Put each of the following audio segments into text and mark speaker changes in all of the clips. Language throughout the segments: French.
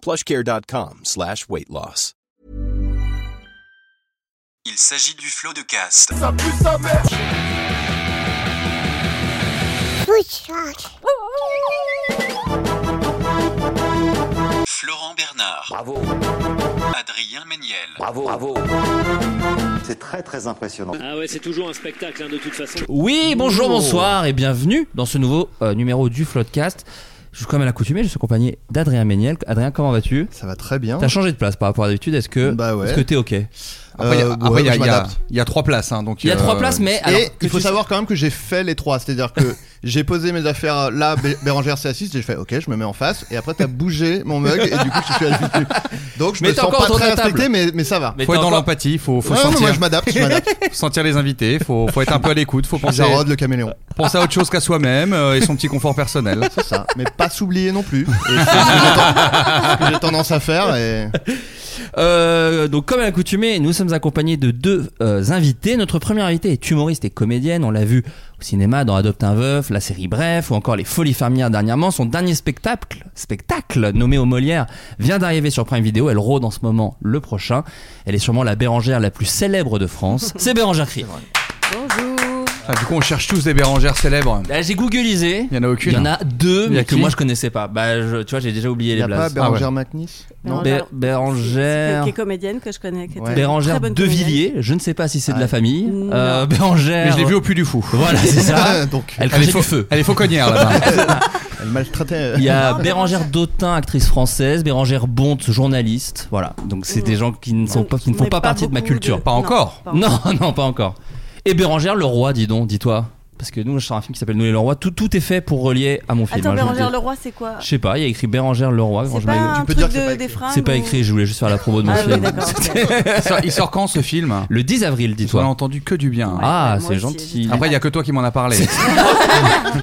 Speaker 1: plushcare.com slash weight loss.
Speaker 2: Il s'agit du flot de cast. Florent Bernard,
Speaker 3: Bravo,
Speaker 2: Adrien Méniel,
Speaker 3: bravo, bravo.
Speaker 4: C'est très très impressionnant.
Speaker 5: Ah ouais, c'est toujours un spectacle hein, de toute façon.
Speaker 6: Oui, bonjour, bonsoir et bienvenue dans ce nouveau euh, numéro du Floodcast. Je suis comme à l'accoutumée, je suis accompagné d'Adrien Méniel. Adrien, comment vas-tu
Speaker 7: Ça va très bien.
Speaker 6: T'as changé de place par rapport à d'habitude, est-ce que
Speaker 7: Bah ouais.
Speaker 6: est-ce que t'es ok
Speaker 7: Euh,
Speaker 8: Après, il y a-
Speaker 7: ouais,
Speaker 8: après, il y a-
Speaker 7: je
Speaker 8: il y a-
Speaker 7: m'adapte.
Speaker 8: il y a trois places. hein, donc,
Speaker 6: Il y a
Speaker 8: euh,
Speaker 6: trois places, mais alors,
Speaker 7: et
Speaker 6: que
Speaker 7: il faut
Speaker 6: tu-
Speaker 7: savoir quand même que j'ai fait les trois, c'est-à-dire que j'ai posé mes affaires là, Bé- Bérangère s'est assise, j'ai fait ok, je me mets en face, et après t'as bougé mon mug, et du coup je suis à l'habitude.
Speaker 8: Oh,
Speaker 7: Donc je
Speaker 6: Mais
Speaker 7: me
Speaker 6: t'es
Speaker 7: sens
Speaker 6: encore
Speaker 7: pas
Speaker 6: autour de
Speaker 7: très
Speaker 6: la table.
Speaker 7: respecté, mais, mais ça va.
Speaker 6: Mais
Speaker 8: faut
Speaker 6: t'es
Speaker 8: être dans
Speaker 6: encore-
Speaker 8: l'empathie, il faut, faut
Speaker 7: Ouais, non,
Speaker 8: sentir,
Speaker 7: moi je m'adapte, je m'adapte.
Speaker 8: sentir les invités, il faut, faut être un peu à l'écoute, faut penser,
Speaker 7: Jarod le caméléon,
Speaker 8: penser à autre chose qu'à soi-même euh, et son petit confort personnel.
Speaker 7: c'est ça. Mais pas s'oublier non plus. Et c'est ce que j'ai ten- ce que j'ai tendance à faire, et
Speaker 6: Euh, donc comme à l'accoutumée, nous sommes accompagnés de deux euh, invités. Notre première invitée est humoriste et comédienne. On l'a vu au cinéma dans Adopte un veuf, la série Bref ou encore Les Folies fermières dernièrement. Son dernier spectacle, spectacle nommé aux Molières, vient d'arriver sur Prime Video. Elle rôde en ce moment le prochain. Elle est sûrement la Bérangère la plus célèbre de France. C'est Bérangère Crier.
Speaker 9: Bonjour.
Speaker 8: Ah, du coup, on cherche tous des Bérangères célèbres.
Speaker 6: Là, Bah, J'ai googlisé.
Speaker 8: Il y en a aucune. hein.
Speaker 6: Il y en a deux,
Speaker 8: Il y a
Speaker 6: mais que
Speaker 8: qui
Speaker 6: moi je connaissais pas. Bah, je- tu vois, j'ai déjà oublié
Speaker 7: il y
Speaker 6: les
Speaker 7: a pas
Speaker 6: blagues.
Speaker 7: Bérangère McNiss
Speaker 6: Non,
Speaker 10: Bérangère.
Speaker 6: Bé- Bérangère.
Speaker 10: C'est- Qui est comédienne que je connais. Qui est
Speaker 7: Ouais.
Speaker 10: une
Speaker 6: Bérangère
Speaker 10: très bonne
Speaker 6: de
Speaker 10: comédienne.
Speaker 6: Villiers, je ne sais pas si c'est de la
Speaker 7: Ouais.
Speaker 6: famille.
Speaker 10: Non.
Speaker 6: Euh, Bérangère.
Speaker 8: Mais je l'ai vu au Puy du Fou.
Speaker 6: Voilà, c'est ça.
Speaker 7: Ah, Donc,
Speaker 6: Elle
Speaker 8: Elle
Speaker 6: crachait
Speaker 8: est, faux,
Speaker 6: du feu.
Speaker 8: elle est fauconnière là-bas.
Speaker 7: elle maltraitait. euh,
Speaker 6: Il y a Bérangère Dautin, actrice française, Bérangère Bonte, journaliste. Voilà. Donc c'est
Speaker 10: Mm.
Speaker 6: des gens qui ne sont
Speaker 10: Donc,
Speaker 6: pas, qui ne
Speaker 10: on
Speaker 6: font
Speaker 10: n'est
Speaker 6: pas partie de ma
Speaker 10: beaucoup
Speaker 6: culture.
Speaker 8: Pas encore.
Speaker 10: pas
Speaker 6: Non, non, pas encore. Et Bérangère Leroy, dis donc, dis-toi. Parce que nous, je sors un film qui s'appelle Nous les Leroy. Tout, tout est fait pour relier à mon film.
Speaker 10: Attends,
Speaker 6: hein, je vous le
Speaker 10: Bérangère
Speaker 6: dis.
Speaker 10: Leroy, c'est quoi
Speaker 6: Je sais pas, il y a écrit Bérangère Leroy.
Speaker 10: C'est
Speaker 6: Bérangère
Speaker 10: pas
Speaker 6: Leroy.
Speaker 10: un
Speaker 7: peux
Speaker 10: truc
Speaker 7: dire que c'est pas
Speaker 10: de,
Speaker 7: écrit.
Speaker 10: des fringues
Speaker 6: C'est pas
Speaker 10: ou-
Speaker 6: écrit, je voulais juste faire la promo de mon
Speaker 10: Ah oui,
Speaker 6: film.
Speaker 10: d'accord. ok.
Speaker 8: Il sort, il sort quand ce film
Speaker 6: Le 10
Speaker 8: On
Speaker 6: avril,
Speaker 8: a
Speaker 6: dis-toi.
Speaker 8: entendu que du bien.
Speaker 6: Ah,
Speaker 10: Ouais, moi
Speaker 6: c'est
Speaker 10: aussi,
Speaker 6: gentil.
Speaker 10: j'ai-
Speaker 8: Après, il y a que toi qui m'en as parlé. Oh,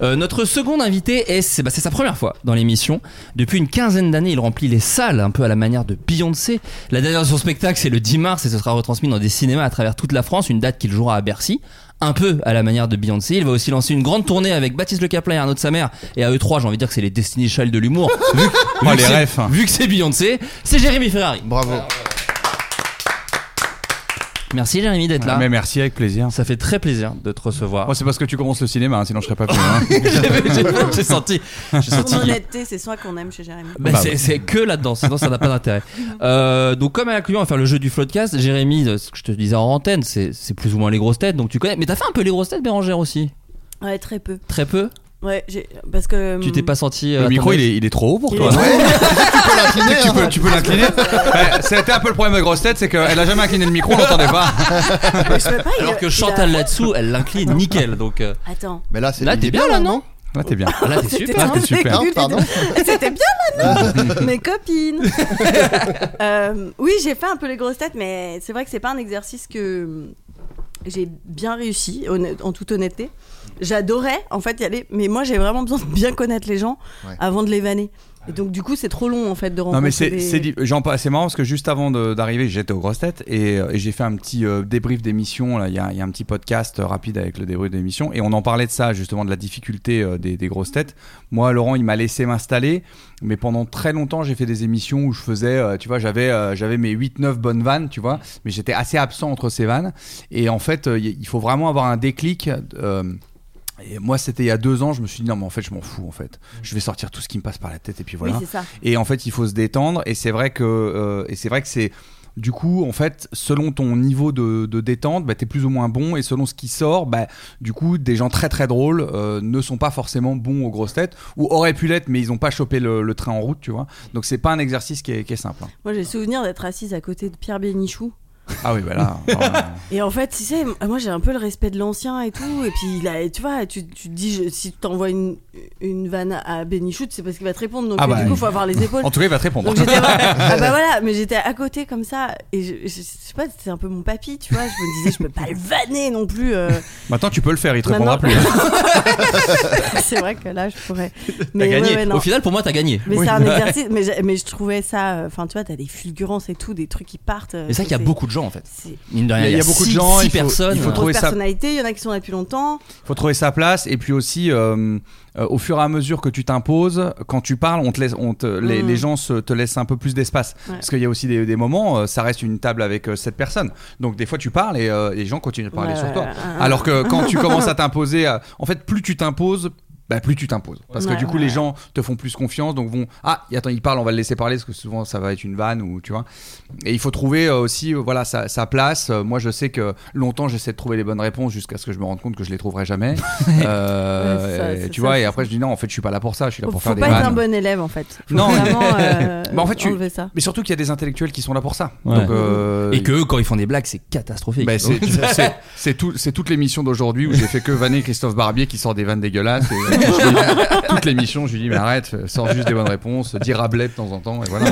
Speaker 6: Euh, notre second invité, est, c'est bah, c'est sa première fois dans l'émission. Depuis une quinzaine d'années, il remplit les salles, un peu à la manière de Beyoncé. La dernière de son spectacle, c'est le 10 mars et ce sera retransmis dans des cinémas à travers toute la France, une date qu'il jouera à Bercy. Un peu à la manière de Beyoncé. Il va aussi lancer une grande tournée avec Baptiste Le Caplin et Arnaud de sa mère. Et à eux trois, j'ai envie de dire que c'est les Destiny Child de l'humour. Vu,
Speaker 8: Oh,
Speaker 6: vu que
Speaker 8: les
Speaker 6: c'est-
Speaker 8: refs.
Speaker 6: vu que c'est Beyoncé, c'est Jérémy Ferrari.
Speaker 7: Bravo.
Speaker 6: Merci Jérémy d'être là.
Speaker 8: Mais merci, avec plaisir.
Speaker 6: Ça fait très plaisir de te recevoir.
Speaker 8: Oh, c'est parce que tu commences le cinéma, hein, sinon je serais pas venu. hein.
Speaker 6: J'ai- j'ai- J'ai senti. J'ai senti.
Speaker 10: Son honnêteté, c'est soin qu'on aime chez Jérémy.
Speaker 6: Bah,
Speaker 8: Bah,
Speaker 6: c'est,
Speaker 8: ouais.
Speaker 6: c'est que là-dedans, sinon ça n'a pas d'intérêt. Euh, donc comme à la conclusion, on va faire le jeu du floodcast. Jérémy, euh, ce que je te disais en antenne, c'est, c'est plus ou moins les grosses têtes, donc tu connais. Mais t'as fait un peu les grosses têtes, Bérangère aussi
Speaker 10: Ouais, très peu.
Speaker 6: Très peu
Speaker 10: Ouais, j'ai- parce que. hum,
Speaker 6: Tu t'es pas senti... euh,
Speaker 8: Le micro, il
Speaker 6: attendu
Speaker 8: est, il est trop haut pour
Speaker 10: Il
Speaker 8: toi.
Speaker 10: est
Speaker 8: non
Speaker 10: trop
Speaker 6: Ah,
Speaker 7: Incliné,
Speaker 8: Tu
Speaker 7: hein.
Speaker 8: peux, tu peux l'incliner Ouais, Ça a été un peu le problème de Grosse Tête, c'est qu'elle a jamais incliné le micro, on l'entendait pas.
Speaker 10: Je sais pas, il
Speaker 6: Alors
Speaker 10: a-
Speaker 6: que
Speaker 10: il a-
Speaker 6: Chantal là-dessous, elle l'incline nickel. Donc euh,
Speaker 10: Attends.
Speaker 7: Mais là, c'est
Speaker 6: là, t'es bien là, non
Speaker 8: Là, t'es bien.
Speaker 6: Ah, Là, t'es
Speaker 10: C'était
Speaker 6: super.
Speaker 8: Ah, t'es super.
Speaker 10: ridicule,
Speaker 7: Non, pardon.
Speaker 10: c'était- C'était bien maintenant Mes copines Euh, Oui, j'ai fait un peu les grosses têtes, mais c'est vrai que c'est pas un exercice que j'ai bien réussi, honnête- en toute honnêteté. J'adorais en fait y aller, mais moi j'ai vraiment besoin de bien connaître les gens
Speaker 7: Ouais.
Speaker 10: avant de les vanner. Et donc du coup, c'est trop long en fait de rencontrer.
Speaker 8: Non mais c'est
Speaker 10: des-
Speaker 8: c'est di- j'en pa- c'est marrant parce que juste avant de- d'arriver j'étais aux grosses têtes et, euh, et j'ai fait un petit euh, débrief d'émission là il y a, il y a un petit podcast euh, rapide avec le débrief d'émission et on en parlait de ça justement de la difficulté euh, des, des grosses têtes moi Laurent il m'a laissé m'installer mais pendant très longtemps j'ai fait des émissions où je faisais euh, tu vois j'avais euh, j'avais mes 8-9 bonnes vannes tu vois mais j'étais assez absent entre ces vannes et en fait euh, y- il faut vraiment avoir un déclic euh, et moi, c'était il y a deux ans, je me suis dit non, mais en fait, je m'en fous, en fait. Je vais sortir tout ce qui me passe par la tête, et puis
Speaker 10: Oui,
Speaker 8: voilà
Speaker 10: c'est ça.
Speaker 8: et en fait il faut se détendre et c'est vrai que euh, et c'est vrai que c'est Du coup, en fait, selon ton niveau de, de détente, bah, t'es plus ou moins bon. Et selon ce qui sort, bah, du coup, des gens très très drôles euh, ne sont pas forcément bons aux grosses têtes ou auraient pu l'être, mais ils n'ont pas chopé le, le train en route, tu vois. Donc, c'est pas un exercice qui est, qui est simple. hein.
Speaker 10: Moi, j'ai souvenir d'être assise à côté de Pierre Bénichou.
Speaker 8: Ah oui, voilà.
Speaker 10: Et en fait, tu sais, moi j'ai un peu le respect de l'ancien et tout. Et puis là, tu vois, tu, tu te dis, je- si tu t'envoies une, une vanne à Benichou, c'est parce qu'il va te répondre. Donc euh,
Speaker 8: Ah bah,
Speaker 10: du coup,
Speaker 8: il-
Speaker 10: faut avoir les épaules.
Speaker 8: en tout cas, il va te répondre.
Speaker 10: Donc, j'étais vraiment- ah bah voilà, mais j'étais à côté comme ça. Et je, je- je sais pas, c'était un peu mon papy, tu vois. Je me disais, je peux pas le vanner non plus. euh.
Speaker 8: Maintenant, tu peux le faire, il te
Speaker 10: Maintenant-
Speaker 8: répondra plus.
Speaker 10: c'est vrai que là, je pourrais.
Speaker 6: T'as gagné.
Speaker 10: ouais, ouais, non.
Speaker 6: Au final, pour moi, t'as gagné.
Speaker 10: Mais
Speaker 6: Oui.
Speaker 10: c'est un exercice, mais, j'ai- mais je trouvais ça. euh, Enfin, tu vois, t'as des fulgurances et tout, des trucs qui partent. euh,
Speaker 6: Mais c'est vrai qu'il y a
Speaker 10: c'est-
Speaker 6: beaucoup de gens en fait.
Speaker 10: c'est-
Speaker 6: Mine de rien,
Speaker 8: Il y a- il y a beaucoup de
Speaker 6: six-
Speaker 8: gens,
Speaker 6: six
Speaker 8: il faut-
Speaker 6: personnes.
Speaker 8: il faut
Speaker 6: euh,
Speaker 8: trouver
Speaker 10: Grosse
Speaker 8: ça.
Speaker 10: personnalité, il y en a qui sont là depuis longtemps.
Speaker 8: faut trouver sa place et puis aussi euh, euh, au fur et à mesure que tu t'imposes quand tu parles on te laisse on te- les,
Speaker 10: Mm.
Speaker 8: les gens se, te laissent un peu plus d'espace
Speaker 10: Ouais.
Speaker 8: parce qu'il y a aussi des, des moments euh, ça reste une table avec euh, sept personnes donc des fois tu parles et euh, les gens continuent de parler
Speaker 10: Ouais,
Speaker 8: sur
Speaker 10: ouais,
Speaker 8: toi
Speaker 10: ouais, ouais.
Speaker 8: Ah. alors que quand tu commences à t'imposer euh, en fait plus tu t'imposes bah, plus tu t'imposes parce
Speaker 10: Ouais,
Speaker 8: que du coup
Speaker 10: ouais,
Speaker 8: les
Speaker 10: ouais.
Speaker 8: gens te font plus confiance donc vont ah attends il parle on va le laisser parler parce que souvent ça va être une vanne ou tu vois et il faut trouver euh, aussi euh, voilà sa, sa place. Euh, moi, je sais que longtemps j'essaie de trouver les bonnes réponses jusqu'à ce que je me rende compte que je les trouverai jamais. Euh,
Speaker 10: Ouais, c'est ça,
Speaker 8: et
Speaker 10: c'est
Speaker 8: tu
Speaker 10: ça,
Speaker 8: vois, et
Speaker 10: c'est
Speaker 8: après
Speaker 10: ça.
Speaker 8: je dis non, en fait, je suis pas là pour ça. Je suis là
Speaker 10: Faut,
Speaker 8: pour
Speaker 10: faut
Speaker 8: faire des
Speaker 10: pas être un
Speaker 8: vannes.
Speaker 10: bon élève en fait. Faut
Speaker 8: Non, mais-
Speaker 10: vraiment, euh,
Speaker 8: Bah, en fait, tu-
Speaker 10: enlever ça.
Speaker 8: Mais surtout qu'il y a des intellectuels qui sont là pour ça.
Speaker 6: Ouais.
Speaker 8: Donc, euh,
Speaker 6: Et que eux, quand ils font des blagues, c'est catastrophique.
Speaker 8: bah, c'est- c'est- c'est tout, c'est toute l'émission d'aujourd'hui où j'ai fait que vanner Christophe Barbier qui sort des vannes dégueulasses. Et, euh, je dis- toute l'émission, je lui dis mais arrête, sors juste des bonnes réponses, dis Rabelais de temps en temps et voilà.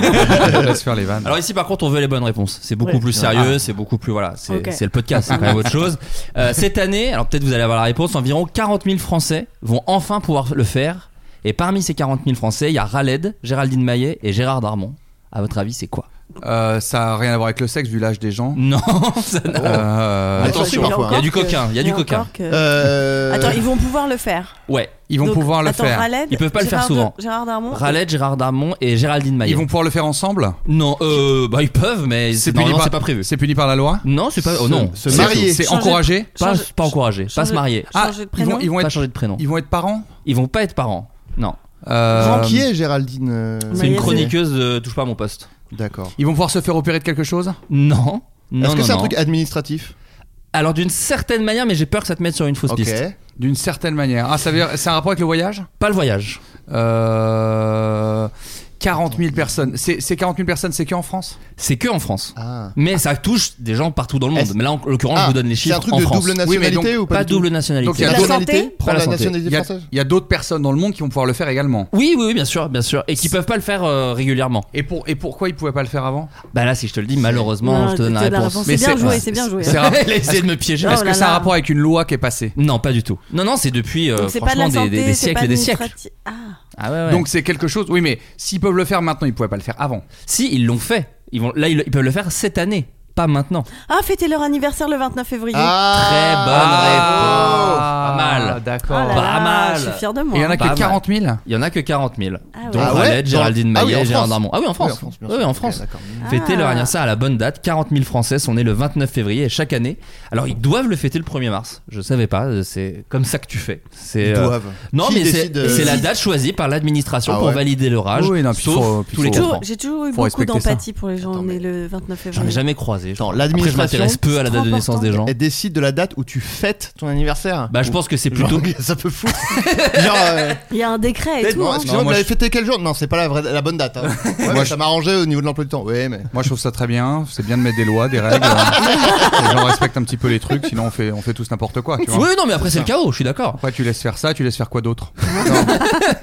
Speaker 8: Laisse faire les vannes.
Speaker 6: Alors ici par contre on veut les bonnes réponses. C'est beaucoup
Speaker 10: Ouais.
Speaker 6: plus sérieux, c'est beaucoup plus voilà, c'est
Speaker 10: Ok.
Speaker 6: c'est le podcast, c'est quand même autre chose. Euh, cette année, alors peut-être vous allez avoir la réponse, environ 40 000 Français vont enfin pouvoir le faire. Et parmi ces 40 000 Français, il y a Raled, Géraldine Maillet et Gérard Darmon. À votre avis, c'est quoi
Speaker 8: Euh, ça a rien à voir avec le sexe vu l'âge des gens.
Speaker 6: Non, ça n'a-
Speaker 8: Euh,
Speaker 7: Attention,
Speaker 10: Attends,
Speaker 7: parfois,
Speaker 6: il y a
Speaker 10: encore
Speaker 6: du
Speaker 10: que-
Speaker 6: coquin, il y a du
Speaker 10: encore
Speaker 6: coquin.
Speaker 10: que-
Speaker 7: Euh,
Speaker 10: Attends, ils vont pouvoir le faire.
Speaker 6: Ouais.
Speaker 8: Ils vont
Speaker 10: Donc,
Speaker 8: pouvoir le
Speaker 10: attends,
Speaker 8: faire.
Speaker 10: Raled,
Speaker 6: Ils peuvent pas le faire
Speaker 10: Gérard
Speaker 6: souvent.
Speaker 10: Dar- Gérard Darmon.
Speaker 6: Raled, Gérard Darmon et Géraldine Maillet.
Speaker 8: Ils vont pouvoir le faire ensemble
Speaker 6: Non, euh, bah ils peuvent mais c'est normalement, c'est pas prévu.
Speaker 8: C'est puni par la loi
Speaker 6: Non, c'est pas oh, non,
Speaker 7: Se
Speaker 6: C'est-
Speaker 7: marier.
Speaker 8: C'est
Speaker 10: Changer-
Speaker 8: encouragé
Speaker 6: pas,
Speaker 10: Changer-
Speaker 6: pas encouragé, pas
Speaker 10: changer-
Speaker 6: se marier,
Speaker 10: Ah, Changer de
Speaker 8: ils vont,
Speaker 10: prénom
Speaker 8: ils vont
Speaker 6: pas
Speaker 8: être,
Speaker 6: changer de prénom.
Speaker 8: ils vont être parents
Speaker 6: Ils vont pas être parents. Non.
Speaker 8: Euh,
Speaker 7: Grand qui est Géraldine euh,
Speaker 6: C'est une
Speaker 10: Maillet,
Speaker 6: chroniqueuse de touche pas à mon poste.
Speaker 7: D'accord.
Speaker 8: Ils vont pouvoir se faire opérer de quelque chose
Speaker 6: Non. Non,
Speaker 7: Est-ce que
Speaker 6: non,
Speaker 7: c'est un
Speaker 6: non.
Speaker 7: truc administratif
Speaker 6: Alors d'une certaine manière, mais j'ai peur que ça te mette sur une fausse
Speaker 7: Ok.
Speaker 6: piste.
Speaker 8: D'une certaine manière. Ah, ça veut dire, c'est un rapport avec le voyage
Speaker 6: Pas le voyage.
Speaker 8: euh, 40 000 personnes. C'est c'est 40 000 personnes, c'est que en France
Speaker 6: C'est que en France.
Speaker 7: Ah.
Speaker 6: Mais ça touche des gens partout dans le monde.
Speaker 7: Est-ce-
Speaker 6: Mais là, en l'occurrence,
Speaker 7: Ah,
Speaker 6: je vous donne les
Speaker 7: C'est
Speaker 6: chiffres
Speaker 7: un truc
Speaker 6: en
Speaker 7: de
Speaker 6: France.
Speaker 7: double
Speaker 8: Oui, mais donc,
Speaker 7: nationalité ou pas,
Speaker 6: pas
Speaker 7: du tout
Speaker 6: double
Speaker 8: Donc, il
Speaker 6: nationalité.
Speaker 8: y a
Speaker 7: La
Speaker 8: double-
Speaker 7: nationalité
Speaker 6: Pas
Speaker 7: Prendre
Speaker 6: la
Speaker 7: la
Speaker 6: santé.
Speaker 8: Il
Speaker 7: nationalité
Speaker 8: y a,
Speaker 7: française
Speaker 8: il y a d'autres personnes dans le monde qui vont pouvoir le faire également.
Speaker 6: Oui, oui, oui, bien sûr, bien sûr. Et qui peuvent pas le faire euh, régulièrement.
Speaker 8: Et, pour, et pourquoi ils pouvaient pas le faire avant
Speaker 6: Bah là, si je te le dis, malheureusement,
Speaker 10: Non,
Speaker 6: je te donne la
Speaker 10: t'as la
Speaker 6: réponse.
Speaker 10: réponse. C'est bien joué, c'est bien joué.
Speaker 8: C'est rare.
Speaker 6: Elle a essayé de me piéger.
Speaker 10: Oh
Speaker 8: Est-ce que
Speaker 10: là
Speaker 8: c'est un
Speaker 10: là.
Speaker 8: rapport avec une loi qui est passée
Speaker 6: Non, pas du tout. Non, non, c'est depuis euh,
Speaker 10: Donc c'est pas de
Speaker 6: franchement
Speaker 10: la
Speaker 6: des-
Speaker 10: santé,
Speaker 6: des, des
Speaker 10: c'est
Speaker 6: siècles
Speaker 10: pas
Speaker 6: et des siècles.
Speaker 10: administratif. Ah,
Speaker 6: Ah ouais, ouais.
Speaker 8: Donc c'est quelque chose. Oui, mais s'ils peuvent le faire maintenant, ils pouvaient pas le faire avant.
Speaker 6: si ils l'ont fait, ils vont là ils, ils peuvent le faire cette année, pas maintenant.
Speaker 10: ah fêtez leur anniversaire le 29 février.
Speaker 6: Très bonne
Speaker 7: Ah,
Speaker 8: Ah,
Speaker 6: réponse. Pas mal.
Speaker 8: D'accord.
Speaker 10: Ah là
Speaker 6: pas
Speaker 10: là,
Speaker 6: mal.
Speaker 10: Je suis fière de
Speaker 8: Bah, Et
Speaker 10: moi.
Speaker 8: il y en a
Speaker 6: Pas
Speaker 8: que 40 000
Speaker 6: Il y en a que 40 000.
Speaker 10: Ah ouais.
Speaker 6: Dont
Speaker 7: Ah ouais
Speaker 6: Valette,
Speaker 7: Dans-
Speaker 6: Géraldine
Speaker 7: Ah oui,
Speaker 6: Maillet,
Speaker 7: en
Speaker 6: Gérard
Speaker 7: France.
Speaker 6: Darmon. Ah oui, en
Speaker 7: Oui,
Speaker 6: France.
Speaker 7: bien
Speaker 6: Oui,
Speaker 7: sûr.
Speaker 6: en
Speaker 7: Ok,
Speaker 6: France.
Speaker 7: d'accord.
Speaker 6: Fêter
Speaker 10: Ah.
Speaker 6: leur anniversaire à la bonne date. 40 000 Français sont nés le 29 février et chaque année. Alors ils doivent le fêter le 1er mars. Je savais pas. euh, C'est comme ça que tu fais. C'est.
Speaker 7: Ils
Speaker 6: euh,
Speaker 7: doivent.
Speaker 6: Non,
Speaker 7: Qui
Speaker 6: mais c'est
Speaker 7: décide, euh,
Speaker 6: c'est la date choisie par l'administration
Speaker 7: Ah
Speaker 6: pour
Speaker 7: ouais.
Speaker 6: valider leur âge.
Speaker 8: Oui, non, puis
Speaker 6: sauf
Speaker 8: faut- puis
Speaker 6: tous les
Speaker 8: faut-
Speaker 6: 4 ans.
Speaker 10: J'ai toujours eu
Speaker 8: Faut
Speaker 10: beaucoup
Speaker 8: respecter ça.
Speaker 10: d'empathie pour les gens nés le 29
Speaker 6: J'en ai
Speaker 10: février.
Speaker 6: jamais croisé. je
Speaker 7: Attends,
Speaker 6: crois. Après, je
Speaker 7: l'administration,
Speaker 6: m'intéresse peu à la date de
Speaker 10: trop
Speaker 6: naissance des gens.
Speaker 7: Elle décide de la date où tu fêtes ton anniversaire.
Speaker 6: Bah, je pense que c'est plutôt.
Speaker 7: Genre, ça peut foutre. Genre, euh,
Speaker 10: Il y a un décret et tout.
Speaker 7: non,
Speaker 10: hein.
Speaker 8: moi,
Speaker 7: excusez-moi, vous l'avez
Speaker 8: je-
Speaker 7: fêté quel jour Non, c'est pas la, vraie- la bonne date. hein. Ouais, mais ça m'arrangeait au niveau de l'emploi du temps. Ouais, mais.
Speaker 8: Moi, je trouve ça très bien. C'est bien de mettre des lois, des règles. euh, les gens respectent un petit peu les trucs, sinon on fait, on fait tous n'importe quoi. Tu vois.
Speaker 6: Oui, non, mais après c'est le chaos. Je suis d'accord.
Speaker 8: Après, tu laisses faire ça, tu laisses faire quoi d'autre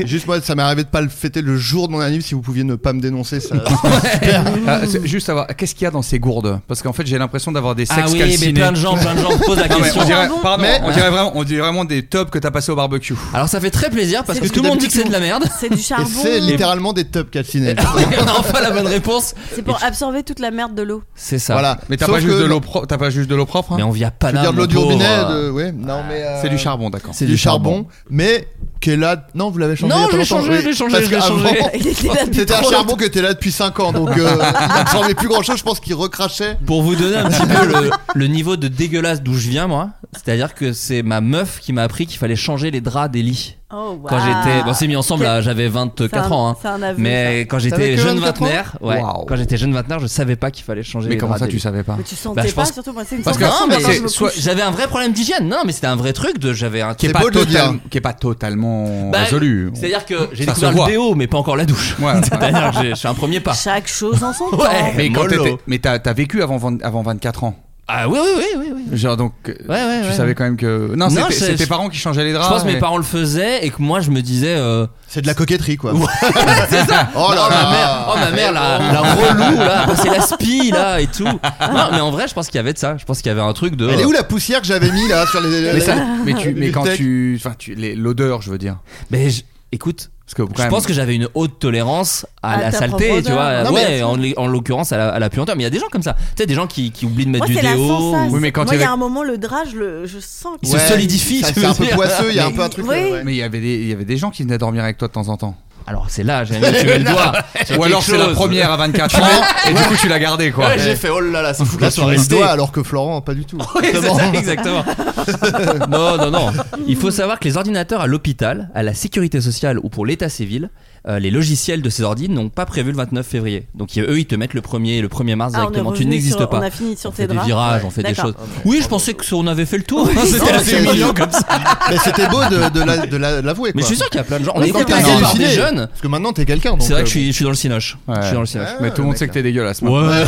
Speaker 7: Juste moi, ça m'est arrivé de pas le fêter le jour de mon anniversaire. Si vous pouviez ne pas me dénoncer, ça.
Speaker 8: Euh, c'est- Juste savoir, qu'est-ce qu'il y a dans ces gourdes Parce qu'en fait, j'ai l'impression d'avoir des
Speaker 6: Ah
Speaker 8: sexes
Speaker 6: oui, mais
Speaker 8: calcinés.
Speaker 6: plein de gens, plein de gens posent la
Speaker 8: Non, mais
Speaker 6: question.
Speaker 8: on dirait,
Speaker 10: Ah bon
Speaker 8: pardon,
Speaker 7: Mais-
Speaker 8: on dirait vraiment, on dirait vraiment des tops que t'as passé au barbecue.
Speaker 6: Alors ça fait très plaisir parce
Speaker 10: C'est
Speaker 6: que
Speaker 10: parce
Speaker 6: tout
Speaker 7: que
Speaker 6: le monde dit que c'est de la merde.
Speaker 10: C'est du
Speaker 7: Et
Speaker 10: charbon.
Speaker 7: c'est littéralement des tubs calcinés.
Speaker 6: on a enfin la bonne réponse.
Speaker 10: C'est pour absorber toute la merde de l'eau.
Speaker 6: C'est ça.
Speaker 7: voilà.
Speaker 8: Mais t'as
Speaker 7: Sauf
Speaker 8: pas, juste
Speaker 7: que-
Speaker 8: de l'eau pro- t'as pas juste de l'eau propre hein
Speaker 6: Mais on vit à
Speaker 7: Je veux
Speaker 6: Paname.
Speaker 7: dire de l'eau
Speaker 6: mon
Speaker 7: du
Speaker 6: pauvre,
Speaker 7: robinet.
Speaker 6: euh,
Speaker 7: de- Ouais, non, mais. euh,
Speaker 8: C'est du charbon, d'accord.
Speaker 6: C'est
Speaker 7: du charbon, mais qui est là. Non, vous l'avez changé.
Speaker 6: Non,
Speaker 7: il y a pas
Speaker 6: je l'ai
Speaker 7: longtemps,
Speaker 6: changé,
Speaker 7: oui.
Speaker 6: je l'ai changé,
Speaker 7: Parce
Speaker 6: je l'ai changé.
Speaker 7: qu'avant,
Speaker 10: Il était là depuis
Speaker 7: C'était un
Speaker 10: trop
Speaker 7: charbon qui était là depuis 5 ans, donc euh, ça ressemblait plus grand chose. Je pense qu'il recrachait.
Speaker 6: Pour vous donner un petit peu le, le niveau de dégueulasse d'où je viens, moi, c'est-à-dire que c'est ma meuf meuf qui m'a appris qu'il fallait changer les draps des lits.
Speaker 10: Oh, wow.
Speaker 6: Quand j'étais, bon, c'est mis ensemble. là, J'avais 24
Speaker 10: C'est un-
Speaker 6: ans, hein.
Speaker 10: c'est un aveu,
Speaker 6: mais
Speaker 10: ça.
Speaker 6: quand
Speaker 10: T'avais
Speaker 6: j'étais
Speaker 10: que
Speaker 6: jeune
Speaker 10: 24 ans
Speaker 6: vingtenaire, ouais,
Speaker 8: Waouh.
Speaker 6: quand j'étais jeune vingtenaire, je savais pas qu'il fallait changer.
Speaker 8: Mais
Speaker 6: les
Speaker 8: comment
Speaker 6: draps
Speaker 8: ça,
Speaker 6: des
Speaker 8: tu
Speaker 6: lits.
Speaker 8: savais pas
Speaker 10: Mais tu sentais
Speaker 6: Bah, je
Speaker 10: pas,
Speaker 6: pense-
Speaker 10: surtout moi, c'est une
Speaker 6: Parce que
Speaker 10: sensation
Speaker 6: non, mais
Speaker 10: quand je
Speaker 6: c'est-
Speaker 10: me
Speaker 6: soit-
Speaker 10: couche.
Speaker 6: j'avais un vrai problème d'hygiène. Non, mais c'était un vrai truc de j'avais un
Speaker 8: qui est,
Speaker 7: C'est
Speaker 8: pas
Speaker 7: beau de le
Speaker 8: total-
Speaker 7: dire.
Speaker 8: qui est pas totalement
Speaker 6: Bah,
Speaker 8: résolu.
Speaker 6: C'est-à-dire que j'ai
Speaker 8: Ça se
Speaker 6: découvert le
Speaker 8: voit.
Speaker 6: déo, mais pas encore la douche.
Speaker 8: Ouais.
Speaker 6: C'est-à-dire que j'ai- je suis un premier pas.
Speaker 10: Chaque chose en son temps.
Speaker 6: Ouais.
Speaker 8: Mais quand
Speaker 6: Mollo.
Speaker 8: t'étais- mais t'as t'as vécu avant, vingt- avant 24 ans.
Speaker 6: Ah oui, oui, oui, oui. oui.
Speaker 8: Genre donc, euh,
Speaker 6: ouais,
Speaker 8: tu
Speaker 6: ouais.
Speaker 8: savais quand même que non,
Speaker 6: Non,
Speaker 8: c'était-
Speaker 6: je-
Speaker 8: c'est tes
Speaker 6: je-
Speaker 8: parents qui changeaient les
Speaker 6: Je
Speaker 8: draps.
Speaker 6: pense que mes
Speaker 8: mais-
Speaker 6: parents le faisaient et que moi je me disais. euh,
Speaker 7: C'est de la coquetterie, quoi.
Speaker 6: c'est ça
Speaker 7: Oh là
Speaker 6: Non,
Speaker 7: là.
Speaker 6: ma mère, oh ma mère, la, la relou là, c'est la spie là et tout. Non, mais en vrai, je pense qu'il y avait de ça. Je pense qu'il y avait un truc de.
Speaker 7: Elle est où la poussière que j'avais mis là sur les.
Speaker 8: Mais, ça- mais tu, mais quand
Speaker 7: Bibliothèque.
Speaker 8: tu, enfin, tu, les- l'odeur, je veux dire.
Speaker 6: Mais je- écoute,
Speaker 8: Parce que
Speaker 6: je pense que j'avais une haute tolérance à,
Speaker 10: À
Speaker 6: la
Speaker 10: ta Ah,
Speaker 6: saleté,
Speaker 10: propre
Speaker 6: tu vois.
Speaker 10: odeur. Non,
Speaker 6: ouais,
Speaker 10: mais-
Speaker 6: en, l'é- en l'occurrence à la, à la puanteur. Mais il y a des gens comme ça. Tu sais, des gens qui, qui oublient de
Speaker 10: Moi,
Speaker 6: mettre du
Speaker 10: c'est la
Speaker 6: déo.
Speaker 10: sensation.
Speaker 6: ou-
Speaker 8: Oui, mais quand
Speaker 10: Moi,
Speaker 8: il
Speaker 10: il
Speaker 8: y
Speaker 10: y
Speaker 8: avait-
Speaker 10: a un moment, le drap, je, le- je sens que.
Speaker 6: Il se
Speaker 7: Ouais,
Speaker 6: solidifie.
Speaker 7: ça,
Speaker 6: je
Speaker 7: C'est
Speaker 6: veux
Speaker 7: un peu
Speaker 6: dire.
Speaker 7: poisseux, il y a un peu un truc.
Speaker 10: Oui.
Speaker 7: euh, ouais.
Speaker 8: Mais il y avait des, il y avait des gens qui venaient dormir avec toi de temps en temps.
Speaker 6: Alors c'est là, j'ai mis tu mets le doigt. sur
Speaker 8: Ou alors
Speaker 6: quelque
Speaker 8: c'est la
Speaker 6: chose.
Speaker 8: première à 24 ans et du coup tu l'as gardé quoi.
Speaker 6: Ouais, j'ai fait oh là là, c'est fou que
Speaker 7: Là,
Speaker 6: ça
Speaker 7: tu
Speaker 6: soit
Speaker 7: mets le
Speaker 6: resté.
Speaker 7: doigt alors que Florent, pas du tout.
Speaker 6: Oui, c'est
Speaker 7: Vraiment.
Speaker 6: ça, exactement. non, non, non. Il faut savoir que les ordinateurs à l'hôpital, à la sécurité sociale ou pour l'état civil, euh, les logiciels de ces ordi n'ont pas prévu le 29 février. Donc ils- eux, ils te mettent le 1er, le 1er mars
Speaker 10: Ah, on est
Speaker 6: directement. Tu
Speaker 10: revenu
Speaker 6: n'existes
Speaker 10: sur-
Speaker 6: pas.
Speaker 10: On a fini sur
Speaker 6: on
Speaker 10: tes
Speaker 6: fait des
Speaker 10: draps.
Speaker 6: virages, on fait des
Speaker 10: D'accord.
Speaker 6: choses. Oui, je pensais que on avait fait le tour. C'était
Speaker 7: Non,
Speaker 6: assez
Speaker 7: mais c'est-
Speaker 6: mignon comme ça.
Speaker 7: Mais c'était beau de, de la- de la- de l'avouer.
Speaker 6: Mais je
Speaker 7: quoi.
Speaker 6: suis sûr qu'il y a plein de gens. On
Speaker 7: Oui,
Speaker 6: est
Speaker 7: quand t'es
Speaker 6: contacté par des
Speaker 7: halluciné.
Speaker 6: jeunes.
Speaker 7: Parce que maintenant t'es quelqu'un. donc,
Speaker 6: C'est vrai
Speaker 7: euh,
Speaker 6: que je suis, je suis dans le cinoche. Je suis dans le cinoche.
Speaker 7: Ouais.
Speaker 8: Mais tout le monde sait que t'es dégueulasse. maintenant.
Speaker 6: Ouais.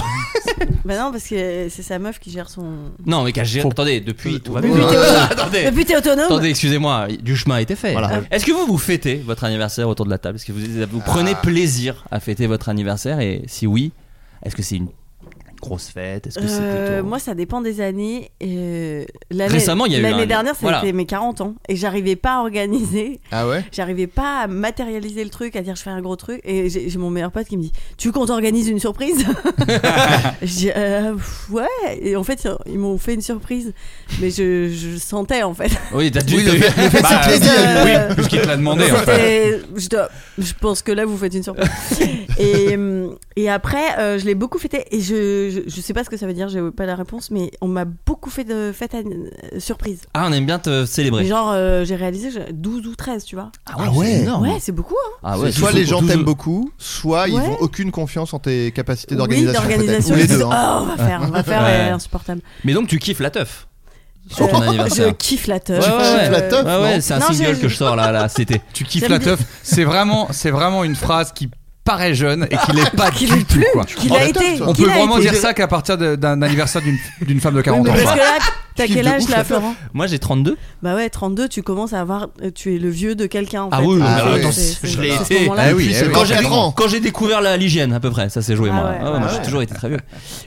Speaker 10: Bah non, parce que c'est sa meuf qui gère son.
Speaker 6: Non, mais qu'à gérer- Attendez, depuis tout va bien.
Speaker 10: Depuis, t'es autonome.
Speaker 6: Attendez.
Speaker 10: Depuis, t'es autonome.
Speaker 6: Eh, Attendez, excusez-moi, du chemin a été fait.
Speaker 7: Voilà.
Speaker 6: Ah Est-ce que vous vous fêtez votre anniversaire autour de la table Est-ce que vous, vous prenez plaisir à fêter votre anniversaire Et si oui, est-ce que c'est une grosse fête Est-ce que
Speaker 10: Euh,
Speaker 6: c'est plutôt...
Speaker 10: Moi, ça dépend des années. Euh, l'année-
Speaker 6: Récemment, il y a eu un-
Speaker 10: L'année dernière, c'était
Speaker 6: voilà.
Speaker 10: mes 40 ans. Et j'arrivais pas à organiser.
Speaker 7: Ah ouais
Speaker 10: J'arrivais pas à matérialiser le truc, à dire je fais un gros truc. Et j'ai j'ai mon meilleur pote qui me dit Tu veux qu'on t'organise une surprise Je dis Euh, pff, Ouais. Et en fait, ils m'ont fait une surprise. Mais je, je sentais, en fait.
Speaker 6: Oui, t'as dû...
Speaker 7: Oui, le fait- le fait de
Speaker 8: Bah,
Speaker 7: se plaisir.
Speaker 10: Euh,
Speaker 8: Oui, puisqu'il te l'a demandé en fait.
Speaker 10: C'était- je, dois- je pense que là, vous faites une surprise. et, hum, et après, euh, je l'ai beaucoup fêté. Et je, je, je sais pas ce que ça veut dire, j'ai pas la réponse, mais on m'a beaucoup fait de fêtes à euh, surprise.
Speaker 6: Ah, on aime bien te célébrer.
Speaker 10: Genre, euh, j'ai réalisé j'ai 12 ou 13, tu vois.
Speaker 6: Ah
Speaker 7: ouais.
Speaker 6: c'est énorme.
Speaker 10: Ouais, c'est beaucoup. Hein.
Speaker 6: Ah
Speaker 7: C'est
Speaker 6: ouais,
Speaker 7: soit
Speaker 6: douze-
Speaker 7: les gens
Speaker 6: douze-
Speaker 7: t'aiment beaucoup, soit ils
Speaker 10: Ouais.
Speaker 7: ont aucune confiance en tes capacités
Speaker 10: Oui,
Speaker 7: d'organisation.
Speaker 10: d'organisation.
Speaker 7: peut-être. Ou les
Speaker 10: Ils disent,
Speaker 7: deux.
Speaker 10: Oh,
Speaker 7: hein.
Speaker 10: on va faire, on va faire
Speaker 6: Ouais.
Speaker 10: euh, insupportable.
Speaker 6: Mais donc tu kiffes la teuf sur ton
Speaker 10: Euh,
Speaker 6: anniversaire.
Speaker 10: Je kiffe la teuf.
Speaker 6: Ouais, ouais,
Speaker 7: kiffes
Speaker 6: ouais.
Speaker 7: la teuf,
Speaker 6: Ah Ouais, ouais,
Speaker 7: non
Speaker 6: c'est un
Speaker 10: Non,
Speaker 6: single
Speaker 10: j'ai-
Speaker 6: que je sors là, là cet été.
Speaker 8: Tu kiffes
Speaker 10: J'aime
Speaker 8: la
Speaker 10: bien.
Speaker 8: teuf. C'est vraiment, c'est vraiment une phrase qui paraît jeune et qui l'est pas du tout. quoi.
Speaker 10: Qu'il a été.
Speaker 8: On
Speaker 10: qu'il
Speaker 8: peut
Speaker 10: a
Speaker 8: vraiment
Speaker 10: été.
Speaker 8: dire ça qu'à partir de- d'un anniversaire d'une- d'une femme de 40 ans.
Speaker 10: Mais Parce que là, t'as
Speaker 7: Kiffe
Speaker 10: quel
Speaker 7: de
Speaker 10: âge
Speaker 7: ouf, la
Speaker 10: là,
Speaker 7: teuf.
Speaker 10: Florent
Speaker 6: Moi j'ai 32.
Speaker 10: Bah ouais, 32, tu commences à avoir. euh, Tu es le vieux de quelqu'un en
Speaker 6: Ah
Speaker 10: fait. euh,
Speaker 6: oui,
Speaker 7: Ah
Speaker 6: mais
Speaker 7: oui.
Speaker 6: attends,
Speaker 10: C'est-
Speaker 6: je
Speaker 10: c'est-
Speaker 6: l'ai
Speaker 10: c'est ce
Speaker 6: été.
Speaker 10: moment-là.
Speaker 7: Ah oui,
Speaker 6: Puis,
Speaker 7: eh oui.
Speaker 6: quand j'ai-
Speaker 7: Quatre ans.
Speaker 6: quand j'ai découvert la- l'hygiène à peu près, ça s'est joué
Speaker 10: Ah
Speaker 6: moi.
Speaker 10: ouais,
Speaker 6: Ah ouais, moi
Speaker 10: ouais,
Speaker 6: j'ai
Speaker 10: ouais.
Speaker 6: toujours été très vieux.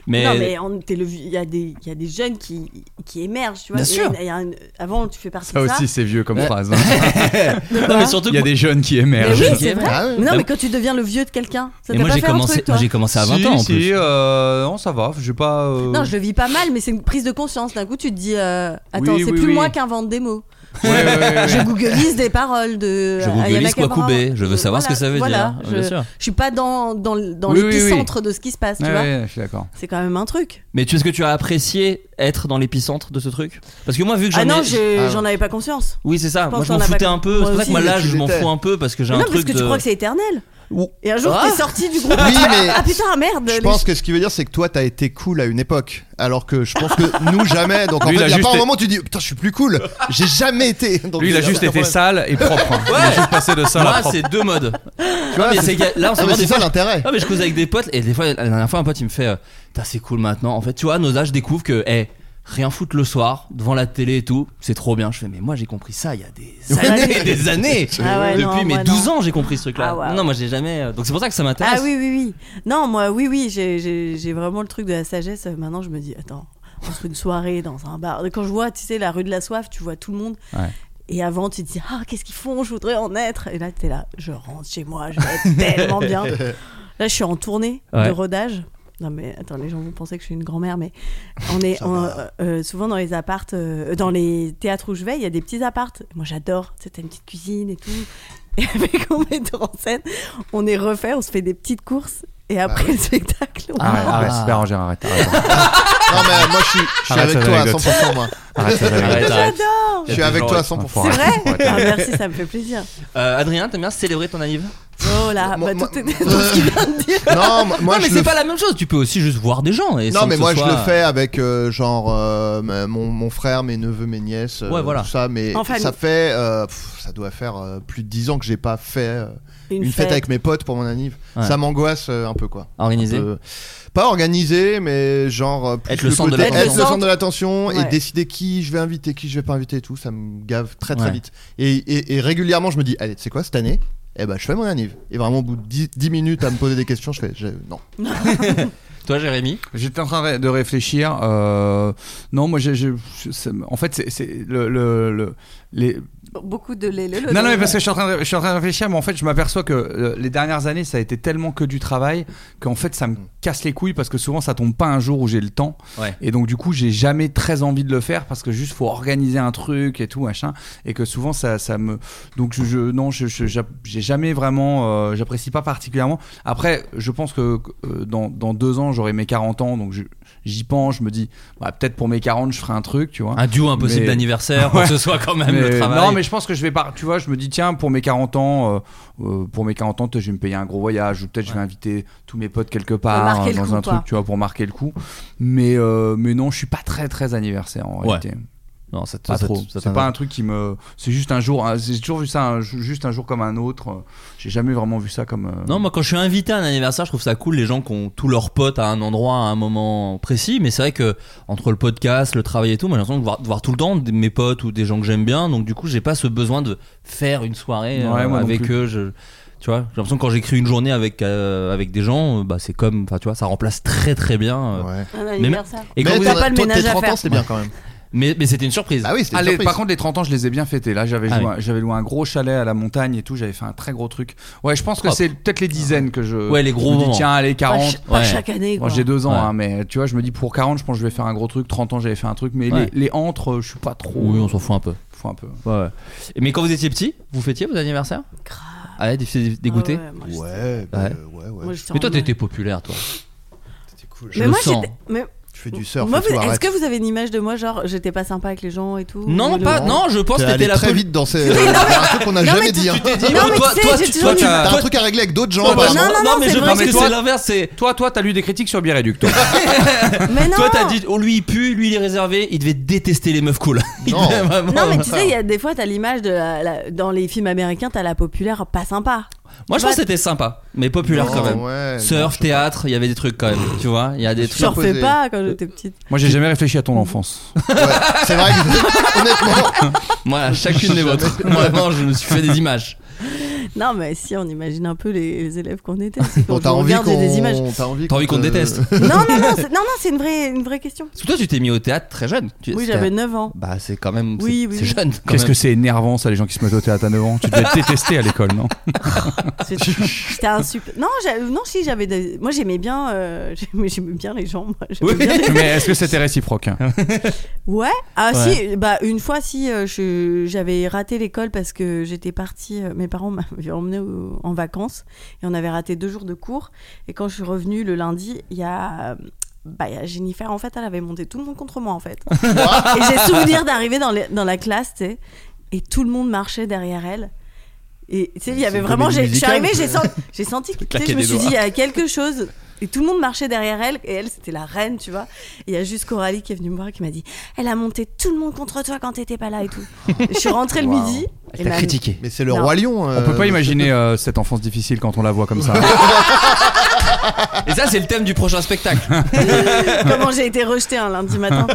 Speaker 10: Non, mais on- t'es le vieux- il y, a des- il y a des jeunes qui, qui émergent, tu vois.
Speaker 6: Bien
Speaker 10: Et
Speaker 6: sûr.
Speaker 10: il y a un- avant, tu fais partie
Speaker 8: Ça
Speaker 10: de ça.
Speaker 8: aussi, c'est vieux comme
Speaker 6: Ouais.
Speaker 8: phrase. hein.
Speaker 6: Non, mais surtout
Speaker 8: Il y a
Speaker 6: que-
Speaker 8: des jeunes qui
Speaker 10: Mais
Speaker 8: émergent.
Speaker 10: oui, c'est vrai.
Speaker 7: Ah ouais.
Speaker 10: Mais non,
Speaker 6: Bah-
Speaker 10: mais quand tu deviens le vieux de quelqu'un, ça
Speaker 6: Et
Speaker 10: t'a
Speaker 6: moi
Speaker 10: pas
Speaker 6: j'ai
Speaker 10: fait
Speaker 6: commencé,
Speaker 10: un truc, toi
Speaker 6: moi j'ai commencé à 20
Speaker 8: Si,
Speaker 6: ans en
Speaker 8: si,
Speaker 6: plus.
Speaker 8: euh, non, ça va. J'ai pas. euh,
Speaker 10: Non, je le vis pas mal, mais c'est une prise de conscience. D'un coup, tu te dis, euh, attends,
Speaker 8: Oui,
Speaker 10: c'est
Speaker 8: oui,
Speaker 10: plus
Speaker 8: oui.
Speaker 10: moi qui invente des mots.
Speaker 8: Ouais, ouais, ouais, ouais.
Speaker 10: Je googleise des paroles de. euh,
Speaker 6: Je
Speaker 10: Ayana
Speaker 6: googleise
Speaker 10: Kamura.
Speaker 6: Kwakubé, je veux savoir ce que ça veut
Speaker 10: voilà,
Speaker 6: dire,
Speaker 10: Je,
Speaker 6: bien sûr.
Speaker 10: je suis pas dans, dans, le- dans
Speaker 8: Oui, oui, oui.
Speaker 10: l'épicentre de ce qui se passe, tu
Speaker 8: Ouais,
Speaker 10: vois.
Speaker 8: ouais, je suis d'accord.
Speaker 10: C'est quand même un truc.
Speaker 6: Mais tu est-ce que tu as apprécié être dans l'épicentre de ce truc Parce que moi vu que j'en
Speaker 10: Ah non,
Speaker 6: ai-
Speaker 10: j'ai-
Speaker 7: Ah.
Speaker 10: j'en avais pas conscience.
Speaker 6: Oui c'est ça,
Speaker 10: Je
Speaker 6: moi
Speaker 10: pense
Speaker 6: je m'en
Speaker 10: qu'on a
Speaker 6: foutais
Speaker 10: pas-
Speaker 6: un
Speaker 10: moi
Speaker 6: peu, c'est vrai que
Speaker 10: aussi,
Speaker 6: moi là
Speaker 7: tu
Speaker 6: je m'en
Speaker 7: l'étais.
Speaker 6: fous un peu parce que j'ai
Speaker 10: Mais
Speaker 6: un
Speaker 10: non,
Speaker 6: truc
Speaker 10: parce que
Speaker 6: de...
Speaker 10: tu crois que c'est éternel.
Speaker 6: Ouh.
Speaker 10: Et un jour,
Speaker 6: Ah.
Speaker 10: t'es sorti du groupe.
Speaker 7: Oui, mais-
Speaker 10: Ah putain, merde.
Speaker 7: Je
Speaker 10: les-
Speaker 7: pense que ce qui veut dire c'est que toi t'as été cool à une époque, alors que je pense que nous jamais. Donc en
Speaker 8: Lui, il
Speaker 7: fait,
Speaker 8: a
Speaker 7: il y a
Speaker 8: juste
Speaker 7: pas un
Speaker 8: été-
Speaker 7: moment où tu dis putain je suis plus cool. J'ai jamais été. Donc,
Speaker 8: Lui, il a
Speaker 7: c'est
Speaker 8: juste
Speaker 7: un
Speaker 8: été
Speaker 7: problème.
Speaker 8: sale et propre. hein. Il a juste passé de
Speaker 10: Ah,
Speaker 8: sale à
Speaker 6: Moi
Speaker 8: propre.
Speaker 6: c'est deux modes.
Speaker 7: Tu vois,
Speaker 6: mais
Speaker 7: c'est-
Speaker 6: c'est que- là, on se
Speaker 7: Ah, mais
Speaker 6: demande
Speaker 7: c'est
Speaker 6: des
Speaker 7: ça
Speaker 6: fois-
Speaker 7: l'intérêt.
Speaker 6: Non mais je cause avec des potes et des fois la dernière fois un pote il me fait euh, Putain c'est cool maintenant en fait tu vois à nos âges je découvre que eh, rien foutre le soir devant la télé et tout c'est trop bien je fais mais moi j'ai compris ça il y a des années et des années
Speaker 10: Ah ouais,
Speaker 6: depuis
Speaker 10: non,
Speaker 6: mes
Speaker 10: moi,
Speaker 6: 12
Speaker 10: non.
Speaker 6: ans j'ai compris ce truc là
Speaker 10: Ah ouais.
Speaker 6: non moi j'ai jamais euh, donc c'est pour ça que ça m'intéresse
Speaker 10: Ah oui, oui, oui. Non, moi, oui, oui, j'ai- j'ai j'ai vraiment le truc de la sagesse. Maintenant, je me dis, attends, on se fait une soirée dans un bar. Quand je vois, tu sais, la rue de la soif, tu vois tout le monde.
Speaker 8: Ouais.
Speaker 10: Et avant, tu te dis, ah, qu'est-ce qu'ils font Je voudrais en être. Et là, t'es là, je rentre chez moi, je vais être tellement bien. Là, je suis en tournée
Speaker 6: Ouais.
Speaker 10: de rodage. Non mais attends, les gens vont penser que je suis une grand-mère, mais on est en- euh, euh, souvent dans les appartes, euh, dans les théâtres où je vais, il y a des petits appartes. Moi j'adore, tu sais, t'as une petite cuisine et tout. Et avec mon metteur en scène, on est
Speaker 7: Ah
Speaker 10: refait, on se fait des petites courses et après le spectacle, on
Speaker 8: Ah, Arrête,
Speaker 10: mange.
Speaker 8: arrête, Bérangère, arrête. arrête.
Speaker 7: Non, mais moi, je suis, je suis
Speaker 8: Arrête
Speaker 7: avec
Speaker 8: cette
Speaker 7: toi à
Speaker 8: anecdote.
Speaker 7: 100%, moi.
Speaker 8: Arrête, arrête, arrête.
Speaker 10: J'adore
Speaker 7: Je suis avec toi à 100%.
Speaker 10: C'est vrai Ah, Merci, ça me fait plaisir.
Speaker 6: Euh, Adrien, t'aimes bien célébrer ton anniversaire
Speaker 10: Oh là,
Speaker 7: Moi-
Speaker 10: bah,
Speaker 7: moi-
Speaker 10: tout est tout ce qu'il vient de dire.
Speaker 7: Non, moi, moi,
Speaker 6: Non, mais
Speaker 7: je
Speaker 6: c'est
Speaker 7: le
Speaker 6: pas la même chose. Tu peux aussi juste voir des gens. Et
Speaker 7: Non
Speaker 6: sans
Speaker 7: mais
Speaker 6: que ce
Speaker 7: moi je
Speaker 6: soit-
Speaker 7: le fais avec euh, genre euh, ma- mon, mon frère, mes neveux, mes nièces, euh,
Speaker 6: Ouais, voilà.
Speaker 7: tout ça mais
Speaker 10: En famille.
Speaker 7: ça fait euh, pff, ça doit faire euh, plus de 10 ans que j'ai pas fait euh, une, fête. avec mes potes pour mon anniv.
Speaker 6: Ouais.
Speaker 7: Ça m'angoisse euh, un peu quoi.
Speaker 6: Organisé.
Speaker 7: Euh, pas organisé mais genre euh, plus
Speaker 6: Être le centre de
Speaker 7: côté-
Speaker 6: l'attention.
Speaker 7: être le centre de l'attention et
Speaker 10: Ouais.
Speaker 7: décider qui je vais inviter, qui je vais pas inviter et tout, ça me gave très très
Speaker 6: Ouais.
Speaker 7: vite. Et, et- et régulièrement je me dis allez, tu sais quoi cette année eh ben je fais mon anniv. Et vraiment au bout de 10, 10 minutes à me poser des questions, je fais je- non.
Speaker 6: Toi, Jérémy.
Speaker 8: J'étais en train ré- de réfléchir. euh, Non, moi, j'ai- j'ai- je- c'est- en fait, c'est- c'est le, le- le- les...
Speaker 10: Beaucoup de lait. le- le-
Speaker 8: Non, non,
Speaker 10: le-
Speaker 8: mais parce que je suis en train de, je suis en train de réfléchir, mais en fait, je m'aperçois que euh, les dernières années, ça a été tellement que du travail qu'en fait, ça me casse les couilles parce que souvent, ça tombe pas un jour où j'ai le temps.
Speaker 6: Ouais.
Speaker 8: Et donc, du coup, j'ai jamais très envie de le faire parce que juste faut organiser un truc et tout machin, et que souvent, ça, ça me. Donc, je, je- non, je, je- j'a- j'ai jamais vraiment, euh, j'apprécie pas particulièrement. Après, je pense que euh, dans, dans deux ans, j'aurai mes 40 ans, donc je- j'y pense, je me dis, bah, peut-être pour mes 40, je ferai un truc, tu vois.
Speaker 6: Un duo impossible
Speaker 8: Mais-
Speaker 6: d'anniversaire, pour que ce soit quand même
Speaker 8: Mais-
Speaker 6: le travail.
Speaker 8: Non, mais je pense que je vais pas. Tu vois, je me dis tiens, pour mes 40 ans, euh, euh, pour mes 40 ans, peut-être je vais me payer un gros voyage ou peut-être je vais inviter tous mes potes quelque part hein,
Speaker 10: marquer le
Speaker 8: dans
Speaker 10: coup,
Speaker 8: un
Speaker 10: quoi.
Speaker 8: truc, tu vois, pour marquer le coup. Mais euh, mais non, je suis pas très très anniversaire en
Speaker 6: Ouais.
Speaker 8: réalité.
Speaker 6: Non, ça te-
Speaker 8: Pas
Speaker 6: ça te-
Speaker 8: trop.
Speaker 6: ça
Speaker 8: C'est
Speaker 6: te-
Speaker 8: pas un truc qui me. C'est juste un jour. hein, J'ai toujours vu ça un- juste un jour comme un autre. J'ai jamais vraiment vu ça comme. euh,
Speaker 6: Non, moi quand je suis invité à un anniversaire, je trouve ça cool les gens qui ont tous leurs potes à un endroit à un moment précis. Mais c'est vrai que entre le podcast, le travail et tout, moi j'ai l'impression de voir, de voir tout le temps des- mes potes ou des gens que j'aime bien. Donc du coup, j'ai pas ce besoin de faire une soirée euh,
Speaker 8: Ouais, moi non
Speaker 6: avec
Speaker 8: plus.
Speaker 6: eux. Je, tu vois, j'ai l'impression que quand j'écris une journée avec euh, avec des gens, euh, bah c'est comme, enfin tu vois, ça remplace très très bien. euh.
Speaker 7: Ouais.
Speaker 10: Un anniversaire.
Speaker 6: Et quand
Speaker 7: Mais
Speaker 6: vous-
Speaker 7: t'as
Speaker 10: avez pas le
Speaker 7: toi,
Speaker 10: ménage
Speaker 7: tes
Speaker 10: à
Speaker 7: 30 ans,
Speaker 10: faire.
Speaker 7: c'était bien quand même.
Speaker 6: mais mais c'était une surprise.
Speaker 7: Bah oui, c'était
Speaker 8: Ah,
Speaker 7: une
Speaker 8: les-
Speaker 7: surprise.
Speaker 8: par contre, les 30 ans, je les ai bien fêtés. Là, j'avais
Speaker 6: Ah
Speaker 8: joué
Speaker 6: oui.
Speaker 8: un- j'avais loué un gros chalet à la montagne et tout. J'avais fait un très gros truc. Ouais, je pense que
Speaker 6: Hop.
Speaker 8: c'est peut-être les dizaines que je.
Speaker 6: Ouais, les gros
Speaker 8: je me dis,
Speaker 6: moments.
Speaker 8: tiens, allez, 40.
Speaker 10: Pas, ch- pas
Speaker 6: ouais.
Speaker 10: chaque année.
Speaker 8: Moi
Speaker 10: quoi.
Speaker 8: j'ai deux ans,
Speaker 6: Ouais.
Speaker 8: hein, mais tu vois, je me dis pour 40, je pense que je vais faire un gros truc. 30 ans, j'avais fait un truc, mais
Speaker 6: Ouais.
Speaker 8: les, les entre, euh, je suis pas trop.
Speaker 6: Oui, on s'en fout un peu.
Speaker 8: Faut un peu.
Speaker 6: Ouais, ouais. Et- Mais quand vous étiez petit, vous fêtiez vos anniversaires
Speaker 10: Grave.
Speaker 6: Ah ouais, dé- dé- dégoûté.
Speaker 10: Ah ouais, moi, j'étais-
Speaker 7: Ouais, bah,
Speaker 6: Ouais.
Speaker 7: euh, ouais, ouais.
Speaker 10: moi, j'étais
Speaker 6: Mais toi,
Speaker 10: en-
Speaker 6: t'étais populaire, toi.
Speaker 7: C'était cool.
Speaker 6: je
Speaker 10: Mais
Speaker 6: le
Speaker 10: moi,
Speaker 6: sens.
Speaker 10: j'étais. mais-
Speaker 7: Je fais du surf.
Speaker 10: Moi,
Speaker 7: et tout,
Speaker 10: vous- Est-ce
Speaker 7: arrête.
Speaker 10: que vous avez une image de moi, genre j'étais pas sympa avec les gens et tout
Speaker 6: Non,
Speaker 10: Le-
Speaker 6: pas.
Speaker 7: non.
Speaker 6: Non, je pense
Speaker 7: T'es
Speaker 6: que t'étais
Speaker 7: allé
Speaker 6: la
Speaker 7: très
Speaker 6: pop-
Speaker 7: vite dans ces. C'est un truc qu'on n'a
Speaker 10: Non, mais
Speaker 7: jamais
Speaker 10: tu-
Speaker 7: dit. hein.
Speaker 6: dis,
Speaker 10: Non,
Speaker 6: bon,
Speaker 10: mais
Speaker 6: oh, toi,
Speaker 10: tu sais,
Speaker 6: toi,
Speaker 10: j'ai
Speaker 6: tu-
Speaker 10: toujours
Speaker 6: toi,
Speaker 10: eu-
Speaker 6: t'as-
Speaker 7: T'as un
Speaker 6: toi,
Speaker 7: truc à régler avec d'autres gens.
Speaker 6: Non,
Speaker 10: bah,
Speaker 7: apparemment.
Speaker 10: non, non,
Speaker 6: mais
Speaker 10: c'est
Speaker 6: je
Speaker 10: vrai.
Speaker 6: pense
Speaker 8: Mais
Speaker 6: que
Speaker 8: toi-
Speaker 6: c'est l'inverse. C'est
Speaker 8: Toi, toi, t'as lu des critiques sur Bireduc, toi.
Speaker 10: Mais non
Speaker 6: toi, t'as dit, oh lui il pue, lui il est réservé, il devait détester les meufs cool. Il
Speaker 7: Non.
Speaker 6: devait vraiment-
Speaker 10: Non, mais tu sais, il y a des fois, t'as l'image de. la- la- Dans les films américains, t'as la populaire pas sympa.
Speaker 6: Moi, je
Speaker 10: Ouais.
Speaker 6: pense que c'était sympa, mais populaire
Speaker 7: Non,
Speaker 6: quand même.
Speaker 7: Oh, ouais, non,
Speaker 6: Surf,
Speaker 7: je sais
Speaker 6: théâtre, il y avait des trucs quand même. Tu vois, il y a des
Speaker 7: Je
Speaker 10: Je
Speaker 6: trucs.
Speaker 7: suis
Speaker 10: refais
Speaker 7: imposé.
Speaker 10: pas quand j'étais petite.
Speaker 8: Moi, j'ai jamais réfléchi à ton enfance.
Speaker 7: pas. C'est vrai que honnêtement,
Speaker 6: Voilà, chacune des vôtres. Vraiment, je me suis fait des images.
Speaker 10: Non, mais si, on imagine un peu les, les élèves qu'on était. c'est
Speaker 7: bon,
Speaker 10: quand
Speaker 7: t'as
Speaker 10: je
Speaker 7: envie
Speaker 10: regarde, j'ai des images.
Speaker 7: qu'on. T'as envie
Speaker 6: T'as envie qu'on te
Speaker 7: te-
Speaker 6: déteste.
Speaker 10: Non, non, non, c'est- non, non, c'est une vraie, une vraie question.
Speaker 6: Parce que toi, tu t'es mis au théâtre très jeune. Tu-
Speaker 10: Oui,
Speaker 6: c'était-
Speaker 10: j'avais 9 ans.
Speaker 6: Bah, c'est quand même.
Speaker 10: Oui,
Speaker 6: c'est-
Speaker 10: oui,
Speaker 6: C'est
Speaker 10: oui.
Speaker 6: jeune. quand
Speaker 8: Qu'est-ce
Speaker 6: même.
Speaker 8: que c'est énervant, ça, les gens qui se mettent au théâtre à 9 ans. Tu devais être détesté à l'école, non
Speaker 10: C'est- J'étais un super. Non, j'a- non, si, j'avais. des- Moi, j'aimais bien, euh, j'aimais j'aimais bien les gens. Moi, j'aimais
Speaker 6: Oui.
Speaker 10: bien les-
Speaker 8: Mais est-ce que c'était réciproque
Speaker 10: Ouais. Ah
Speaker 6: Ouais.
Speaker 10: si, bah une fois si euh, je- j'avais raté l'école parce que j'étais partie, euh, mes parents m'avaient emmené en vacances et on avait raté deux jours de cours et quand je suis revenue le lundi, il y a euh, bah, il y a Jennifer, en fait, elle avait monté tout le monde contre moi, en fait. et j'ai souvenir d'arriver dans, les- dans la classe, tu sais, et tout le monde marchait derrière elle. Et tu sais, il y avait
Speaker 7: une
Speaker 10: vraiment.
Speaker 7: comédie
Speaker 10: j'ai- Je suis
Speaker 7: musicale.
Speaker 10: arrivée, j'ai senti, j'ai senti que tu sais,
Speaker 6: claquer
Speaker 10: je me
Speaker 6: des
Speaker 10: suis dit,
Speaker 6: doigts.
Speaker 10: il y a quelque chose. Et tout le monde marchait derrière elle, et elle, c'était la reine, tu vois. Et il y a juste Coralie qui est venue me voir et qui m'a dit Elle a monté tout le monde contre toi quand t'étais pas là et tout. Et je suis rentrée le
Speaker 7: Wow.
Speaker 10: midi.
Speaker 6: Elle
Speaker 10: et
Speaker 6: t'a
Speaker 10: ma-
Speaker 6: critiqué.
Speaker 7: Mais c'est le
Speaker 10: Non.
Speaker 7: roi lion.
Speaker 8: On peut pas imaginer euh, cette enfance difficile quand on la voit comme ça.
Speaker 6: Et ça, c'est le thème du prochain spectacle.
Speaker 10: Comment j'ai été rejetée un lundi matin.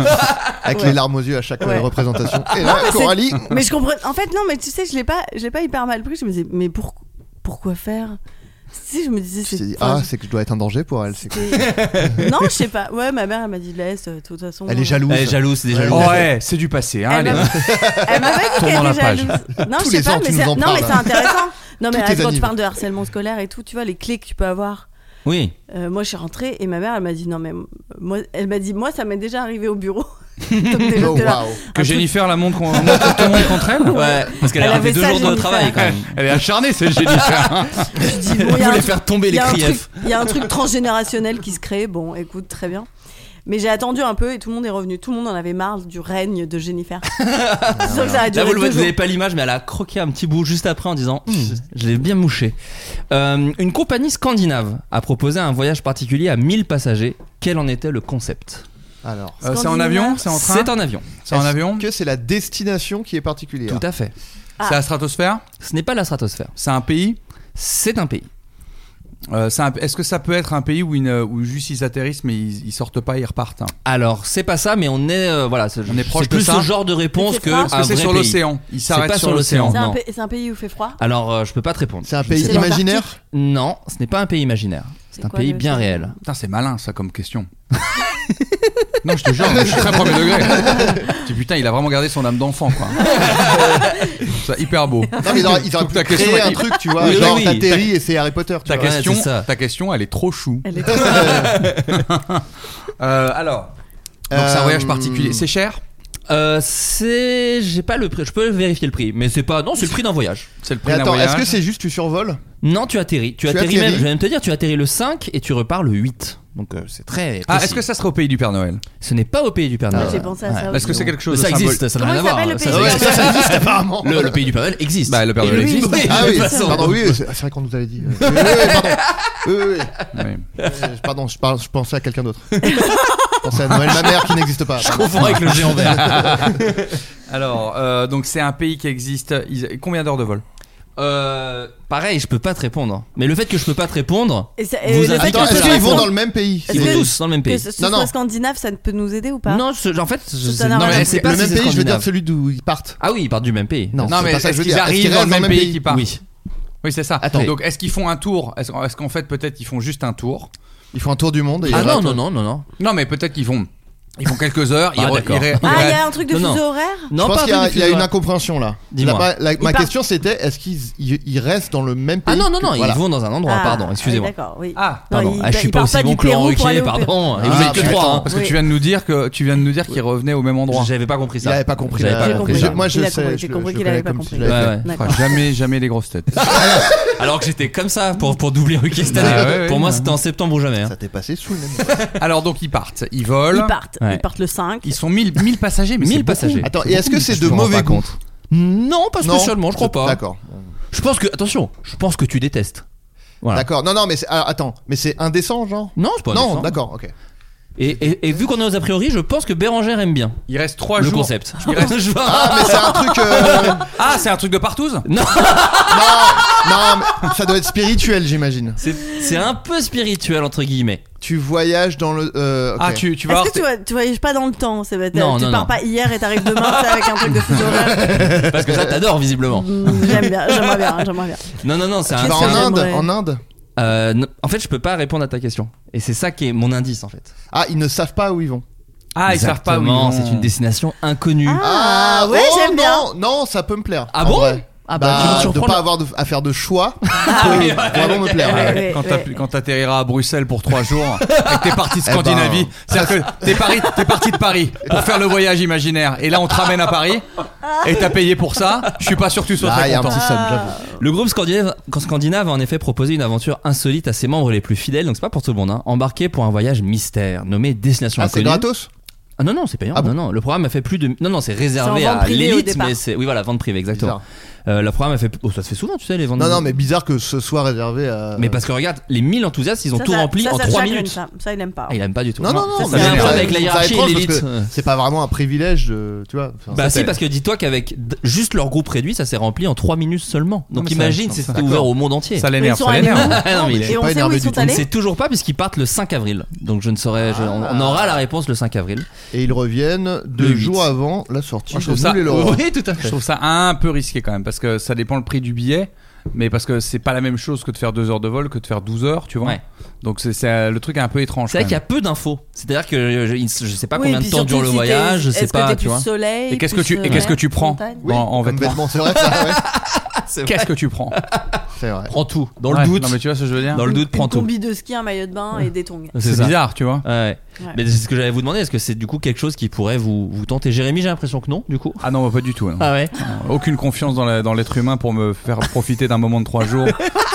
Speaker 7: Avec
Speaker 10: Ouais.
Speaker 7: les larmes aux yeux à chaque euh,
Speaker 10: Ouais.
Speaker 7: représentation. Et là,
Speaker 10: mais c'est-
Speaker 7: Coralie.
Speaker 10: mais je comprends. En fait, non, mais tu sais, je l'ai pas, je l'ai pas hyper mal pris. Je me disais Mais pour- pourquoi faire Si je me disais
Speaker 7: Je
Speaker 10: c'est-
Speaker 7: t'ai dit,
Speaker 10: enfin,
Speaker 7: ah, c'est que je dois être un danger pour elle. c'est que-
Speaker 10: c'était- Non, je sais pas. Ouais, ma mère, elle m'a dit Laisse, euh, de toute façon.
Speaker 7: Elle est
Speaker 10: euh,
Speaker 7: jalouse.
Speaker 6: Elle est jalouse, c'est des jaloux.
Speaker 8: ouais, c'est du passé. Hein,
Speaker 10: Elle
Speaker 8: les-
Speaker 10: m'a Elle m'a pas dit qu'elle
Speaker 8: Tournons la
Speaker 10: était
Speaker 8: page.
Speaker 10: jalouse. Non,
Speaker 7: Tous
Speaker 10: je sais
Speaker 7: les
Speaker 10: pas,
Speaker 7: ans,
Speaker 10: mais
Speaker 7: tu nous
Speaker 10: c'est
Speaker 7: en
Speaker 10: non, mais
Speaker 7: parles.
Speaker 10: c'est intéressant. Non, mais
Speaker 7: Tous
Speaker 10: arrête,
Speaker 7: tes
Speaker 10: quand tu
Speaker 7: annives.
Speaker 10: parles de harcèlement scolaire et tout, tu vois, les clés que tu peux avoir.
Speaker 6: Oui.
Speaker 10: Euh, moi, je suis rentrée et ma mère, elle m'a dit non mais euh, moi, elle m'a dit moi, ça m'est déjà arrivé au bureau. Donc, t'es-
Speaker 7: Oh,
Speaker 10: t'es là.
Speaker 7: waouh.
Speaker 8: Que Jennifer la montre qu'on- montre tout le monde contre elle
Speaker 6: Ouais, parce qu'elle
Speaker 10: Elle
Speaker 6: a fait
Speaker 10: avait
Speaker 6: deux
Speaker 10: ça,
Speaker 6: jours de
Speaker 10: Jennifer.
Speaker 6: travail quand même.
Speaker 8: Elle est acharnée, cette Jennifer.
Speaker 10: Je dis, bon, il
Speaker 6: Elle
Speaker 10: y a un
Speaker 6: voulait
Speaker 10: truc-
Speaker 6: faire tomber
Speaker 10: il y
Speaker 6: les
Speaker 10: a un
Speaker 6: criefs.
Speaker 10: truc- Il y a un truc transgénérationnel qui se crée. Bon, écoute, très bien. Mais j'ai attendu un peu et tout le monde est revenu. Tout le monde en avait marre du règne de Jennifer. Sauf que ça a
Speaker 6: Là,
Speaker 10: duré deux
Speaker 6: vous le voyez, vous
Speaker 10: jours. Hmm.
Speaker 6: n'avez pas l'image, mais elle a croqué un petit bout juste après en disant Hum, Je l'ai bien mouché. Euh, une compagnie scandinave a proposé un voyage particulier à 1000 passagers. Quel en était le concept
Speaker 7: Alors,
Speaker 8: Euh, c'est en avion C'est en train
Speaker 6: C'est en avion,
Speaker 8: C'est en
Speaker 7: est-ce
Speaker 8: avion
Speaker 7: Que c'est la destination qui est particulière.
Speaker 6: tout à fait.
Speaker 10: Ah.
Speaker 8: C'est la stratosphère
Speaker 6: Ce n'est pas la stratosphère,
Speaker 8: C'est un pays
Speaker 6: c'est un pays.
Speaker 8: Euh, c'est un- Est-ce que ça peut être un pays où, une, où juste ils atterrissent mais ils, ils sortent pas, ils repartent hein
Speaker 6: Alors, c'est pas ça, mais on est, euh, voilà, c'est,
Speaker 8: On est proche
Speaker 6: c'est
Speaker 8: de
Speaker 6: plus
Speaker 8: ça.
Speaker 6: ce genre de réponse
Speaker 10: Est-ce
Speaker 6: que.
Speaker 10: que c'est
Speaker 6: un
Speaker 8: Est-ce que c'est
Speaker 6: vrai
Speaker 8: sur
Speaker 6: pays.
Speaker 8: l'océan Ils
Speaker 6: C'est
Speaker 8: s'arrêtent
Speaker 6: pas
Speaker 8: sur
Speaker 6: sur
Speaker 8: l'océan.
Speaker 6: l'océan.
Speaker 10: C'est un,
Speaker 6: non.
Speaker 10: pa- c'est un pays où il fait froid.
Speaker 6: Alors, euh, je peux pas te répondre.
Speaker 7: C'est un
Speaker 6: Je
Speaker 7: pays
Speaker 6: sais pas.
Speaker 7: imaginaire
Speaker 6: Non, ce n'est pas un pays imaginaire. C'est
Speaker 10: C'est
Speaker 6: un
Speaker 10: quoi,
Speaker 6: pays
Speaker 10: le-
Speaker 6: bien réel.
Speaker 8: Putain, c'est malin ça comme question. non, je te jure, je suis très premier degré. Tu putain, il a vraiment gardé son âme d'enfant quoi. c'est hyper beau.
Speaker 7: Non, mais ils auraient, ils auraient
Speaker 8: Donc, ta
Speaker 7: pu
Speaker 8: question
Speaker 7: créer
Speaker 8: est-
Speaker 7: un truc, tu vois.
Speaker 6: Oui, oui,
Speaker 7: genre,
Speaker 6: oui.
Speaker 7: t'atterris et c'est Harry Potter, tu
Speaker 8: Ta
Speaker 7: vois.
Speaker 6: Ouais,
Speaker 8: question,
Speaker 6: c'est ça.
Speaker 8: ta question, elle est trop chou.
Speaker 10: Elle est
Speaker 8: Euh, alors, donc c'est un
Speaker 7: Euh,
Speaker 8: voyage particulier. C'est cher
Speaker 6: Euh, c'est, j'ai pas le prix. Je peux vérifier le prix, mais c'est pas. Non, c'est le prix d'un voyage.
Speaker 8: C'est le prix
Speaker 7: Mais
Speaker 8: d'un
Speaker 7: attends,
Speaker 8: voyage.
Speaker 7: est-ce que c'est juste tu survoles
Speaker 6: Non, tu atterris. Tu,
Speaker 7: Tu
Speaker 6: atterris,
Speaker 7: atterris.
Speaker 6: même, je vais même te dire, tu atterris le 5 et tu repars le 8. Donc euh, c'est très. Précis.
Speaker 8: Ah, est-ce que ça serait au pays du Père Noël
Speaker 6: Ce n'est pas au pays du Père Noël.
Speaker 10: Ah, J'ai pensé à ça
Speaker 7: Ah,
Speaker 8: Est-ce que c'est quelque chose
Speaker 6: ça
Speaker 8: de symbole-
Speaker 6: existe, ça n'a
Speaker 10: Comment
Speaker 6: rien
Speaker 10: il
Speaker 6: à voir.
Speaker 10: s'appelle le
Speaker 6: Ça,
Speaker 10: pays
Speaker 6: ça
Speaker 10: du
Speaker 6: existe.
Speaker 10: Père Noël
Speaker 7: apparemment.
Speaker 6: Le, le pays du Père Noël existe.
Speaker 8: Bah, le Père
Speaker 6: Et
Speaker 8: Noël
Speaker 6: lui,
Speaker 8: existe.
Speaker 6: oui,
Speaker 7: Ah
Speaker 6: de
Speaker 7: oui,
Speaker 6: toute façon.
Speaker 7: pardon, oui, c'est ah, c'est vrai qu'on nous avait dit. Euh, oui, oui, pardon. Oui, oui, oui.
Speaker 8: Ouais.
Speaker 7: Euh, Pardon, je, parle- je pensais à quelqu'un d'autre. Je pensais à Noël, ma mère qui n'existe pas.
Speaker 6: Je confonds avec le géant vert.
Speaker 8: Alors, euh, donc c'est un pays qui existe. Ils- Combien d'heures de vol
Speaker 6: Euh, pareil, je peux pas te répondre. Mais le fait que je peux pas te répondre,
Speaker 10: Et ça- et
Speaker 6: Vous
Speaker 10: le fait
Speaker 7: Attends,
Speaker 10: que ce
Speaker 7: est-ce
Speaker 10: soit-
Speaker 7: qu'ils vont dans le même pays
Speaker 10: Est-ce
Speaker 6: ils vont
Speaker 10: que-
Speaker 6: tous dans le même
Speaker 10: que
Speaker 6: pays.
Speaker 10: ce
Speaker 7: Non,
Speaker 10: soit
Speaker 7: non.
Speaker 10: scandinave, ça ne peut nous aider ou pas
Speaker 6: Non, ce- en fait, je-
Speaker 10: Ça n'a
Speaker 6: non,
Speaker 10: rien
Speaker 6: mais
Speaker 10: à
Speaker 6: je
Speaker 10: voir.
Speaker 6: sais
Speaker 7: Le
Speaker 6: pas si
Speaker 7: même
Speaker 6: c'est
Speaker 7: pays, je veux dire
Speaker 6: scandinave.
Speaker 7: celui d'où ils partent.
Speaker 6: Ah oui, ils partent du même pays.
Speaker 7: Non,
Speaker 8: Non,
Speaker 7: c'est
Speaker 8: mais
Speaker 7: pas ça que
Speaker 8: est-ce
Speaker 7: je veux
Speaker 8: qu'ils
Speaker 7: dire. Est-ce
Speaker 8: arrivent
Speaker 7: qu'ils
Speaker 8: dans
Speaker 7: restent
Speaker 8: le
Speaker 7: dans
Speaker 8: même
Speaker 7: le même
Speaker 8: pays
Speaker 7: pays
Speaker 8: qu'ils partent
Speaker 6: Oui.
Speaker 8: Oui, c'est ça.
Speaker 7: Attends.
Speaker 8: Donc, est-ce qu'ils font un tour Est-ce est-ce qu'en fait, peut-être, ils font juste un tour
Speaker 7: Ils font un tour du monde. Et
Speaker 6: Ah
Speaker 7: ils
Speaker 6: non,
Speaker 7: ratent.
Speaker 6: non, non, non, non.
Speaker 8: Non, mais peut-être qu'ils vont. Ils font quelques heures. ils
Speaker 6: Ah,
Speaker 8: re-
Speaker 6: d'accord.
Speaker 8: ils ré-
Speaker 10: Ah,
Speaker 8: ils
Speaker 10: il y
Speaker 8: ré-
Speaker 10: a un truc de
Speaker 6: Non, non.
Speaker 10: fuseau horaire
Speaker 6: Non,
Speaker 7: Je pense
Speaker 6: pas
Speaker 7: qu'il y a-
Speaker 6: un
Speaker 7: il y, a une incompréhension là.
Speaker 6: Dis-moi.
Speaker 7: La- la- ma
Speaker 10: part-
Speaker 7: question c'était est-ce qu'ils ils- ils restent dans le même pays
Speaker 6: Ah non, non, non,
Speaker 7: que- voilà.
Speaker 6: ils vont dans un endroit,
Speaker 10: Ah,
Speaker 6: pardon, excusez-moi.
Speaker 10: oui, D'accord, oui.
Speaker 8: Ah,
Speaker 10: Non,
Speaker 6: Pardon,
Speaker 10: il-
Speaker 6: ah, je suis
Speaker 10: il
Speaker 6: pas
Speaker 10: part
Speaker 6: aussi
Speaker 10: pas
Speaker 6: bon
Speaker 10: du
Speaker 6: que Laurent
Speaker 10: Pérou pour aller
Speaker 6: Ruquier,
Speaker 10: au
Speaker 6: pardon. Et
Speaker 7: Ah,
Speaker 6: vous êtes que
Speaker 7: putain.
Speaker 6: trois. hein.
Speaker 8: parce que
Speaker 10: Oui.
Speaker 8: tu viens de nous dire que tu viens de nous dire qu'ils revenaient au même endroit.
Speaker 6: J'avais pas compris
Speaker 7: Il
Speaker 6: ça.
Speaker 7: avait pas compris.
Speaker 6: J'avais
Speaker 7: la-
Speaker 6: pas
Speaker 10: J'ai
Speaker 6: compris
Speaker 10: compris.
Speaker 7: Je-
Speaker 6: ça.
Speaker 7: Moi je
Speaker 10: Il a
Speaker 7: sais.
Speaker 10: compris,
Speaker 7: je
Speaker 10: j'ai
Speaker 7: le-
Speaker 10: compris
Speaker 7: je le
Speaker 10: qu'il avait
Speaker 7: connais
Speaker 10: pas
Speaker 7: comme si
Speaker 10: compris.
Speaker 7: je l'avais
Speaker 6: Ouais,
Speaker 7: fait.
Speaker 6: ouais.
Speaker 8: Enfin,
Speaker 10: D'accord.
Speaker 8: jamais, jamais les grosses têtes.
Speaker 6: Alors que j'étais comme ça pour, pour doubler Ruquier cette
Speaker 8: Bah
Speaker 6: année.
Speaker 8: ouais, ouais,
Speaker 6: pour moi,
Speaker 8: ouais.
Speaker 6: c'était en septembre ou jamais. hein.
Speaker 7: Ça t'est passé sous le nez.
Speaker 8: Alors, donc, ils partent. Ils volent.
Speaker 10: Ils partent,
Speaker 6: Ouais.
Speaker 10: ils partent le 5.
Speaker 8: Ils sont 1000 1000 passagers, mais
Speaker 6: 1000
Speaker 8: c'est beaucoup.
Speaker 6: passagers.
Speaker 7: Attends, et est-ce que c'est
Speaker 6: Je
Speaker 7: de
Speaker 6: me rends pas
Speaker 7: mauvais goût Hmm
Speaker 6: compte. Non, pas spécialement, je crois pas.
Speaker 7: D'accord.
Speaker 6: Je pense que, attention, je pense que tu détestes. Voilà.
Speaker 7: D'accord. Non, non, mais c'est- ah, attends, mais c'est indécent, genre
Speaker 6: Non, c'est pas
Speaker 7: Non,
Speaker 6: indécent.
Speaker 7: d'accord, ok.
Speaker 6: Et, et- et vu qu'on est aux a priori, je pense que Bérangère aime bien
Speaker 8: Il reste 3
Speaker 6: le
Speaker 8: jours.
Speaker 6: concept.
Speaker 8: Il reste-
Speaker 6: Je vois.
Speaker 7: Ah, mais c'est un truc. euh,
Speaker 8: Ah, c'est un truc de partouze
Speaker 6: Non,
Speaker 7: non, non, mais ça doit être spirituel, j'imagine.
Speaker 6: c'est c'est un peu spirituel entre guillemets.
Speaker 7: Tu voyages dans le. euh, ok.
Speaker 8: Ah, tu, tu vas voir.
Speaker 10: Est-ce que tu, vois- tu voyages pas dans le temps c'est bête,
Speaker 6: Non,
Speaker 10: Tu
Speaker 6: non,
Speaker 10: pars
Speaker 6: non.
Speaker 10: pas hier et t'arrives demain tu sais, avec un truc de fuseau horaire.
Speaker 6: Parce que ça t'adore visiblement.
Speaker 10: Mm, J'aime bien, j'aimerais bien, hein, j'aimerais bien.
Speaker 6: Non, non, non, c'est un.
Speaker 7: Tu vas
Speaker 6: c'est
Speaker 7: en
Speaker 6: un-
Speaker 7: Inde
Speaker 10: j'aimerais.
Speaker 7: En Inde
Speaker 6: Euh, non, en fait, je peux pas répondre à ta question. Et c'est ça qui est mon indice en fait.
Speaker 7: Ah, ils ne savent pas où ils vont.
Speaker 8: Ah, ils savent pas où ils
Speaker 6: Exactement,
Speaker 8: vont.
Speaker 6: C'est une destination inconnue.
Speaker 10: Ah, ouais,
Speaker 7: oh,
Speaker 10: j'aime bien.
Speaker 7: Non, non, ça peut me plaire.
Speaker 6: Ah
Speaker 7: en
Speaker 6: bon
Speaker 7: vrai.
Speaker 6: Ah bah, tu vas
Speaker 7: bah,
Speaker 6: me
Speaker 7: de
Speaker 6: surprendre.
Speaker 7: pas avoir de- à faire de choix peut
Speaker 6: Ah oui, ouais.
Speaker 7: vraiment me plaire.
Speaker 10: Ouais, ouais.
Speaker 8: Quand t'as- quand t'atterriras à Bruxelles pour 3 jours et que t'es parti
Speaker 6: Eh ben,
Speaker 8: de Scandinavie, c'est-à-dire que t'es pari- t'es parti de Paris pour faire le voyage imaginaire et là on te ramène à Paris et t'as payé pour ça, je suis pas sûr que tu sois
Speaker 7: Là,
Speaker 8: très
Speaker 7: il y a un
Speaker 8: content.
Speaker 7: petit somme, j'avoue. Ah,
Speaker 6: Le groupe scandinave, scandinave a en effet proposé une aventure insolite à ses membres les plus fidèles, donc c'est pas pour tout le monde, hein, embarqué pour un voyage mystère nommé Destination
Speaker 7: Ah, c'est
Speaker 6: Inconnue.
Speaker 7: gratos
Speaker 6: Ah non non, c'est payant.
Speaker 7: Ah bon
Speaker 6: non non, le programme a fait plus de non non, c'est réservé
Speaker 10: C'est en vente
Speaker 6: à
Speaker 10: privée au
Speaker 6: l'élite
Speaker 10: départ.
Speaker 6: mais c'est oui voilà, vente privée exactement.
Speaker 7: Bizarre.
Speaker 6: Euh, le programme a fait oh, ça se fait souvent, tu sais les ventes.
Speaker 7: Non, non, mais bizarre que ce soit réservé à.
Speaker 6: mais parce que regarde, les 1000 enthousiastes, ils ont
Speaker 10: Ça,
Speaker 6: tout
Speaker 10: ça-
Speaker 6: rempli
Speaker 10: ça,
Speaker 6: en
Speaker 10: ça
Speaker 6: 3
Speaker 10: chagrine,
Speaker 6: minutes.
Speaker 10: Ça, ça, il aime pas.
Speaker 6: Ah, il aime pas du tout.
Speaker 7: Non, non, non,
Speaker 6: ça,
Speaker 7: mais
Speaker 6: c'est un
Speaker 7: c'est-
Speaker 6: problème
Speaker 7: c'est-
Speaker 6: avec la
Speaker 7: c'est
Speaker 6: hiérarchie et
Speaker 7: étrange parce
Speaker 6: l'élite.
Speaker 7: que
Speaker 6: Euh.
Speaker 7: C'est pas vraiment un privilège, de, tu vois. enfin,
Speaker 6: Bah
Speaker 7: c'est-
Speaker 6: si parce que dis-toi qu'avec d- juste leur groupe réduit, ça s'est rempli en 3 minutes seulement.
Speaker 8: Non,
Speaker 6: Donc
Speaker 8: mais ça-
Speaker 6: imagine
Speaker 8: ça-
Speaker 6: si c'était
Speaker 8: d'accord.
Speaker 6: ouvert au monde entier.
Speaker 8: Ça
Speaker 10: Mais ils
Speaker 8: l'énerve,
Speaker 10: sont
Speaker 8: ça
Speaker 10: allés
Speaker 8: l'énerve.
Speaker 10: où
Speaker 6: Ah, non, mais il est-
Speaker 10: Et
Speaker 7: pas
Speaker 10: on sait où
Speaker 7: énervé
Speaker 10: ils
Speaker 7: du
Speaker 10: sont
Speaker 7: tout.
Speaker 6: On ne
Speaker 10: allés
Speaker 6: sait toujours pas puisqu'ils partent le 5 avril. Donc je ne saurais. je- on, on aura la réponse le 5 avril.
Speaker 7: Et ils reviennent deux
Speaker 6: Le huit.
Speaker 7: jours avant la sortie
Speaker 8: Moi, je
Speaker 7: de
Speaker 8: trouve ça-
Speaker 7: Nous les Laurents.
Speaker 6: Oui, tout à
Speaker 8: Je
Speaker 6: fait.
Speaker 8: trouve ça un peu risqué quand même parce que ça dépend le prix du billet. Mais parce que c'est pas la même chose que de faire 2 heures de vol, que de faire 12 heures, tu vois.
Speaker 6: Ouais.
Speaker 8: Donc c'est- c'est euh, le truc est un peu étrange.
Speaker 6: C'est vrai
Speaker 8: quand
Speaker 6: qu'il y a
Speaker 8: même.
Speaker 6: peu d'infos. C'est-à-dire que euh, je, je sais pas
Speaker 10: Oui,
Speaker 6: combien
Speaker 10: puis
Speaker 6: de temps
Speaker 10: surtout
Speaker 6: dure le
Speaker 10: si t'es-
Speaker 6: voyage, je sais
Speaker 10: est-ce que
Speaker 6: pas,
Speaker 10: t'es
Speaker 6: tu
Speaker 10: plus
Speaker 6: vois.
Speaker 10: soleil,
Speaker 8: Et qu'est-ce que
Speaker 10: plus,
Speaker 8: tu
Speaker 10: euh,
Speaker 8: et qu'est-ce que tu prends
Speaker 10: montagne
Speaker 8: en, en
Speaker 7: Comme
Speaker 8: vêtements
Speaker 7: vêtements, c'est vrai. ça, ouais.
Speaker 8: Qu'est-ce que tu prends
Speaker 7: C'est vrai.
Speaker 6: Prends tout. Dans le
Speaker 8: Ouais,
Speaker 6: doute.
Speaker 8: Non, mais tu vois ce que je veux dire
Speaker 6: Dans le doute, prends
Speaker 10: Une
Speaker 6: tout.
Speaker 10: combi de ski, un maillot de bain
Speaker 6: Ah.
Speaker 10: et des tongs.
Speaker 6: C'est
Speaker 8: C'est
Speaker 6: ça.
Speaker 8: bizarre, tu vois.
Speaker 6: Ouais.
Speaker 10: Ouais.
Speaker 6: Mais c'est ce que j'allais vous demander. Est-ce que c'est du coup quelque chose qui pourrait vous, vous tenter Jérémy, j'ai l'impression que non, du coup.
Speaker 8: Ah non, bah, pas du tout. non.
Speaker 6: Ah ouais.
Speaker 8: Aucune confiance dans la- dans l'être humain pour me faire profiter d'un moment de trois jours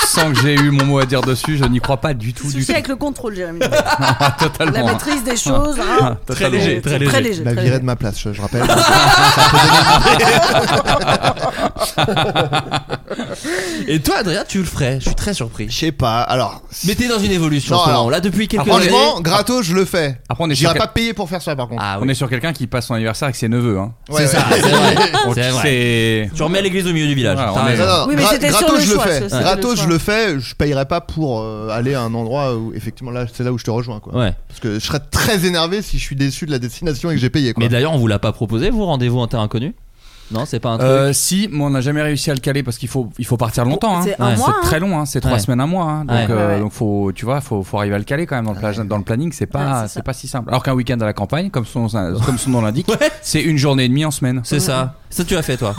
Speaker 8: sans que j'ai eu mon mot à dire dessus. Je n'y crois pas du tout, du
Speaker 10: Souci
Speaker 8: tout.
Speaker 10: avec le contrôle, Jérémy.
Speaker 6: Ah,
Speaker 10: La
Speaker 8: Totalement.
Speaker 10: maîtrise des choses. hein.
Speaker 6: Très léger, Ah, très
Speaker 10: C'est
Speaker 6: léger.
Speaker 10: Très léger.
Speaker 7: La
Speaker 10: très
Speaker 7: virée
Speaker 10: léger.
Speaker 7: de ma place, je, je rappelle.
Speaker 6: Et toi, Adrien, tu le ferais. Je suis très surpris.
Speaker 7: Je sais pas. Alors,
Speaker 6: Mais t'es dans une évolution
Speaker 7: Non,
Speaker 6: en ce
Speaker 7: alors-
Speaker 6: moment. Là, depuis quelques années.
Speaker 7: franchement, gratos, je le fais.
Speaker 8: Après, on est
Speaker 7: Je
Speaker 8: sur,
Speaker 7: serais pas payé pour faire ça, par contre.
Speaker 6: Ah
Speaker 8: on
Speaker 6: oui.
Speaker 8: est sur quelqu'un qui passe son anniversaire avec ses neveux. Hein.
Speaker 7: Ouais,
Speaker 6: c'est
Speaker 7: ouais.
Speaker 6: ça, c'est vrai.
Speaker 8: Donc,
Speaker 6: C'est vrai.
Speaker 8: c'est-
Speaker 6: Tu remets l'église au milieu du village.
Speaker 8: Voilà,
Speaker 6: T'as
Speaker 8: on est-
Speaker 6: raison.
Speaker 7: Non, non,
Speaker 10: Oui, mais
Speaker 7: gra-
Speaker 10: c'était sur
Speaker 7: gratos,
Speaker 10: le
Speaker 7: je le
Speaker 10: choix, ça,
Speaker 7: fais.
Speaker 10: c'était le
Speaker 7: Gratos, je
Speaker 10: choix.
Speaker 7: le fais. Je payerai pas pour euh, aller à un endroit où, effectivement, là, c'est là où je te rejoins, quoi.
Speaker 6: Ouais.
Speaker 7: Parce que je serais très énervé si je suis déçu de la destination et que j'ai payé, quoi.
Speaker 6: Mais d'ailleurs, on vous l'a pas proposé, vous, rendez-vous en terre inconnue Non, c'est pas un truc.
Speaker 8: Euh, si, mais on n'a jamais réussi à le caler parce qu'il faut, il faut partir longtemps. hein.
Speaker 10: C'est un
Speaker 6: Ouais.
Speaker 10: mois. hein.
Speaker 8: Très long, hein, c'est trois
Speaker 6: Ouais.
Speaker 8: semaines, un mois. hein. Donc,
Speaker 6: Ouais.
Speaker 8: euh,
Speaker 10: Ouais, ouais.
Speaker 8: donc faut, tu vois, faut, faut arriver à le caler quand même dans le, plage- dans le planning. C'est pas,
Speaker 10: Ouais, c'est
Speaker 8: c'est
Speaker 10: ça.
Speaker 8: pas si simple. Alors qu'un week-end à la campagne, comme son, comme son nom l'indique, c'est une journée et demie en semaine.
Speaker 6: C'est ça. Ça, tu as fait, toi.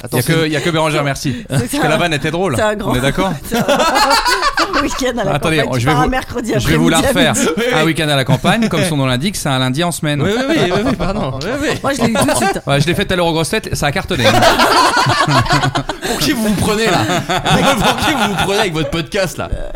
Speaker 8: Il
Speaker 7: Attends,
Speaker 8: y a
Speaker 7: c'est-
Speaker 8: que, y a que Bérangère, merci. Parce que
Speaker 10: un-
Speaker 8: la vanne était drôle.
Speaker 10: c'est un grand-
Speaker 8: On est d'accord.
Speaker 10: C'est un week-end à la
Speaker 8: Ah, Attendez,
Speaker 10: campagne,
Speaker 8: je
Speaker 10: tu
Speaker 8: vais
Speaker 10: pars
Speaker 8: vous-
Speaker 10: un mercredi
Speaker 8: Je vais vous la
Speaker 10: après-midi à
Speaker 8: refaire.
Speaker 10: midi.
Speaker 8: Un week-end à la campagne, comme son nom l'indique, c'est un lundi en semaine.
Speaker 6: oui, oui, oui, oui, pardon. Oui, Ah, oui.
Speaker 10: Moi, je l'ai eu tout de suite.
Speaker 8: Ouais, je l'ai fait tout à l'heure aux grosses têtes, ça a cartonné.
Speaker 6: Pour qui vous vous prenez là Pour qui vous vous prenez avec votre podcast là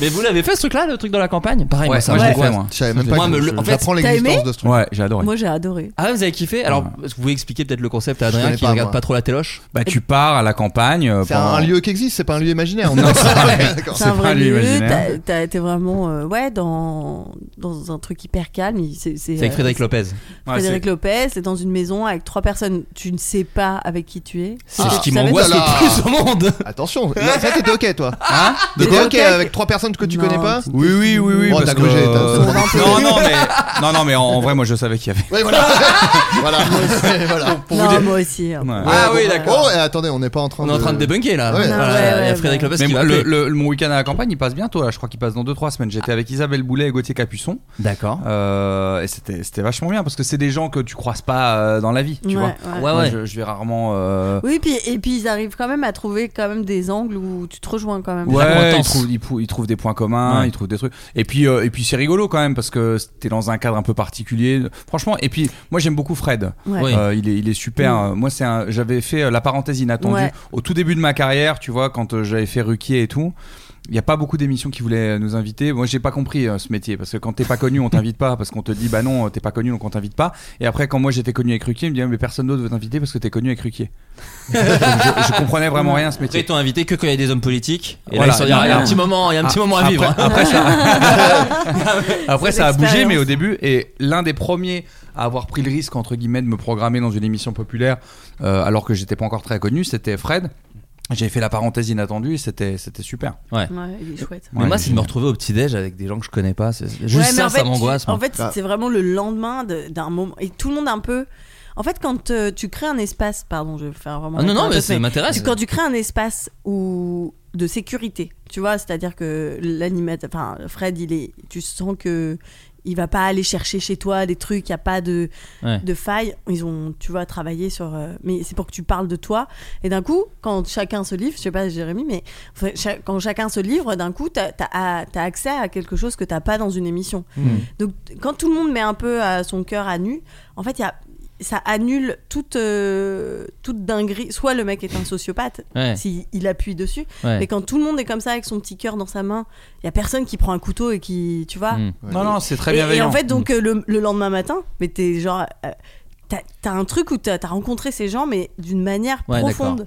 Speaker 6: Mais vous l'avez fait ce truc-là, le truc dans la campagne Pareil,
Speaker 8: Ouais,
Speaker 6: moi, ça
Speaker 8: moi je l'ai
Speaker 6: m'angoisse.
Speaker 8: fait, moi.
Speaker 7: Je savais même pas
Speaker 6: Moi,
Speaker 7: que
Speaker 6: me le- en
Speaker 7: je-
Speaker 6: fait,
Speaker 7: j'apprends
Speaker 10: t'as
Speaker 7: l'existence
Speaker 10: aimé
Speaker 7: de ce truc.
Speaker 8: Ouais, j'ai adoré.
Speaker 10: Moi, j'ai adoré.
Speaker 6: Ah, vous avez kiffé Alors, vous pouvez expliquer peut-être le concept à Adrien
Speaker 7: connais
Speaker 6: qui
Speaker 7: pas,
Speaker 6: regarde
Speaker 7: moi.
Speaker 6: pas trop la téloche
Speaker 8: Bah, tu pars à la campagne. euh,
Speaker 7: C'est un
Speaker 8: pendant-
Speaker 7: lieu qui existe, c'est pas un lieu imaginaire. On est D'accord.
Speaker 10: C'est un
Speaker 8: pas
Speaker 10: vrai
Speaker 8: lui,
Speaker 10: lieu.
Speaker 8: imaginaire.
Speaker 10: t'as- T'as été vraiment euh, ouais, dans, dans un truc hyper calme. il- C'est c'est,
Speaker 6: C'est avec
Speaker 10: euh,
Speaker 6: Frédéric Lopez.
Speaker 8: Ouais, c'est-
Speaker 10: Frédéric Lopez, c'est dans une maison avec trois personnes. Tu ne sais pas avec qui tu es.
Speaker 6: C'est
Speaker 7: Ah,
Speaker 6: ce qui
Speaker 10: tu savais
Speaker 6: m'angoisse
Speaker 7: ça, là.
Speaker 6: le plus au monde
Speaker 7: Attention, là, ça t'étais ok toi.
Speaker 8: Hein
Speaker 7: T'étais
Speaker 10: T'étais
Speaker 7: ok,
Speaker 10: ok
Speaker 7: avec trois personnes que tu
Speaker 10: Non,
Speaker 7: connais pas
Speaker 10: tu-
Speaker 8: Oui, oui, oui, oui.
Speaker 7: Oh,
Speaker 8: parce
Speaker 7: t'as
Speaker 8: que-
Speaker 7: grugé, t'as-
Speaker 8: non, non, mais, non, non, mais en, en vrai, moi, je savais qu'il y avait.
Speaker 7: Oui, voilà. voilà. voilà.
Speaker 10: non, moi aussi. hein.
Speaker 8: Ouais.
Speaker 6: Ah
Speaker 7: Ouais,
Speaker 6: oui,
Speaker 7: bon.
Speaker 6: d'accord.
Speaker 7: Oh, et attendez, on n'est pas en train
Speaker 6: On
Speaker 7: de.
Speaker 6: est en train de débunker là.
Speaker 7: Ouais.
Speaker 6: Voilà,
Speaker 10: Non, ouais,
Speaker 6: il y a
Speaker 10: ouais,
Speaker 6: Frédéric
Speaker 10: ouais.
Speaker 6: Lopez
Speaker 8: Mais
Speaker 6: qui va
Speaker 8: le,
Speaker 6: appeler.
Speaker 8: le- mon week-end à la campagne, il passe bientôt. Là. Je crois qu'il passe dans 2-3 semaines. J'étais
Speaker 6: Ah.
Speaker 8: avec Isabelle Boulet et Gauthier Capuçon.
Speaker 6: D'accord.
Speaker 8: Euh, et c'était c'était vachement bien parce que c'est des gens que tu croises pas euh, dans la vie. Tu
Speaker 10: Ouais,
Speaker 8: vois.
Speaker 10: ouais.
Speaker 6: Ouais,
Speaker 8: Moi,
Speaker 6: ouais.
Speaker 8: Je, je vais rarement. euh,
Speaker 10: Oui, puis, et puis ils arrivent quand même à trouver quand même des angles où tu te rejoins quand même.
Speaker 6: Vraiment
Speaker 8: Ouais, ils
Speaker 6: intense.
Speaker 8: trouvent, ils, pou- ils trouvent des points communs,
Speaker 6: Ouais.
Speaker 8: ils trouvent des trucs. Et puis, euh, et puis c'est rigolo quand même parce que t'es dans un cadre un peu particulier. Franchement, et puis moi j'aime beaucoup Fred.
Speaker 10: Ouais. Mm.
Speaker 6: Oui.
Speaker 8: Euh, il, est, il est super. Euh, Moi, c'est un- j'avais fait euh, la parenthèse inattendue
Speaker 10: Ouais.
Speaker 8: au tout début de ma carrière, tu vois, quand euh, j'avais fait Ruquier et tout. Il n'y a pas beaucoup d'émissions qui voulaient euh, nous inviter. Moi, j'ai pas compris euh, ce métier parce que quand t'es pas connu, on t'invite pas parce qu'on te dit bah non, euh, t'es pas connu donc on t'invite pas. Et après, quand moi j'étais connu avec Ruquier, il me dit Ah, mais personne d'autre veut t'inviter parce que t'es connu avec Ruquier. Donc, je, je comprenais vraiment rien à ce
Speaker 6: Après,
Speaker 8: métier.
Speaker 6: ils t'ont invité que quand il y a des hommes politiques. Et
Speaker 8: Voilà.
Speaker 6: là, ils se sont dit, ah, il y a un petit moment, il y a un petit moment à vivre. hein.
Speaker 8: Après,
Speaker 10: C'est
Speaker 8: ça a bougé,
Speaker 10: l'expérience.
Speaker 8: mais au début, et l'un des premiers à avoir pris le risque, entre guillemets, de me programmer dans une émission populaire, euh, alors que j'étais pas encore très connu, c'était Fred. J'ai fait la parenthèse inattendue, et c'était c'était super.
Speaker 10: Ouais, il est chouette.
Speaker 6: Mais
Speaker 8: Ouais,
Speaker 6: moi,
Speaker 8: il
Speaker 6: c'est
Speaker 8: est
Speaker 6: de me
Speaker 8: génial.
Speaker 6: retrouver au petit-déj avec des gens que je connais pas. c'est- Juste
Speaker 10: Ouais, mais
Speaker 6: ça,
Speaker 10: en fait,
Speaker 6: ça m'angoisse.
Speaker 10: tu- En
Speaker 6: moi.
Speaker 10: fait,
Speaker 7: Ah.
Speaker 10: c'est vraiment le lendemain de- d'un moment. Et tout le monde un peu. En fait, quand euh, tu crées un espace. Pardon, je vais faire vraiment.
Speaker 6: Ah non, non, mais
Speaker 10: parce
Speaker 6: ça
Speaker 10: que-
Speaker 6: m'intéresse.
Speaker 10: tu- Quand tu crées un espace où de sécurité, tu vois, c'est-à-dire que l'animateur, enfin Fred, il est, tu sens que il va pas aller chercher chez toi des trucs, il y a pas de
Speaker 6: Ouais.
Speaker 10: de faille. Ils ont, tu vois, travaillé sur, euh, mais c'est pour que tu parles de toi. Et d'un coup, quand chacun se livre, je sais pas, Jérémy, mais enfin, cha- quand chacun se livre, d'un coup, t'as as, accès à quelque chose que t'as pas dans une émission.
Speaker 6: Hmm.
Speaker 10: Donc, t- quand tout le monde met un peu euh, son cœur à nu, en fait, il y a ça annule toute, euh, toute dinguerie. Soit le mec est un sociopathe,
Speaker 6: Ouais.
Speaker 10: s'il il appuie dessus.
Speaker 6: Ouais.
Speaker 10: Mais quand tout le monde est comme ça avec son petit cœur dans sa main, il y a personne qui prend un couteau et qui, tu vois.
Speaker 6: Mm.
Speaker 8: Non, non, c'est très
Speaker 10: Et, et
Speaker 8: bienveillant.
Speaker 10: en fait, donc
Speaker 6: Hmm.
Speaker 10: euh, le, le lendemain matin, mais t'es genre, euh, t'as t'as un truc où t'as t'as rencontré ces gens, mais d'une manière
Speaker 6: Ouais,
Speaker 10: profonde.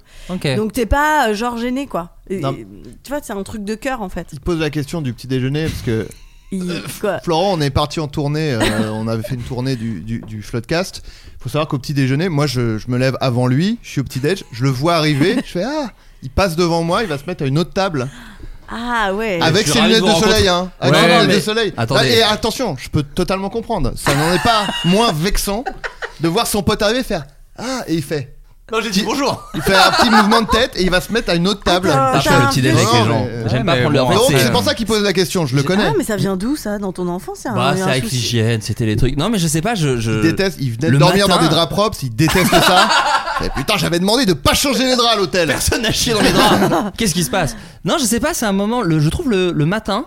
Speaker 10: Donc t'es pas euh, genre gêné quoi. Et-
Speaker 7: Non.
Speaker 10: et- tu vois, c'est un truc de cœur en fait.
Speaker 7: Il pose la question du petit déjeuner parce que
Speaker 10: Il- quoi.
Speaker 7: Florent, on est parti en tournée, euh, on avait fait une tournée du, du, du Floodcast. Faut savoir qu'au petit déjeuner, moi je, je me lève avant lui, je suis au petit déj, je le vois arriver, je fais ah, il passe devant moi, il va se mettre à une autre table
Speaker 10: Ah ouais.
Speaker 7: avec
Speaker 6: je suis
Speaker 7: ses
Speaker 6: ravi de
Speaker 7: lunettes de,
Speaker 6: vous
Speaker 7: soleil, hein, avec
Speaker 8: Ouais,
Speaker 7: ses lunettes
Speaker 8: mais-
Speaker 7: de soleil.
Speaker 6: Attendez.
Speaker 7: Là, et attention, je peux totalement comprendre, ça n'en est pas moins vexant de voir son pote arriver faire ah et il fait Non, j'ai dit bonjour. Il fait un petit mouvement de tête et il va se mettre à une autre table.
Speaker 6: Pas pour le petit déj avec les gens.
Speaker 7: mais-
Speaker 6: J'aime pas
Speaker 8: mais
Speaker 6: prendre leur
Speaker 8: bon,
Speaker 6: en fait,
Speaker 7: Donc,
Speaker 8: c'est-
Speaker 7: c'est pour ça qu'il pose la question, je le connais.
Speaker 10: Ah, mais ça vient d'où ça Dans ton enfance C'est un,
Speaker 6: Bah,
Speaker 10: un
Speaker 6: c'est avec
Speaker 10: souci.
Speaker 6: l'hygiène, c'était les trucs. Non, mais je sais pas, je. je...
Speaker 7: Il déteste, il venait de
Speaker 6: Euh, Le
Speaker 7: dormir
Speaker 6: matin-
Speaker 7: dans des draps propres, il déteste ça. Et putain, j'avais demandé de pas changer les draps à l'hôtel.
Speaker 6: Personne n'a chié dans les draps. Ah, Qu'est-ce qui se passe Non, je sais pas, c'est un moment. Le, je trouve le, le matin.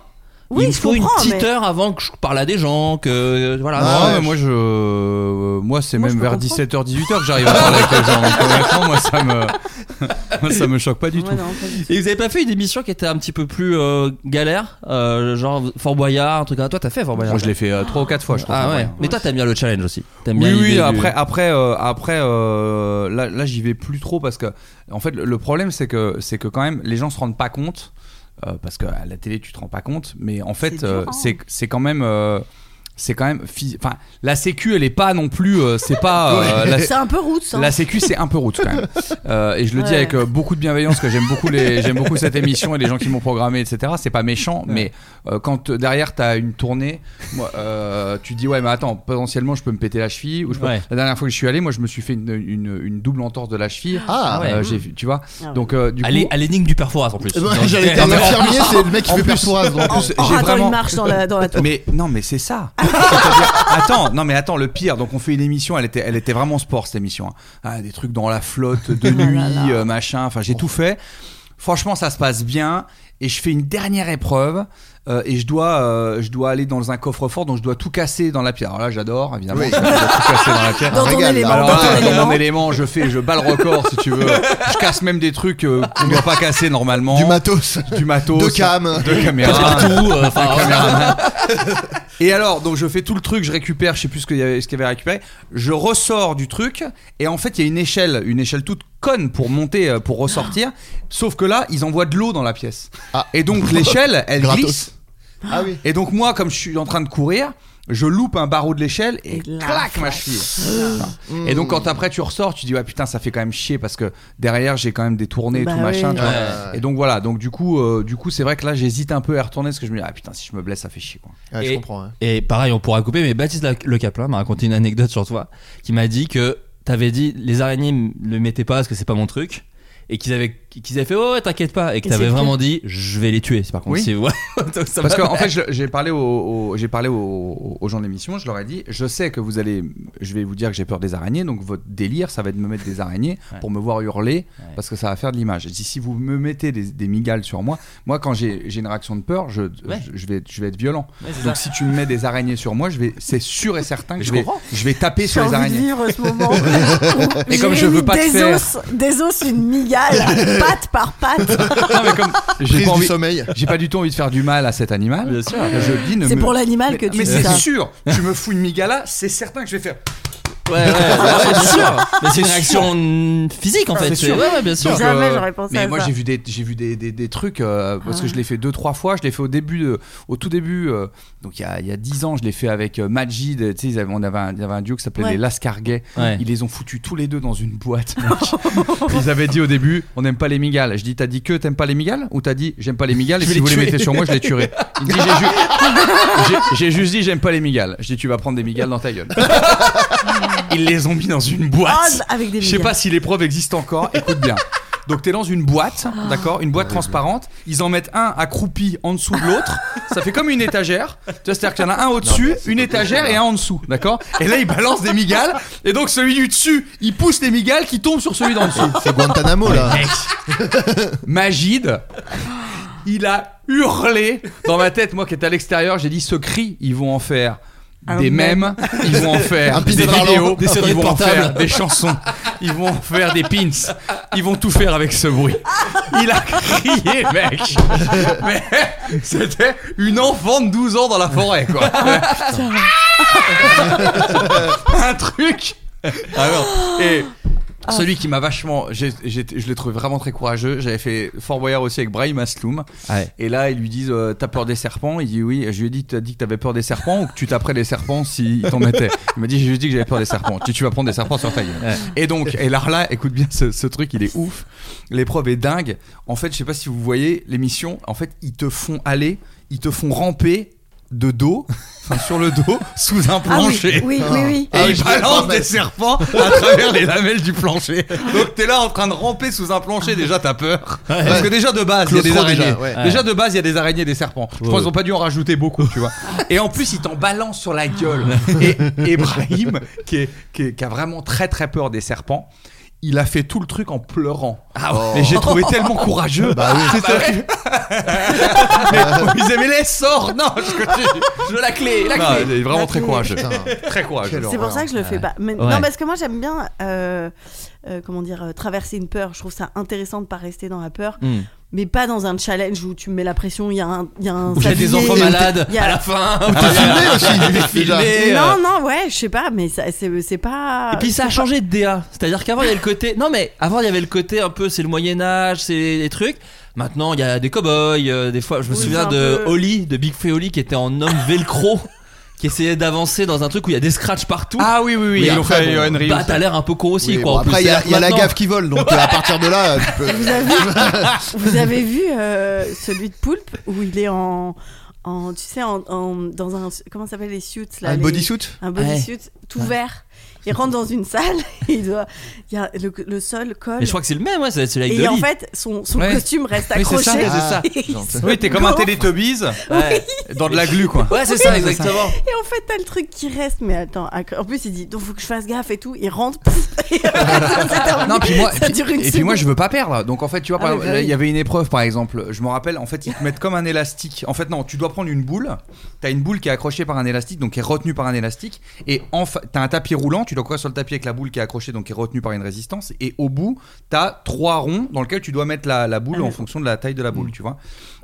Speaker 10: Oui,
Speaker 6: il me
Speaker 10: je
Speaker 6: faut une
Speaker 10: comprends,
Speaker 6: petite
Speaker 10: mais-
Speaker 6: heure avant que je parle à des gens, que. euh, Voilà.
Speaker 8: Ah,
Speaker 6: Non,
Speaker 8: ouais,
Speaker 6: mais
Speaker 8: moi je euh, moi c'est
Speaker 10: Moi, je
Speaker 8: même
Speaker 10: peux
Speaker 8: vers
Speaker 10: comprendre.
Speaker 8: 17h 18h que j'arrive à parler avec les gens donc honnêtement moi ça me moi, ça me choque pas du
Speaker 10: Ouais,
Speaker 8: tout.
Speaker 10: non, pas du tout.
Speaker 6: Et vous avez pas fait une émission qui était un petit peu plus euh, galère euh, Genre Fort Boyard, un truc comme ça. Toi, t'as fait Fort Boyard
Speaker 8: Moi je l'ai fait 3 ou 4 fois je crois.
Speaker 6: Ah ouais.
Speaker 8: Ouais.
Speaker 6: Mais toi, t'aimes bien le challenge aussi. T'aimes
Speaker 8: Oui,
Speaker 6: bien l'idée
Speaker 8: oui,
Speaker 6: du-
Speaker 8: après, après, euh, après euh, là, là j'y vais plus trop parce que, en fait, le le problème, c'est que, c'est que quand même, les gens se rendent pas compte, euh, parce qu'à la télé, tu te rends pas compte, mais en fait,
Speaker 10: C'est dur,
Speaker 8: euh,
Speaker 10: hein.
Speaker 8: c'est c'est quand même. euh, c'est quand même. phys- Enfin, la Sécu, elle est pas non plus. euh, c'est pas. euh, la,
Speaker 10: C'est un peu hein. rude ça.
Speaker 8: la sécu c'est un peu route quand même Euh, et je le dis
Speaker 10: Ouais.
Speaker 8: avec euh, beaucoup de bienveillance parce que j'aime beaucoup les j'aime beaucoup cette émission et les gens qui m'ont programmé etc c'est pas méchant mais euh, quand euh, derrière t'as une tournée moi, euh, tu dis ouais mais attends potentiellement je peux me péter la cheville ou je peux-
Speaker 6: Ouais.
Speaker 8: la dernière fois que je suis allé moi je me suis fait une, une, une double entorse de la cheville
Speaker 7: Ah,
Speaker 6: ouais.
Speaker 8: Euh, j'ai tu vois
Speaker 10: Ah ouais.
Speaker 8: donc euh, du coup
Speaker 6: À l'é- à l'énigme du perforas en plus.
Speaker 7: Eh ben,
Speaker 6: Donc,
Speaker 7: J'allais dire l'infirmier, c'est le mec qui fait perforas. donc.
Speaker 8: en plus,
Speaker 10: Oh,
Speaker 8: j'ai
Speaker 10: attends,
Speaker 8: vraiment
Speaker 10: il marche dans la, dans la tour.
Speaker 8: mais non, mais c'est ça. C'est-à-dire, attends, non, mais attends, le pire. Donc on fait une émission, elle était, elle était vraiment sport cette émission. hein. Ah, des trucs dans la flotte de nuit, euh, machin. Enfin, j'ai tout fait. Franchement, ça se passe bien. Et je fais une dernière épreuve. euh, et je dois, euh, je dois aller dans un coffre-fort, donc je dois tout casser dans la pierre. Alors là, j'adore, évidemment.
Speaker 7: Oui.
Speaker 8: Je dois tout casser dans la pierre.
Speaker 10: Dans
Speaker 7: un
Speaker 10: ton
Speaker 7: régal.
Speaker 10: élément.
Speaker 8: Alors
Speaker 10: dans
Speaker 8: là,
Speaker 10: ton
Speaker 8: dans
Speaker 10: élément.
Speaker 8: mon élément, je fais, je bats le record si tu veux. Je casse même des trucs euh, qu'on ne doit pas casser normalement.
Speaker 7: Du matos.
Speaker 8: du matos.
Speaker 7: De cam.
Speaker 8: De
Speaker 6: Parce
Speaker 8: caméras.
Speaker 6: que tout, euh, enfin,
Speaker 8: Et alors, donc je fais tout le truc, je récupère, je sais plus ce qu'il y avait, ce qu'il y avait récupéré. Je ressors du truc et en fait il y a une échelle, une échelle toute conne pour monter, euh, pour ressortir. Sauf que là, ils envoient de l'eau dans la pièce.
Speaker 7: Ah.
Speaker 8: Et donc l'échelle, elle
Speaker 7: Gratos.
Speaker 8: glisse.
Speaker 7: Ah oui.
Speaker 8: Et donc moi, comme je suis en train de courir, je loupe un barreau de l'échelle et,
Speaker 10: Et là,
Speaker 8: clac ma cheville. Et donc quand après tu ressors, tu dis ouais putain ça fait quand même chier parce que derrière j'ai quand même des tournées et
Speaker 10: Bah
Speaker 8: tout machin.
Speaker 10: ouais.
Speaker 8: tu vois.
Speaker 7: Ouais.
Speaker 8: Et donc voilà, donc du coup, euh, du coup c'est vrai que là j'hésite un peu à y retourner parce que je me dis ah putain si je me blesse ça fait chier quoi.
Speaker 7: Ouais, je
Speaker 6: Et-
Speaker 7: comprends. hein.
Speaker 6: Et pareil, on pourra couper, mais Baptiste Lac- Le Caplin m'a raconté une anecdote sur toi qui m'a dit que t'avais dit les araignées m- le mettaient pas parce que c'est pas mon truc. Et qu'ils avaient, qu'ils avaient fait, oh ouais, t'inquiète pas. Et que
Speaker 10: Et
Speaker 6: t'avais
Speaker 10: c'est
Speaker 6: vraiment dit, je vais les tuer. C'est par contre,
Speaker 8: Oui.
Speaker 6: si ouais. Donc, ça
Speaker 8: Parce
Speaker 6: va-
Speaker 8: qu'en fait, je- j'ai parlé, au, au- j'ai parlé au- aux gens de l'émission, je leur ai dit, je sais que vous allez, je vais vous dire que j'ai peur des araignées, donc votre délire, ça va être de me mettre des araignées pour me voir hurler, parce que ça va faire de l'image. Je dis, si vous me mettez des, des migales sur moi, moi quand j'ai j'ai une réaction de peur, je,
Speaker 6: Ouais.
Speaker 8: je, je vais, être- je vais être violent.
Speaker 6: Ouais, c'est
Speaker 8: donc
Speaker 6: ça.
Speaker 8: si tu me mets des araignées sur moi, je vais, c'est sûr et certain que
Speaker 6: Mais
Speaker 8: je
Speaker 6: je
Speaker 8: vais,
Speaker 6: comprends.
Speaker 8: je vais taper
Speaker 10: J'ai
Speaker 8: sur les
Speaker 10: envie de
Speaker 8: araignées.
Speaker 10: vivre ce moment.
Speaker 8: Et comme je veux pas te faire-
Speaker 10: Des os, une migale, patte par patte.
Speaker 8: Non, mais comme j'ai
Speaker 7: Prise
Speaker 8: pas
Speaker 7: du
Speaker 8: envie.
Speaker 7: sommeil.
Speaker 8: J'ai pas du tout envie de faire du mal à cet animal.
Speaker 6: Bien sûr.
Speaker 8: Je dis, ne
Speaker 10: C'est
Speaker 8: me-
Speaker 10: pour l'animal que
Speaker 8: Mais-
Speaker 10: tu
Speaker 8: Mais
Speaker 10: dis
Speaker 8: c'est
Speaker 10: ça.
Speaker 8: sûr, tu me fous une migala, c'est certain que je vais faire.
Speaker 6: Ouais, ouais, ouais, bien sûr. Mais c'est une réaction physique, en
Speaker 8: Ah,
Speaker 6: fait.
Speaker 8: c'est
Speaker 6: C'est-
Speaker 8: sûr.
Speaker 6: Ouais, ouais, bien sûr.
Speaker 8: Donc,
Speaker 10: Jamais j'aurais pensé
Speaker 8: mais
Speaker 10: à
Speaker 8: moi
Speaker 10: ça.
Speaker 8: j'ai vu des j'ai vu des, des, des trucs euh, parce
Speaker 10: Ah.
Speaker 8: que je l'ai fait deux trois fois je l'ai fait au début de- au tout début euh, donc il y a il y a dix ans je l'ai fait avec euh, Majid euh, tu sais ils avaient- on avait un, il y avait un duo qui s'appelait
Speaker 10: Ouais.
Speaker 8: les Lascarguet
Speaker 6: Ouais.
Speaker 8: ils les ont foutus tous les deux dans une boîte mec. ils avaient dit au début on n'aime pas les migales je dis t'as dit que t'aimes pas les migales ou t'as dit j'aime pas les migales et
Speaker 6: Je vais
Speaker 8: si
Speaker 6: les
Speaker 8: vous les
Speaker 6: tuer.
Speaker 8: mettez sur moi je les tuerai il me dit j'ai ju- j'ai- j'ai juste dit j'aime pas les migales je dis tu vas prendre des migales dans ta gueule ils les ont mis dans une boîte
Speaker 10: Ah, avec des
Speaker 8: je sais
Speaker 10: migales.
Speaker 8: pas si l'épreuve existe encore, écoute bien. Donc t'es dans une boîte,
Speaker 10: Ah.
Speaker 8: d'accord, une boîte transparente. Ils en mettent un accroupi en dessous de l'autre. Ça fait comme une étagère. Tu vois, c'est-à-dire qu'il y en a un au-dessus, une étagère et un en dessous, d'accord. Et là ils balancent des migales. Et donc celui du dessus, il pousse les migales qui tombent sur celui d'en dessous.
Speaker 7: C'est Guantanamo là.
Speaker 8: Magide, il a hurlé dans ma tête. Moi qui étais à l'extérieur, j'ai dit ce cri, ils vont en faire.
Speaker 10: Un
Speaker 8: des
Speaker 10: mème.
Speaker 8: mèmes, ils vont en faire
Speaker 7: Un
Speaker 8: des
Speaker 7: pizza parlant,
Speaker 8: vidéos,
Speaker 7: des
Speaker 6: sonneries
Speaker 8: ils vont en
Speaker 6: portables.
Speaker 8: faire des chansons, ils vont en faire des pins, ils vont tout faire avec ce bruit. Il a crié, mec. Mais c'était une enfant de 12 ans dans la forêt, quoi. Un truc. Alors, et
Speaker 10: Ah.
Speaker 8: celui qui m'a vachement, j'ai- j'ai- je l'ai trouvé vraiment très courageux. J'avais fait Fort Boyard aussi avec Brahim Asloum.
Speaker 6: Ouais.
Speaker 8: Et là, ils lui disent euh, T'as peur des serpents Il dit Oui. Je lui ai dit T'as dit que t'avais peur des serpents ou que tu taperais les serpents s'ils t'en mettaient Il m'a dit J'ai juste dit que j'avais peur des serpents. Tu, tu vas prendre des serpents sur ta gueule. Et donc, et là, là, écoute bien ce, ce truc, il est ouf. L'épreuve est dingue. En fait, je sais pas si vous voyez l'émission. En fait, ils te font aller, ils te font ramper de dos, enfin sur le dos, sous un
Speaker 10: Ah oui,
Speaker 8: plancher.
Speaker 10: oui, oui, oui.
Speaker 8: Et
Speaker 7: Ah oui,
Speaker 8: il
Speaker 7: je l'ai
Speaker 8: balance
Speaker 7: pas
Speaker 8: des
Speaker 7: fait.
Speaker 8: serpents à travers les lamelles du plancher. Donc t'es là en train de ramper sous un plancher, déjà t'as peur. Parce que déjà de base, il y a des
Speaker 7: Claustro, déjà,
Speaker 8: araignées.
Speaker 7: ouais.
Speaker 8: Déjà de base, il y a des araignées et des serpents. Je pense qu'ils ont pas dû en rajouter beaucoup, tu vois. Et en plus, ils t'en balancent sur la gueule. Et Ebrahim, qui, est- qui est- qui a vraiment très très peur des serpents, il a fait tout le truc en pleurant. Et j'ai trouvé tellement courageux.
Speaker 7: Bah oui.
Speaker 8: C'est ça. Ils aimaient les sorts. Non, je, je- je la clé. La clé. il est vraiment très courageux.
Speaker 7: Putain.
Speaker 8: Très courageux.
Speaker 10: C'est pour ça que je le fais pas. Mais-
Speaker 6: Ouais.
Speaker 10: Non, parce que moi j'aime bien, euh, euh, comment dire, euh, traverser une peur. Je trouve ça intéressant de pas rester dans la peur,
Speaker 6: Hmm.
Speaker 10: mais pas dans un challenge où tu me mets la pression. Il y a un, il y a un.
Speaker 6: Où il y a des
Speaker 10: sablier,
Speaker 6: enfants
Speaker 10: il y a-
Speaker 6: malades
Speaker 10: il y a-
Speaker 6: à la fin. Ah,
Speaker 7: T'as filmé aussi,
Speaker 6: Il est
Speaker 7: déjà.
Speaker 6: filmé, euh.
Speaker 10: Non, non, ouais, je sais pas, mais ça- c'est c'est pas.
Speaker 6: Et puis ça a changé de DA, c'est-à-dire qu'avant il y avait le côté non mais avant il y avait le côté un peu c'est le Moyen Âge, c'est des trucs. Maintenant il y a des cowboys, euh, des fois je me
Speaker 10: Oui,
Speaker 6: souviens
Speaker 10: c'est un
Speaker 6: de
Speaker 10: peu-
Speaker 6: Holly, de Big Free Holly qui était en homme velcro, qui essayait d'avancer dans un truc où il y a des scratchs partout.
Speaker 8: Ah oui, oui, oui.
Speaker 6: Mais
Speaker 8: ils l'ont
Speaker 6: après,
Speaker 8: fait,
Speaker 6: bon,
Speaker 8: Johan Rios.
Speaker 6: bah t'as l'air un peu con aussi
Speaker 7: Oui,
Speaker 6: quoi.
Speaker 7: bon,
Speaker 6: en plus.
Speaker 7: après, il y a, il y a la
Speaker 6: Maintenant-
Speaker 7: gaffe qui vole, donc euh, à partir de là, tu peux.
Speaker 10: Vous avez, vous avez vu euh, celui de Poulpe où il est en. en tu sais, en, en- dans un. Comment ça s'appelle les suits là
Speaker 7: Un
Speaker 10: les-
Speaker 7: bodysuit
Speaker 10: Un bodysuit tout vert. Il rentre dans une salle et il doit. Il y a le, le sol colle.
Speaker 6: Ah, Mais je crois que c'est le même, ouais, c'est c'est avec
Speaker 10: et en
Speaker 6: Dolly.
Speaker 10: fait, son, son
Speaker 8: Ouais.
Speaker 10: costume reste
Speaker 8: Oui, c'est
Speaker 10: accroché.
Speaker 8: ça, c'est ça.
Speaker 10: Et il se
Speaker 8: Oui, t'es comme un
Speaker 10: gonfle.
Speaker 8: Teletubbies
Speaker 6: Ouais.
Speaker 8: dans de la glu, quoi.
Speaker 6: Ouais, c'est ça exactement.
Speaker 10: Et en fait, t'as le truc qui reste. Mais attends, acc- en plus, il dit donc faut que je fasse gaffe et tout. Il rentre. pouf, et ça termine.
Speaker 8: Non, puis moi,
Speaker 10: ça dure une
Speaker 8: et puis moi,
Speaker 10: seconde.
Speaker 8: je veux pas perdre. Donc en fait, tu vois,
Speaker 10: Ah,
Speaker 8: par
Speaker 10: mais
Speaker 8: exemple,
Speaker 10: bah oui.
Speaker 8: il y avait une épreuve, par exemple. Je me rappelle, en fait, ils te mettent comme un élastique. En fait, non, tu dois prendre une boule. T'as une boule qui est accrochée par un élastique, donc qui est retenue par un élastique. Et en fa- t'as un tapis roulant. Tu dois courir sur le tapis avec la boule qui est accrochée, donc qui est retenue par une résistance. Et au bout, t'as trois ronds dans lesquels tu dois mettre la, la
Speaker 10: Ah,
Speaker 8: boule en fonction de la taille de la
Speaker 10: Mm.
Speaker 8: boule, tu vois.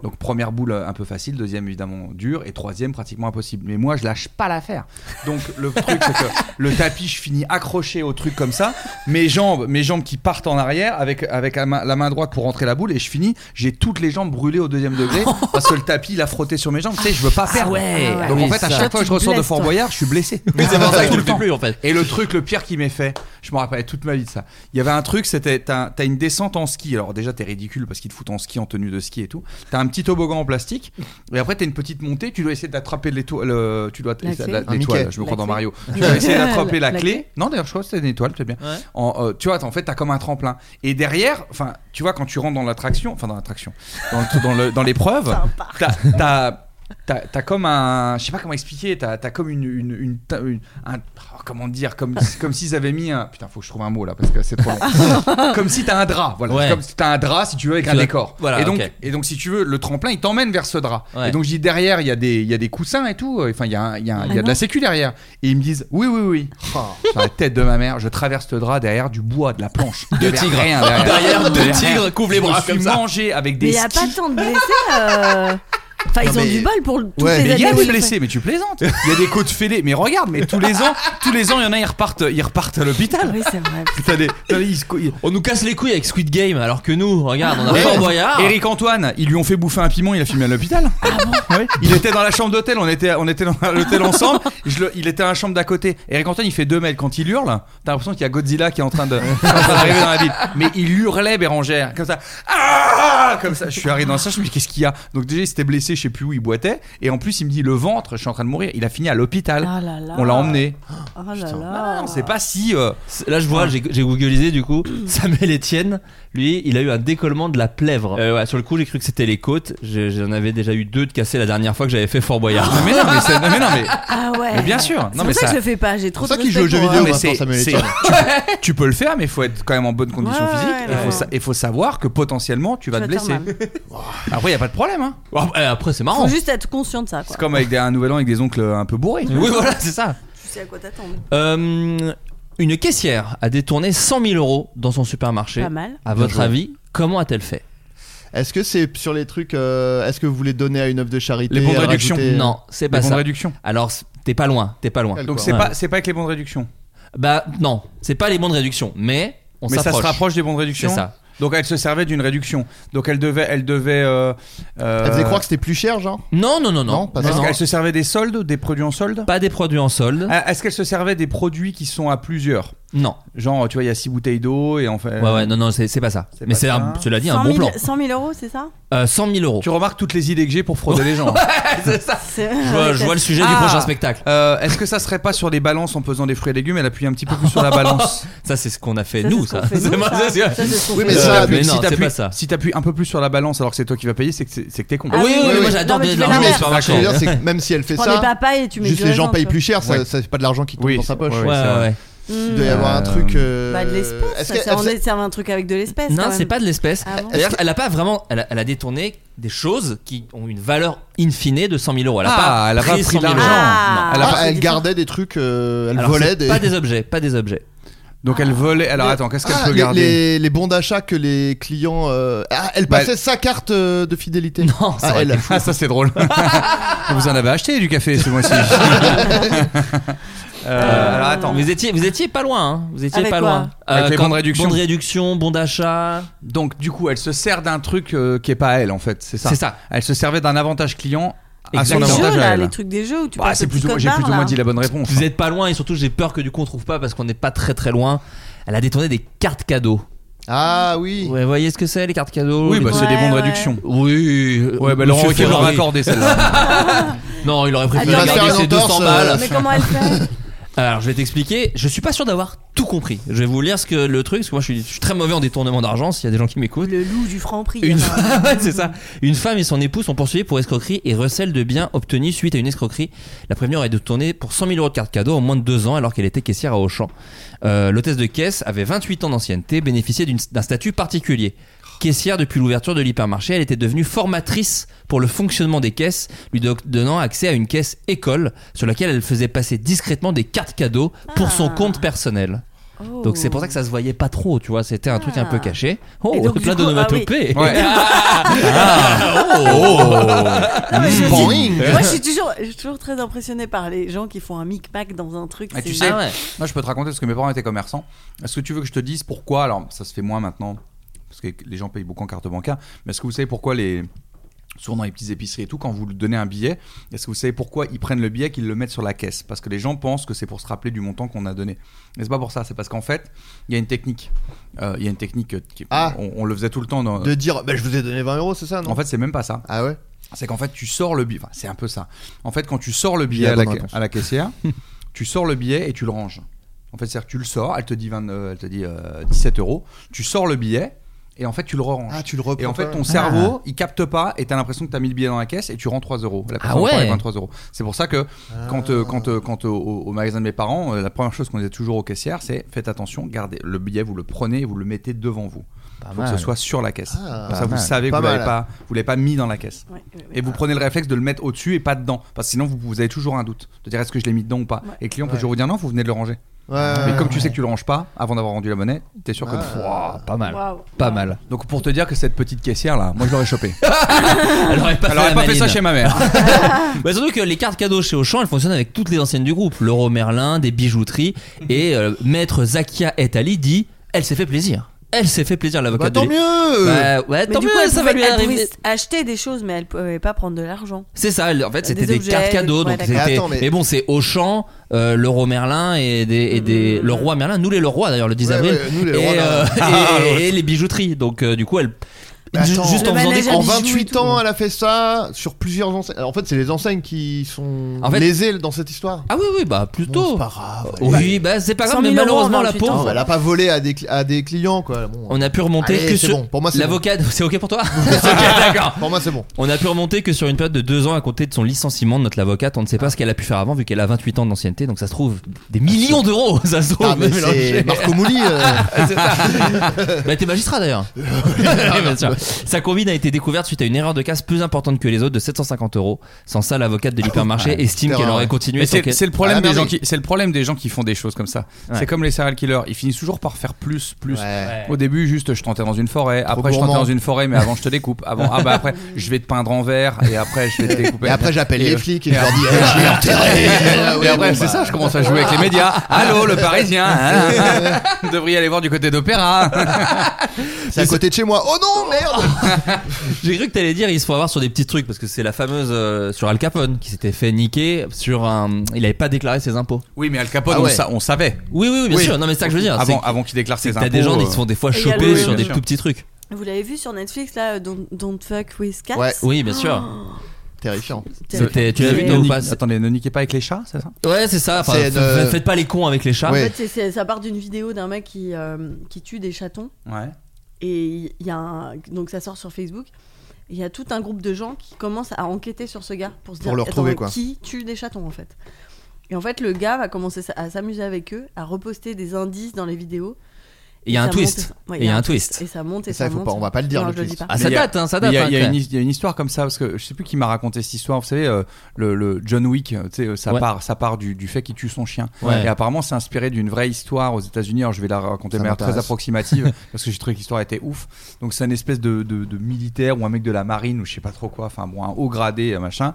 Speaker 8: Donc première boule euh, un peu facile, deuxième évidemment dure et troisième pratiquement impossible. Mais moi je lâche pas l'affaire. Donc le truc c'est que le tapis je finis accroché au truc comme ça, mes jambes, mes jambes qui partent en arrière avec avec la main, la main droite pour rentrer la boule et je finis, j'ai toutes les jambes brûlées au deuxième degré parce que le tapis il a frotté sur mes jambes. Tu sais je veux pas perdre.
Speaker 6: ouais. Ah ouais.
Speaker 8: Donc
Speaker 6: Oui,
Speaker 8: en fait à
Speaker 6: ça.
Speaker 8: chaque fois que je
Speaker 10: Tu te
Speaker 8: ressors de
Speaker 10: blesses,
Speaker 8: Fort
Speaker 10: toi.
Speaker 8: Boyard je suis blessé.
Speaker 6: Mais c'est pour ça que
Speaker 8: Tout
Speaker 6: tu le
Speaker 8: le
Speaker 6: fais
Speaker 8: temps.
Speaker 6: plus en fait.
Speaker 8: Et le truc, le pire qui m'est fait, je me rappelle toute ma vie de ça. Il y avait un truc, c'était t'as t'as une descente en ski. Alors déjà, t'es ridicule parce qu'ils te foutent en ski, en tenue de ski et tout. T'as un petit toboggan en plastique. Et après, t'as une petite montée. Tu dois essayer d'attraper l'étoile. le- Tu dois
Speaker 10: La clé.
Speaker 8: la-
Speaker 10: Un
Speaker 8: l'étoile.
Speaker 7: Mickey.
Speaker 8: Je me crois
Speaker 10: La
Speaker 8: dans
Speaker 10: clé.
Speaker 8: Mario. Tu dois essayer d'attraper la,
Speaker 10: La
Speaker 8: clé.
Speaker 10: clé.
Speaker 8: Non, d'ailleurs, je crois que c'était une étoile. C'est bien.
Speaker 6: Ouais.
Speaker 8: En, euh, tu vois, en fait, t'as comme un tremplin. Et derrière, enfin, tu vois, quand tu rentres dans l'attraction, enfin dans l'attraction, dans le- dans le- dans l'épreuve,
Speaker 10: C'est un parc.
Speaker 8: t'as t'as- t'as t'as comme un je sais pas comment expliquer t'as t'as comme une, une, une, ta- une- un- oh, comment dire comme comme s'ils avaient mis un putain faut que je trouve un mot là parce que c'est trop long comme si t'as un drap voilà
Speaker 6: Ouais.
Speaker 8: comme si t'as un drap si tu veux avec
Speaker 6: Tu
Speaker 8: un
Speaker 6: dois-
Speaker 8: décor
Speaker 6: voilà,
Speaker 8: et donc
Speaker 6: ok.
Speaker 8: et donc si tu veux le tremplin il t'emmène vers ce drap et
Speaker 6: Ouais.
Speaker 8: donc je dis derrière il y a des il y a des coussins et tout enfin il y a un- il y a, un- il y a
Speaker 10: Ah
Speaker 8: de la
Speaker 10: non.
Speaker 8: sécu derrière et ils me disent oui oui oui sur la tête de ma mère je traverse le drap derrière du bois de la planche
Speaker 6: Deux
Speaker 8: Il y avait
Speaker 6: tigres.
Speaker 8: rien derrière,
Speaker 6: Derrière, deux
Speaker 8: Il y avait
Speaker 6: tigres
Speaker 8: rien.
Speaker 6: couvrent les
Speaker 8: je
Speaker 6: bras
Speaker 8: me
Speaker 6: comme
Speaker 8: suis
Speaker 6: ça.
Speaker 8: mangé avec
Speaker 10: Mais
Speaker 8: des
Speaker 10: il y a pas
Speaker 8: skis
Speaker 10: tant de blessés. euh. Enfin, ils
Speaker 7: Non,
Speaker 10: ont
Speaker 7: mais-
Speaker 10: du bol pour le- toutes les
Speaker 7: Ouais,
Speaker 8: mais il y a
Speaker 10: années
Speaker 8: des
Speaker 10: qu'ils
Speaker 8: blessés, mais tu plaisantes. Il y a des côtes fêlées. Mais regarde, mais tous les ans, tous les ans, il y en a, ils repartent, ils repartent à
Speaker 10: font.
Speaker 8: l'hôpital.
Speaker 10: Ah Oui, c'est vrai. Oh
Speaker 8: T'as des- t'as des- ils se cou- ils-
Speaker 6: On nous casse les couilles avec Squid Game alors que nous, regarde, on a
Speaker 8: Ouais.
Speaker 6: Fort
Speaker 10: Ah.
Speaker 6: Boyard.
Speaker 8: Eric Antoine, ils lui ont fait bouffer un piment, il a fumé à l'hôpital. Ouais. Il était dans la chambre d'hôtel, on était, on était dans l'hôtel ensemble. Je le- il était dans la chambre d'à côté. Eric Antoine, il fait 2 mètres. Quand il hurle, t'as l'impression qu'il y a Godzilla qui est en train de- qui est en train d'arriver dans la ville. Mais il hurlait Bérangère, comme ça. Ah comme ça. Je suis arrivé dans ça, je me dis qu'est-ce qu'il y a Donc déjà, il s'était blessé, je sais plus où, il boitait. Et en plus, il me dit le ventre, je suis en train de mourir. Il a fini à l'hôpital.
Speaker 10: Ah là là.
Speaker 8: On l'a emmené.
Speaker 10: Oh là
Speaker 8: Ah,
Speaker 10: là.
Speaker 8: non, c'est pas si. euh,
Speaker 6: Là, je vois, j'ai j'ai googlisé du coup. Samuel Etienne, lui, il a eu un décollement de la plèvre. Euh, ouais, sur le coup, j'ai cru que c'était les côtes. Je- J'en avais déjà eu deux de cassés la dernière fois que j'avais fait Fort Boyard.
Speaker 8: Mais non, mais, c'est- non, mais, non, mais-
Speaker 10: Ah ouais.
Speaker 8: mais bien sûr.
Speaker 10: C'est
Speaker 8: Non,
Speaker 10: pour
Speaker 8: mais
Speaker 10: ça,
Speaker 8: ça-
Speaker 10: que je le fais pas. J'ai trop
Speaker 7: ça
Speaker 10: de
Speaker 7: qu'il joue
Speaker 10: respect
Speaker 7: aux jeux
Speaker 10: pour,
Speaker 7: vidéo.
Speaker 10: euh,
Speaker 8: mais
Speaker 7: maintenant,
Speaker 8: c'est-
Speaker 7: Samuel
Speaker 8: c'est-
Speaker 7: Etienne.
Speaker 8: tu, tu peux le faire, mais il faut être quand même en bonne condition
Speaker 10: Ouais,
Speaker 8: physique.
Speaker 10: ouais,
Speaker 8: et il
Speaker 10: ouais.
Speaker 8: faut, sa- et faut savoir que potentiellement tu vas te
Speaker 10: Twitter
Speaker 8: blesser.
Speaker 10: Man.
Speaker 8: Après, il n'y a pas de problème. Hein.
Speaker 6: Oh, euh, après, c'est marrant.
Speaker 10: Faut juste être conscient de ça. Quoi.
Speaker 8: C'est comme avec des- un nouvel an avec des oncles un peu bourrés.
Speaker 6: Oui, voilà, c'est ça.
Speaker 10: Tu sais à quoi t'attendre.
Speaker 6: Euh, une caissière a détourné 100 000 euros dans son supermarché.
Speaker 10: Pas mal.
Speaker 6: À
Speaker 7: Bien
Speaker 6: votre
Speaker 7: joué.
Speaker 6: avis, comment a-t-elle fait
Speaker 7: Est-ce que c'est sur les trucs. euh, Est-ce que vous voulez donner à une œuvre de charité
Speaker 8: Les bons de
Speaker 7: à
Speaker 8: réduction.
Speaker 7: rajouter- euh,
Speaker 6: Non, c'est
Speaker 8: Les
Speaker 6: pas
Speaker 8: bons de
Speaker 6: ça.
Speaker 8: réduction.
Speaker 6: Alors, c'est- t'es pas loin, t'es pas loin.
Speaker 7: Quel
Speaker 8: Donc
Speaker 7: quoi.
Speaker 8: c'est
Speaker 6: Ouais.
Speaker 8: pas c'est pas avec les bons de réduction.
Speaker 6: Bah non, c'est pas les bons de réduction, mais on
Speaker 8: mais ça se
Speaker 6: s'approche.
Speaker 8: rapproche des bons de
Speaker 6: C'est
Speaker 8: réduction.
Speaker 6: ça.
Speaker 8: Donc elle se servait d'une réduction. Donc elle devait elle devait. euh, euh,
Speaker 7: Elle faisait croire que c'était plus cher, genre
Speaker 6: Non, non, non, non.
Speaker 7: Non, pas ça.
Speaker 8: Est-ce
Speaker 7: Non.
Speaker 8: qu'elle se servait des soldes, des produits en solde Euh,
Speaker 6: Pas des produits en solde.
Speaker 8: Ah, Est-ce qu'elle se servait des produits qui sont à plusieurs
Speaker 6: Non.
Speaker 8: Genre, tu vois, il y a 6 bouteilles d'eau et en fait.
Speaker 6: Ouais, ouais, non, non, c'est c'est pas ça. Mais
Speaker 8: Euh, pas
Speaker 6: c'est
Speaker 8: ça.
Speaker 6: un- cela dit, un
Speaker 10: 100
Speaker 6: bon
Speaker 10: 000
Speaker 6: plan.
Speaker 10: 100 000 euros, c'est ça
Speaker 6: Euh, 100 000 euros.
Speaker 8: Tu remarques toutes les idées que j'ai pour frauder les gens. hein.
Speaker 10: C'est-
Speaker 6: Je vois, je vois le sujet du
Speaker 8: Ah.
Speaker 6: prochain spectacle.
Speaker 8: Euh, Est-ce que ça serait pas sur des balances en pesant des fruits et légumes Elle appuie un petit peu plus sur la balance.
Speaker 6: Ça, c'est ce qu'on a fait,
Speaker 10: Ça, c'est
Speaker 6: nous,
Speaker 10: ce qu'on
Speaker 6: ça.
Speaker 10: fait, nous,
Speaker 6: moi-
Speaker 10: ça.
Speaker 6: c'est-
Speaker 10: Ça, c'est ce qu'on
Speaker 7: Oui,
Speaker 10: fait,
Speaker 7: mais
Speaker 10: nous.
Speaker 7: ça,
Speaker 6: mais
Speaker 8: Si
Speaker 6: non, c'est
Speaker 8: t'appuies-
Speaker 6: pas ça.
Speaker 8: Si t'appuies un peu plus sur la balance alors que c'est toi qui vas payer, c'est que c'est- c'est que t'es con.
Speaker 10: Ah
Speaker 6: oui, oui,
Speaker 10: oui,
Speaker 6: oui, moi
Speaker 10: oui.
Speaker 6: j'adore
Speaker 10: Non, mais tu
Speaker 6: donner
Speaker 10: fais
Speaker 6: de l'argent
Speaker 7: Non,
Speaker 10: la
Speaker 6: au
Speaker 7: mais
Speaker 10: merde.
Speaker 7: ce que je veux
Speaker 6: supermarché.
Speaker 7: dire, c'est que même si elle
Speaker 10: Tu
Speaker 7: fait
Speaker 10: prends des
Speaker 7: ça,
Speaker 10: papas et tu mets
Speaker 7: juste
Speaker 10: du
Speaker 7: les
Speaker 10: raisin,
Speaker 7: gens payent
Speaker 10: quoi.
Speaker 7: plus cher, ça,
Speaker 8: Ouais.
Speaker 7: ça fait pas de l'argent qui tombe
Speaker 8: Oui,
Speaker 7: dans sa
Speaker 8: c'est-
Speaker 7: poche.
Speaker 8: ouais,
Speaker 6: Ouais,
Speaker 8: c'est
Speaker 6: ouais,
Speaker 8: vrai.
Speaker 6: ouais.
Speaker 7: Il doit y avoir un
Speaker 8: Euh,
Speaker 7: truc. euh,
Speaker 10: Hmm. Bah, de l'espèce,
Speaker 7: Est-ce
Speaker 10: ça,
Speaker 7: que-
Speaker 10: c'est on
Speaker 7: est-ce-
Speaker 10: est- c'est un truc avec de l'espèce.
Speaker 6: Non,
Speaker 10: quand
Speaker 6: c'est
Speaker 10: même.
Speaker 6: pas de l'espèce.
Speaker 10: Ah bon
Speaker 6: D'ailleurs, elle a pas vraiment. Elle a, elle a détourné des choses qui ont une valeur in fine de 100 000 euros. Elle a
Speaker 8: Ah,
Speaker 6: pas
Speaker 8: elle a pas
Speaker 6: pris
Speaker 8: pris
Speaker 6: 100 000 euros.
Speaker 8: d'argent.
Speaker 10: Ah.
Speaker 8: Elle
Speaker 7: Elle,
Speaker 8: a
Speaker 7: ah,
Speaker 8: pas-
Speaker 7: elle gardait des trucs, euh, elle
Speaker 6: Alors,
Speaker 7: volait
Speaker 6: c'est
Speaker 7: des.
Speaker 6: Pas des objets, pas des objets.
Speaker 8: Donc elle volait. Alors
Speaker 7: Le-
Speaker 8: attends, qu'est-ce qu'elle
Speaker 7: Ah,
Speaker 8: peut
Speaker 7: les-
Speaker 8: garder
Speaker 7: les, les bons d'achat que les clients. euh, Ah, elle
Speaker 8: Bah,
Speaker 7: passait sa carte euh, de fidélité.
Speaker 6: Non, ça
Speaker 7: Ah,
Speaker 6: aurait
Speaker 7: elle.
Speaker 6: été
Speaker 8: Ah, ça c'est drôle. vous en avez acheté du café ce mois-ci. Euh, alors attends.
Speaker 6: Vous étiez, vous étiez pas loin, hein. Vous étiez
Speaker 10: Avec
Speaker 6: pas
Speaker 10: quoi
Speaker 6: loin. Euh,
Speaker 8: Avec les
Speaker 6: quand-
Speaker 8: bons de réduction.
Speaker 6: Bons de réduction, bons d'achat.
Speaker 8: Donc du coup, elle se sert d'un truc euh, qui est pas à elle en fait, c'est ça.
Speaker 6: C'est ça.
Speaker 8: Elle se servait d'un avantage client à son
Speaker 6: Exactement.
Speaker 10: Les jeux,
Speaker 8: avantage à
Speaker 10: là,
Speaker 8: elle.
Speaker 10: les trucs des jeux où tu
Speaker 8: Bah,
Speaker 10: passes
Speaker 8: c'est
Speaker 10: au
Speaker 8: plus
Speaker 10: petit
Speaker 8: ou moins- j'ai
Speaker 10: code
Speaker 8: plus ou
Speaker 10: barre,
Speaker 8: moins
Speaker 10: là.
Speaker 8: dit la bonne réponse.
Speaker 6: Vous êtes pas loin et surtout j'ai peur que du coup on trouve pas parce qu'on n'est pas très très loin. Elle a détourné des cartes cadeaux.
Speaker 7: Ah oui.
Speaker 6: Ouais, vous voyez ce que c'est les cartes cadeaux
Speaker 8: Oui,
Speaker 6: les-
Speaker 8: bah c'est
Speaker 10: Ouais,
Speaker 8: des bons de
Speaker 10: ouais.
Speaker 8: réduction.
Speaker 6: Oui.
Speaker 8: Ouais, bah
Speaker 6: Monsieur
Speaker 8: Laurent Ruquier l'aurait
Speaker 6: Ferrari.
Speaker 8: accordé celle-là.
Speaker 6: Non, il aurait
Speaker 10: Attends,
Speaker 6: préféré garder
Speaker 7: regarde.
Speaker 6: ses 200
Speaker 7: Entorse,
Speaker 6: balles.
Speaker 7: euh,
Speaker 10: Mais comment elle fait
Speaker 6: Alors, je vais t'expliquer. Je suis pas sûr d'avoir tout compris. Je vais vous lire ce que le truc, parce que moi, je suis, je suis très mauvais en détournement d'argent. S'il y a des gens qui m'écoutent.
Speaker 10: Le loup du franc prix.
Speaker 6: Une femme, ouais, c'est ça. Une femme et son époux sont poursuivis pour escroquerie et recel de biens obtenus suite à une escroquerie. La prévenue aurait détourné pour 100 000 euros de carte cadeau en moins de deux ans alors qu'elle était caissière à Auchan. Euh, L'hôtesse de caisse avait 28 ans d'ancienneté, bénéficiait d'une- d'un statut particulier. Caissière depuis l'ouverture de l'hypermarché, elle était devenue formatrice pour le fonctionnement des caisses, lui do- donnant accès à une caisse école sur laquelle elle faisait passer discrètement des cartes cadeaux pour son
Speaker 10: Ah.
Speaker 6: compte personnel. Donc c'est pour ça que ça se voyait pas trop, tu vois, c'était un truc un peu caché. Oh,
Speaker 10: Ah. Et donc,
Speaker 6: plein
Speaker 10: du coup,
Speaker 6: d'onomatopées.
Speaker 8: ah oui. Ouais. Ah.
Speaker 7: Boing.
Speaker 10: Oh. Moi, je suis toujours, je suis toujours très impressionnée par les gens qui font un micmac dans un truc.
Speaker 8: Ah, tu
Speaker 10: c'est-
Speaker 8: sais,
Speaker 6: Ah ouais.
Speaker 8: Moi, je peux te raconter parce que mes parents étaient commerçants. Est-ce que tu veux que je te dise pourquoi Alors, ça se fait moins maintenant parce que les gens payent beaucoup en carte bancaire. Mais est-ce que vous savez pourquoi les souvent dans les petites épiceries et tout, quand vous donnez un billet, est-ce que vous savez pourquoi ils prennent le billet qu'ils le mettent sur la caisse Parce que les gens pensent que c'est pour se rappeler du montant qu'on a donné. Mais c'est pas pour ça. C'est parce qu'en fait, il y a une technique. Euh, Il y a une technique. Qui,
Speaker 7: Ah.
Speaker 8: on, on le faisait tout le temps. Dans,
Speaker 7: De dire, bah, je vous ai donné 20 euros, c'est ça, non
Speaker 8: En fait, c'est même pas ça.
Speaker 7: Ah ouais
Speaker 8: C'est qu'en fait, tu sors le billet. Enfin, c'est un peu ça. En fait, quand tu sors le
Speaker 7: J'ai
Speaker 8: billet
Speaker 7: la
Speaker 8: à la, ca-
Speaker 7: bonne réponse.
Speaker 8: à la caissière, tu sors le billet et tu le ranges. En fait, c'est-à-dire que tu le sors, elle te dit, 20, euh, elle te dit euh, 17 euros, tu sors le billet et en fait, tu le ranges.
Speaker 7: Ah, tu le reprends. Ah.
Speaker 8: et en fait,
Speaker 7: quand
Speaker 8: ton
Speaker 7: même.
Speaker 8: cerveau, il capte pas et t'as l'impression que t'as mis le billet dans la caisse et tu rends 3 euros.
Speaker 7: Ah
Speaker 8: La personne
Speaker 6: ouais.
Speaker 8: prend les 23 euros. C'est pour ça que quand, euh, quand, euh, quand, euh, au, au magasin de mes parents, euh, la première chose qu'on disait toujours aux caissières, c'est faites attention, gardez le billet, vous le prenez et vous le mettez devant vous. Il faut que ce soit sur la caisse.
Speaker 7: Ah,
Speaker 8: Comme ça,
Speaker 7: pas
Speaker 8: vous
Speaker 7: mal.
Speaker 8: savez que
Speaker 7: Pas
Speaker 8: vous l'avez
Speaker 7: mal. Ah.
Speaker 8: pas, vous l'avez pas mis dans la caisse.
Speaker 10: Ouais, ouais, ouais.
Speaker 8: Et vous prenez le réflexe de le mettre au-dessus et pas dedans. Parce que sinon, vous, vous avez toujours un doute de dire est-ce que je l'ai mis dedans ou pas.
Speaker 10: Ouais.
Speaker 8: Et le client peut
Speaker 7: Ouais.
Speaker 8: toujours vous dire non, vous venez de le ranger.
Speaker 7: Ouais.
Speaker 8: Mais comme tu sais que tu le ranges pas avant d'avoir rendu la monnaie, t'es sûr que.
Speaker 7: Ah.
Speaker 8: Ouah, pas mal.
Speaker 10: Waouh.
Speaker 6: Pas mal.
Speaker 8: Donc pour te dire que cette petite caissière là, moi je l'aurais chopée.
Speaker 6: Elle aurait pas,
Speaker 8: Elle aurait
Speaker 6: la
Speaker 8: pas fait ça
Speaker 6: maline.
Speaker 8: chez ma mère.
Speaker 6: Bah, surtout que les cartes cadeaux chez Auchan, elles fonctionnent avec toutes les anciennes du groupe. L'Euro Merlin, des bijouteries. Et euh, maître Zakia et Ali dit elle s'est fait plaisir. Elle s'est fait plaisir, l'avocat
Speaker 7: Bah,
Speaker 6: de
Speaker 7: tant
Speaker 6: lui.
Speaker 7: mieux
Speaker 6: Bah, ouais,
Speaker 10: Mais
Speaker 6: tant
Speaker 10: du
Speaker 6: mieux,
Speaker 10: coup, elle
Speaker 6: ça va
Speaker 10: pouvait-
Speaker 6: lui
Speaker 10: elle
Speaker 6: arriver.
Speaker 10: pouvait acheter des choses, mais elle pouvait pas prendre de l'argent.
Speaker 6: C'est ça, elle- en fait, c'était des,
Speaker 10: objets,
Speaker 6: cartes cadeaux.
Speaker 10: ouais,
Speaker 6: donc
Speaker 10: d'accord.
Speaker 6: c'était-
Speaker 7: Mais attends, mais-
Speaker 6: bon, c'est Auchan, euh, l'Euro Merlin et des, et des-
Speaker 10: Mm.
Speaker 6: le roi Merlin. Nous, les Leroy d'ailleurs, le 10
Speaker 7: Ouais,
Speaker 6: avril.
Speaker 7: ouais, nous, les
Speaker 6: et,
Speaker 7: Leroy, Ah, là.
Speaker 6: euh, et- et les bijouteries. Donc, euh, du coup, elle.
Speaker 8: bah,
Speaker 7: Mais
Speaker 6: ju-
Speaker 7: attends.
Speaker 6: juste en
Speaker 10: Le
Speaker 6: faisant des
Speaker 10: manager
Speaker 7: En
Speaker 10: bijoux et
Speaker 7: 28
Speaker 10: tout.
Speaker 7: ans, elle a fait ça sur plusieurs enseignes. Alors, en fait, c'est les enseignes qui sont
Speaker 6: En fait-
Speaker 7: lésées dans cette histoire.
Speaker 6: Ah oui, oui, bah
Speaker 7: Bon,
Speaker 6: plutôt.
Speaker 7: c'est pas grave. Ah, bah,
Speaker 6: oui, bah c'est pas grave,
Speaker 10: 100
Speaker 6: mais
Speaker 10: 000 euros en
Speaker 6: malheureusement, la
Speaker 10: 28 ans.
Speaker 6: pauvre.
Speaker 7: Non, elle a pas volé à des, cli- à des clients, quoi. Bon,
Speaker 6: On a pu remonter
Speaker 7: Allez,
Speaker 6: que
Speaker 7: c'est
Speaker 6: sur
Speaker 7: bon, pour moi, c'est
Speaker 6: l'avocat. C'est ok pour toi Ok, d'accord.
Speaker 7: Pour moi, c'est bon.
Speaker 6: On a pu remonter que sur une période de deux ans à compter de son licenciement de notre avocate, on ne sait
Speaker 7: Ah.
Speaker 6: pas ce qu'elle a pu faire avant vu qu'elle a 28 ans d'ancienneté, donc ça se trouve des millions d'euros, ça se trouve.
Speaker 7: Ah, mais
Speaker 6: mélangé.
Speaker 7: c'est Marco Mouli. euh,
Speaker 6: C'est ça. bah t'es magistrat d'ailleurs. Oui, bien sûr. Sa combine a été découverte suite à une erreur de casse plus importante que les autres de 750 euros. Sans ça, l'avocate de l'hypermarché estime
Speaker 7: putain,
Speaker 6: qu'elle aurait
Speaker 7: Ah, ouais.
Speaker 6: continué.
Speaker 8: Mais
Speaker 6: sans
Speaker 8: c'est
Speaker 6: qu'elle-
Speaker 8: c'est le problème
Speaker 7: Ah,
Speaker 8: des
Speaker 7: mais
Speaker 8: gens
Speaker 7: oui.
Speaker 8: qui c'est le problème des gens qui font des choses comme ça.
Speaker 6: Ouais.
Speaker 8: C'est comme les serial killers, ils finissent toujours par faire plus plus.
Speaker 7: ouais.
Speaker 8: Au début, juste je t'enterre dans une forêt, après je
Speaker 7: gourmand.
Speaker 8: t'enterre dans une forêt, mais avant je te découpe. Avant, ah bah après je vais te peindre en vert et après je vais te découper.
Speaker 7: Et après, j'appelle
Speaker 8: Et,
Speaker 7: les
Speaker 8: euh,
Speaker 7: flics et je leur dis, Eh, je l'ai enterré. Ah ouais,
Speaker 8: et après,
Speaker 7: bon,
Speaker 8: c'est
Speaker 7: bah.
Speaker 8: ça, je commence à jouer avec les médias. Allô, le Parisien. hein, hein, hein. Vous devriez aller voir du côté d'Opéra.
Speaker 7: C'est à côté de chez moi. Oh non, merde
Speaker 6: J'ai cru que t'allais dire ils se font avoir sur des petits trucs parce que c'est la fameuse euh, sur Al Capone qui s'était fait niquer sur un. Il avait pas déclaré ses impôts.
Speaker 8: Oui, mais Al Capone,
Speaker 6: Ah ouais.
Speaker 8: on, sa- on savait.
Speaker 6: Oui, oui, oui, bien sûr. Non, mais c'est ça que je veux dire.
Speaker 8: Avant,
Speaker 6: C'est-
Speaker 8: avant qu'il déclare
Speaker 6: c'est
Speaker 8: ses
Speaker 6: que
Speaker 8: impôts.
Speaker 6: T'as des gens
Speaker 8: euh,
Speaker 6: qui se font des fois
Speaker 10: Et il y a
Speaker 6: choper
Speaker 10: le- Oui,
Speaker 6: sur des
Speaker 8: bien
Speaker 6: tout
Speaker 8: sûr.
Speaker 6: petits trucs.
Speaker 10: Vous l'avez vu sur Netflix là, euh, Don't, Don't Fuck with Cats
Speaker 7: Ouais.
Speaker 6: Oui, bien sûr.
Speaker 8: Ah,
Speaker 7: Terrifiant.
Speaker 6: C'était- tu l'as vu,
Speaker 10: Et-
Speaker 6: toi, ou
Speaker 8: Ne
Speaker 6: pas
Speaker 8: nique- euh, Attendez, ne niquez pas avec les chats, c'est euh, ça
Speaker 6: Ouais, c'est ça. Enfin,
Speaker 7: C'est
Speaker 6: f-
Speaker 7: une-
Speaker 6: Faites pas les cons avec les chats.
Speaker 10: En
Speaker 7: Ouais.
Speaker 10: fait, c'est- c'est- ça part d'une vidéo d'un mec qui, euh, qui tue des chatons.
Speaker 8: Ouais.
Speaker 10: Et il y a un- donc ça sort sur Facebook. Il y a tout un groupe de gens qui commencent à enquêter sur ce gars pour se
Speaker 7: Pour
Speaker 10: dire
Speaker 7: le retrouver,
Speaker 10: attends,
Speaker 7: quoi.
Speaker 10: qui tue des chatons en fait. Et en fait, le gars va commencer sa- à s'amuser avec eux, à reposter des indices dans les vidéos.
Speaker 6: Et il y a
Speaker 10: Et
Speaker 6: un
Speaker 10: ça
Speaker 6: twist.
Speaker 10: monte. Ouais,
Speaker 6: Et il y a un twist.
Speaker 10: Et ça monte et
Speaker 7: Ça,
Speaker 10: ça,
Speaker 7: faut
Speaker 10: monte.
Speaker 7: pas- on va pas le dire,
Speaker 10: Non,
Speaker 7: le
Speaker 10: je le
Speaker 7: twist.
Speaker 10: dis pas.
Speaker 6: Ah, ça
Speaker 8: Mais il y a-
Speaker 6: date, hein, ça
Speaker 8: Mais
Speaker 6: date.
Speaker 8: Il y, a-
Speaker 6: hein,
Speaker 8: il y a
Speaker 6: quand
Speaker 8: une
Speaker 6: même.
Speaker 8: his- il y a une histoire comme ça parce que je sais plus qui m'a raconté cette histoire. Vous savez, euh, le, le John Wick, euh, tu sais, euh, ça
Speaker 6: Ouais.
Speaker 8: part, ça part du, du fait qu'il tue son chien.
Speaker 6: Ouais.
Speaker 8: Et apparemment, c'est inspiré d'une vraie histoire aux États-Unis. Alors, je vais la raconter
Speaker 7: Ça
Speaker 8: de manière très
Speaker 7: m'intéresse.
Speaker 8: approximative parce que j'ai trouvé que l'histoire était ouf. Donc, c'est une espèce de, de- de militaire ou un mec de la marine ou je sais pas trop quoi. Enfin, bon, un haut gradé, euh, machin.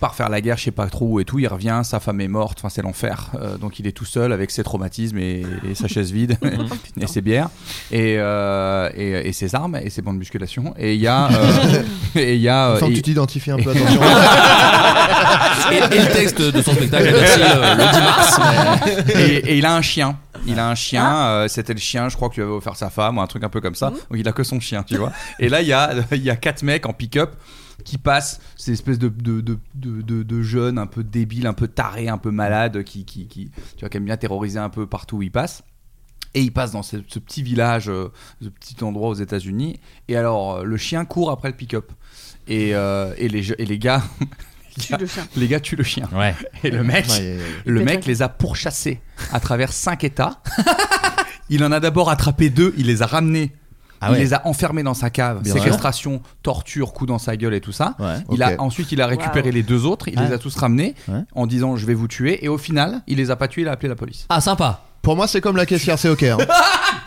Speaker 8: Part faire la guerre, je sais pas trop où et tout. Il revient, sa femme est morte. Enfin, c'est l'enfer. Euh, donc, il est tout seul avec ses traumatismes et, et sa chaise vide et ses bières et, euh, et, et ses armes et ses bandes de musculation. Et il y a. euh, et il y a. euh,
Speaker 7: Sans que
Speaker 8: et-
Speaker 7: tu t'identifies un peu, attention.
Speaker 6: Et, et le texte de son spectacle est sorti euh, le 10 mars. mais-
Speaker 8: et, et il a un chien. Il a un chien, euh, c'était le chien, je crois que lui avait offert sa femme ou un truc un peu comme ça. Donc il a que son chien, tu vois. Et là, il y a, il y a quatre mecs en pick-up qui passent, ces espèces de, de, de, de, de- de jeunes un peu débiles, un peu tarés, un peu malades, qui, qui, qui, tu vois, qui aiment bien terroriser un peu partout où ils passent. Et ils passent dans ce, ce petit village, euh, ce petit endroit aux États-Unis. Et alors, euh, le chien court après le pick-up. Et, euh, et, les, je- et les gars. les
Speaker 10: Tue
Speaker 8: gars-
Speaker 10: le chien.
Speaker 8: Les gars tuent le chien.
Speaker 6: Ouais.
Speaker 8: Et le mec,
Speaker 7: Ouais, ouais, ouais.
Speaker 8: le
Speaker 10: Il
Speaker 8: mec
Speaker 10: pète
Speaker 8: les a pourchassés à travers cinq États. Il en a d'abord attrapé deux, il les a ramenés.
Speaker 6: Ah
Speaker 8: il
Speaker 6: ouais.
Speaker 8: les a enfermés dans sa cave,
Speaker 6: Bien
Speaker 8: séquestration, torture, coup dans sa gueule et tout ça.
Speaker 6: Ouais.
Speaker 8: Il
Speaker 7: Ok.
Speaker 8: a, ensuite, il a récupéré
Speaker 10: Waouh.
Speaker 8: les deux autres, il
Speaker 6: Ouais.
Speaker 8: les a tous ramenés
Speaker 6: Ouais.
Speaker 8: en disant je vais vous tuer. Et au final, il les a pas tués, il a appelé la police.
Speaker 6: Ah, sympa.
Speaker 7: Pour moi, c'est comme la caissière, c'est ok. hein.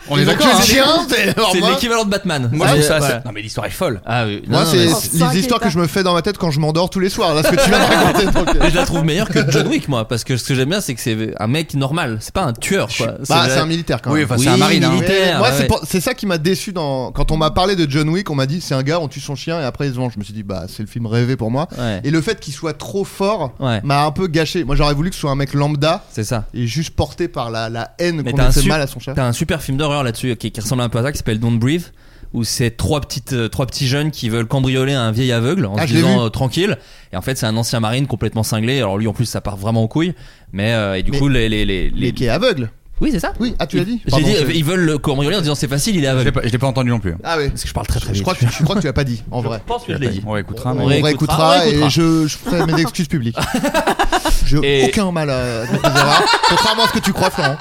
Speaker 8: On
Speaker 7: Ils ont tué le
Speaker 8: hein
Speaker 7: chien, c'est alors
Speaker 6: C'est
Speaker 7: moi-
Speaker 6: l'équivalent de Batman. Ah,
Speaker 8: Moi,
Speaker 6: Ouais.
Speaker 8: je trouve ça.
Speaker 6: Ouais.
Speaker 8: assez- Non, mais l'histoire est folle.
Speaker 6: Ah oui. Non,
Speaker 7: Moi,
Speaker 6: non,
Speaker 7: c'est
Speaker 6: mais-
Speaker 10: mais-
Speaker 7: les histoires que je me fais dans ma tête quand je m'endors tous les soirs. Là, ce que tu viens de raconter. donc, euh,
Speaker 6: Mais je la trouve meilleure que John Wick, moi, parce que ce que j'aime bien, c'est que c'est un mec normal, c'est pas un tueur, quoi.
Speaker 7: Bah,
Speaker 6: vrai-
Speaker 7: c'est un militaire quand
Speaker 8: Oui,
Speaker 7: même.
Speaker 8: enfin,
Speaker 6: Oui,
Speaker 8: c'est un marine. hein.
Speaker 7: Mais
Speaker 6: militaire,
Speaker 7: moi,
Speaker 6: ouais,
Speaker 7: c'est
Speaker 6: ouais.
Speaker 7: pour- c'est ça qui m'a déçu dans... quand on m'a parlé de John Wick. On m'a dit c'est un gars, on tue son chien et après il se venge. Je me suis dit bah c'est le film rêvé pour moi.
Speaker 6: Ouais.
Speaker 7: Et le fait qu'il soit trop fort
Speaker 6: Ouais.
Speaker 7: m'a un peu gâché. Moi j'aurais voulu que ce soit un mec lambda
Speaker 6: C'est ça.
Speaker 7: et juste porté par la, la haine
Speaker 6: Mais
Speaker 7: qu'on
Speaker 6: t'as
Speaker 7: a
Speaker 6: un,
Speaker 7: fait
Speaker 6: su-
Speaker 7: mal à son chien.
Speaker 6: t'as un super film d'horreur là-dessus qui, qui ressemble un peu à ça, qui s'appelle Don't Breathe, où c'est trois, petites, euh, trois petits jeunes qui veulent cambrioler un vieil aveugle en
Speaker 7: Ah,
Speaker 6: se
Speaker 7: je l'ai
Speaker 6: disant
Speaker 7: vu.
Speaker 6: euh, tranquille. Et en fait, c'est un ancien marine complètement cinglé. Alors lui, en plus, ça part vraiment en couille. Mais euh, et du
Speaker 7: Mais-
Speaker 6: coup, les. les, les, les-
Speaker 7: Mais qui est aveugle.
Speaker 6: Oui, c'est ça
Speaker 7: Oui, ah tu l'as
Speaker 6: Ils-
Speaker 7: dit.
Speaker 6: J'ai
Speaker 7: Pardon,
Speaker 6: dit,
Speaker 7: je-
Speaker 6: euh, ils veulent le cambrioler en disant c'est facile, il est
Speaker 8: Je l'ai
Speaker 6: aveugle.
Speaker 8: pas, je l'ai pas entendu non plus.
Speaker 7: Ah oui.
Speaker 6: Parce que je parle très très
Speaker 7: Je
Speaker 6: vite.
Speaker 7: crois que je crois que tu l'as pas dit en vrai.
Speaker 6: Je pense que je l'ai dit.
Speaker 8: On réécoutera.
Speaker 7: On,
Speaker 8: mais-
Speaker 6: réécoutera,
Speaker 7: réécoutera,
Speaker 6: on réécoutera.
Speaker 7: et je, je ferai mes excuses publiques. J'ai
Speaker 6: Et-
Speaker 7: aucun mal à à tes erreurs, contrairement à ce que tu crois, Florent.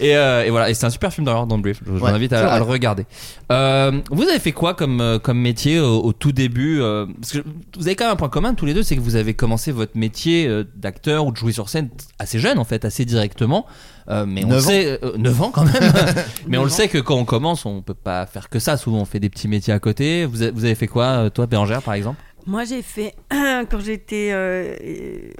Speaker 6: Et, euh, et voilà, et c'est un super film d'horreur, Don't Breathe. Je vous
Speaker 7: Ouais,
Speaker 6: invite
Speaker 7: c'est
Speaker 6: à,
Speaker 7: vrai.
Speaker 6: à le regarder. Euh, vous avez fait quoi comme, euh, comme métier au, au tout début euh, Parce que vous avez quand même un point commun tous les deux, c'est que vous avez commencé votre métier euh, d'acteur ou de jouer sur scène assez jeune en fait, assez directement. Euh, mais on
Speaker 7: Neuf ans.
Speaker 6: sait, 9 ans quand même. mais on le
Speaker 10: ans.
Speaker 6: sait que quand on commence, on peut pas faire que ça. Souvent, on fait des petits métiers à côté. Vous, a- vous avez fait quoi, euh, toi, Bérangère, par exemple
Speaker 10: Moi, j'ai fait quand j'étais euh,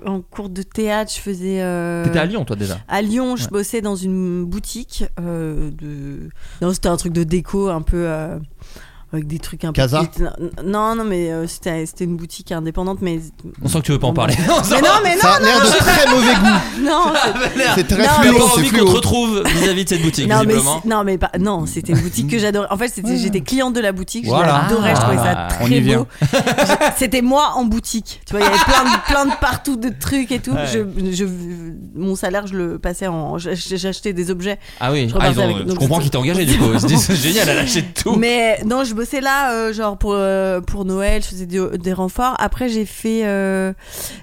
Speaker 10: en cours de théâtre, je faisais. euh,
Speaker 6: T'étais à Lyon, toi déjà.
Speaker 10: À Lyon, je
Speaker 6: Ouais.
Speaker 10: bossais dans une boutique euh, de. Non, c'était un truc de déco un peu. euh, avec des trucs un
Speaker 7: Casa
Speaker 10: peu. Non, non, mais euh, c'était c'était une boutique indépendante, mais.
Speaker 6: On sent que tu veux pas en
Speaker 10: Non,
Speaker 6: parler. On sent-
Speaker 10: Mais non, mais non,
Speaker 7: Ça a l'air de très mauvais goût.
Speaker 10: non
Speaker 7: C'est très
Speaker 10: Non,
Speaker 6: Tu as
Speaker 7: fluo,
Speaker 6: pas
Speaker 7: c'est
Speaker 6: envie qu'on
Speaker 7: fluo.
Speaker 6: te retrouve vis-à-vis de cette boutique,
Speaker 10: Non mais,
Speaker 6: visiblement.
Speaker 10: c'est- non mais pas non c'était une boutique que j'adorais en fait c'était j'étais cliente de la boutique je
Speaker 8: Voilà.
Speaker 10: l'adorais je trouvais ça
Speaker 6: Ah,
Speaker 8: on
Speaker 10: très
Speaker 8: y vient.
Speaker 10: beau c'était moi en boutique tu vois il y avait plein de, plein de partout de trucs et tout
Speaker 6: Ouais.
Speaker 10: je, je- mon salaire je le passais en j'ach- j'achetais des objets
Speaker 6: Ah oui,
Speaker 10: Je
Speaker 6: ah,
Speaker 10: repartais
Speaker 6: ils ont-
Speaker 10: avec-
Speaker 6: je
Speaker 10: donc
Speaker 6: comprends
Speaker 10: c'est-
Speaker 6: qu'ils t'ont engagé du coup. Ils se disent, c'est génial, elle a lâché tout.
Speaker 10: Mais non, je bossais là, euh, genre pour, euh, pour Noël, je faisais du- des renforts. Après, j'ai fait. euh,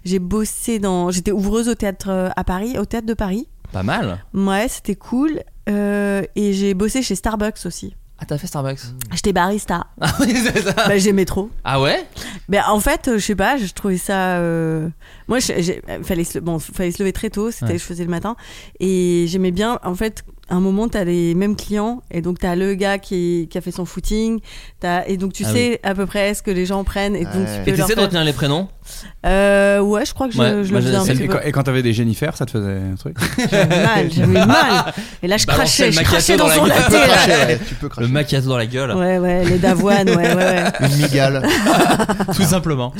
Speaker 10: j'ai bossé dans. J'étais ouvreuse au théâtre euh, à Paris, au théâtre de Paris.
Speaker 6: Pas mal.
Speaker 10: Ouais, c'était cool. Euh, et j'ai bossé chez Starbucks aussi.
Speaker 6: Ah, t'as fait Starbucks
Speaker 10: J'étais barista.
Speaker 6: Ah oui, c'est ça.
Speaker 10: bah, j'aimais trop.
Speaker 6: Ah ouais
Speaker 10: Ben, en fait, euh, je sais pas, je trouvais ça. euh, Moi, je- j'ai- euh, fallait se... le- Bon, fallait se lever très tôt, c'était,
Speaker 6: Ouais.
Speaker 10: je faisais le matin. Et j'aimais bien, en fait, à un moment, tu as les mêmes clients, et donc tu as le gars qui, qui a fait son footing, t'as- et donc tu
Speaker 6: Ah
Speaker 10: sais à peu près ce que les gens prennent, et donc
Speaker 7: Ouais.
Speaker 10: tu
Speaker 6: Et
Speaker 10: peux leur
Speaker 6: t'essaies de
Speaker 10: faire-
Speaker 6: retenir les prénoms
Speaker 10: Euh, ouais, je crois que je,
Speaker 6: Ouais,
Speaker 10: je
Speaker 6: moi,
Speaker 10: le faisais un
Speaker 6: celle
Speaker 10: petit
Speaker 8: Et
Speaker 10: peu.
Speaker 8: quand- et quand t'avais des Jennifer, ça te faisait un truc
Speaker 10: J'avais mal, j'avais mal. Et là, je
Speaker 6: Balancer
Speaker 10: crachais,
Speaker 6: le
Speaker 10: je
Speaker 6: macchiato
Speaker 10: crachais dans,
Speaker 6: dans la
Speaker 10: son
Speaker 6: gueule.
Speaker 10: latte.
Speaker 7: Tu
Speaker 10: là.
Speaker 7: peux cracher, ouais, tu peux
Speaker 6: Le
Speaker 7: cracher.
Speaker 6: macchiato dans la gueule,
Speaker 10: Ouais, ouais, les d'avoine, ouais, ouais, ouais.
Speaker 7: Une migale.
Speaker 6: tout simplement.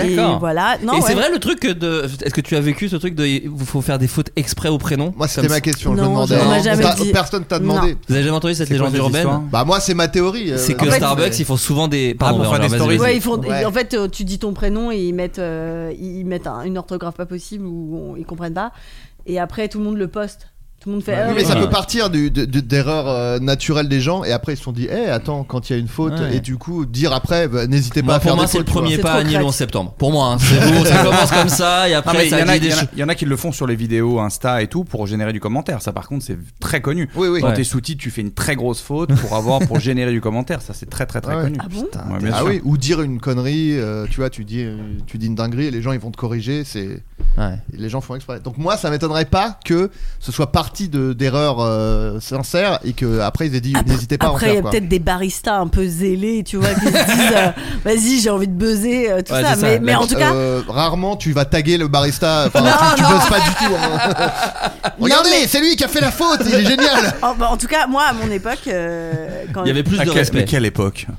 Speaker 10: Et
Speaker 6: D'accord.
Speaker 10: voilà. Non,
Speaker 6: et c'est
Speaker 10: ouais.
Speaker 6: vrai le truc de. Est-ce que tu as vécu ce truc de. Il faut faire des fautes exprès au prénom
Speaker 7: Moi, c'était
Speaker 6: Comme-
Speaker 7: ma question. je
Speaker 10: Non,
Speaker 7: me demandais.
Speaker 10: on m'a jamais
Speaker 7: T'as-
Speaker 10: dit.
Speaker 7: Personne t'a demandé.
Speaker 6: Vous avez jamais entendu cette
Speaker 8: C'est quoi
Speaker 6: légende
Speaker 8: cette
Speaker 6: urbaine
Speaker 8: histoire
Speaker 7: Bah, moi, c'est ma théorie. euh,
Speaker 6: C'est que
Speaker 7: en fait,
Speaker 6: Starbucks,
Speaker 7: mais-
Speaker 6: ils font souvent des. Pardon,
Speaker 8: pour
Speaker 6: on
Speaker 8: faire des stories.
Speaker 10: Ouais, ils font,
Speaker 7: Ouais.
Speaker 10: En fait, euh, tu dis ton prénom et ils mettent, euh, ils mettent un- une orthographe pas possible ou on- ils comprennent pas. Et après, tout le monde le poste. Tout le monde fait.
Speaker 7: Oui,
Speaker 10: ah,
Speaker 7: mais ça
Speaker 6: Ouais.
Speaker 7: peut partir du- de- de- d'erreurs euh, naturelles des gens et après ils se sont dit, eh attends, quand il y a une faute,
Speaker 6: Ouais.
Speaker 7: et du coup dire après, bah, n'hésitez pas
Speaker 6: Moi,
Speaker 7: à faire
Speaker 6: pour moi,
Speaker 7: des
Speaker 6: c'est le
Speaker 7: fautes, tu vois.
Speaker 6: premier
Speaker 10: C'est
Speaker 6: pas
Speaker 10: trop
Speaker 6: à annuler en
Speaker 10: crack.
Speaker 6: septembre. Pour moi, hein, c'est bon, ça commence comme ça, et
Speaker 8: Ah, mais
Speaker 6: après,
Speaker 8: il y,
Speaker 6: ça
Speaker 8: en a-
Speaker 6: dit des
Speaker 8: il y en a-
Speaker 6: choses.
Speaker 8: il y en a qui le font sur les vidéos Insta et tout pour générer du commentaire. Ça, par contre, c'est très connu.
Speaker 7: Oui, oui.
Speaker 8: Dans
Speaker 6: Ouais.
Speaker 8: tes sous-titres, tu fais une très grosse faute pour avoir pour générer du commentaire. Ça, c'est très très très
Speaker 7: Ah ouais.
Speaker 8: connu.
Speaker 10: Ah bon
Speaker 8: Putain, ouais, bien
Speaker 7: ah
Speaker 8: sûr.
Speaker 7: oui, ou dire une connerie, euh, tu vois, tu dis, euh, tu dis une dinguerie et les gens ils vont te corriger, c'est
Speaker 6: Ouais.
Speaker 7: les gens font exprès. Donc moi, ça m'étonnerait pas que ce soit parti de d'erreurs euh, sincères et que après ils aient dit, n'hésitez pas
Speaker 10: Après,
Speaker 7: à
Speaker 10: il y
Speaker 7: en faire.
Speaker 10: a
Speaker 7: quoi.
Speaker 10: peut-être des baristas un peu zélés, tu vois, qui se disent euh, Vas-y, j'ai envie de buzzer, euh, tout
Speaker 6: Ouais,
Speaker 10: ça.
Speaker 6: c'est ça.
Speaker 10: Mais,
Speaker 6: La-
Speaker 10: mais en tout cas,
Speaker 7: Euh, rarement tu vas taguer le barista. Enfin, tu, tu bosses pas du tout. hein. Regardez, c'est lui qui a fait la faute. Il est génial.
Speaker 10: en, bah, en tout cas, moi, à mon époque, euh, quand
Speaker 6: Il y avait plus
Speaker 8: Ah,
Speaker 6: de
Speaker 8: quel- mais
Speaker 6: respect.
Speaker 8: quelle époque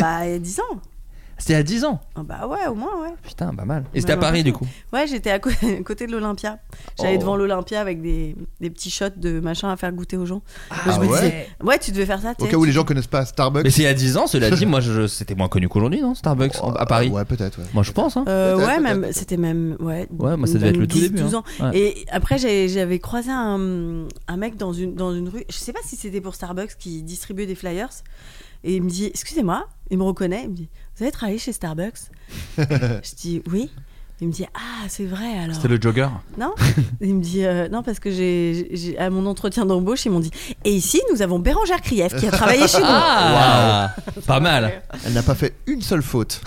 Speaker 10: bah, il y a 10 ans.
Speaker 6: C'était à 10 ans.
Speaker 10: Ah Bah ouais, au moins, ouais.
Speaker 6: Putain, pas mal. Et c'était à
Speaker 10: Ouais,
Speaker 6: Paris,
Speaker 10: ouais.
Speaker 6: du coup.
Speaker 10: Ouais, j'étais à, cô- à côté de l'Olympia. J'allais
Speaker 6: Oh.
Speaker 10: devant l'Olympia avec des, des petits shots de machin à faire goûter aux gens.
Speaker 7: Ah ouais
Speaker 10: Ouais, tu devais faire ça.
Speaker 7: Au
Speaker 10: t'es-
Speaker 7: cas où les gens connaissent pas Starbucks.
Speaker 6: Mais c'est à 10 ans, cela dit, moi, je- c'était moins connu qu'aujourd'hui, non Starbucks
Speaker 7: Oh,
Speaker 6: à Paris
Speaker 7: Ouais, peut-être. ouais.
Speaker 6: Moi, je pense, hein.
Speaker 10: Euh,
Speaker 7: Peut-être,
Speaker 10: ouais,
Speaker 7: peut-être,
Speaker 10: même,
Speaker 7: peut-être.
Speaker 10: c'était même. Ouais,
Speaker 6: Ouais, moi, ça devait être le tout
Speaker 10: 10,
Speaker 6: début,
Speaker 10: 12
Speaker 6: hein.
Speaker 10: ans.
Speaker 6: Ouais.
Speaker 10: Et après, j'ai- j'avais croisé un, un mec dans une, dans une rue. Je sais pas si c'était pour Starbucks qui distribuait des flyers. Et il me dit Excusez-moi, il me reconnaît. Il me dit Vous avez travaillé chez Starbucks Je dis Oui. Il me dit Ah, c'est vrai alors.
Speaker 8: C'était le jogger.
Speaker 10: Non Il me dit euh, non parce que j'ai j'ai- à mon entretien d'embauche ils m'ont dit et ici nous avons Bérangère Krief qui a travaillé chez nous.
Speaker 6: Ah Pas mal.
Speaker 7: Elle n'a pas fait une seule faute.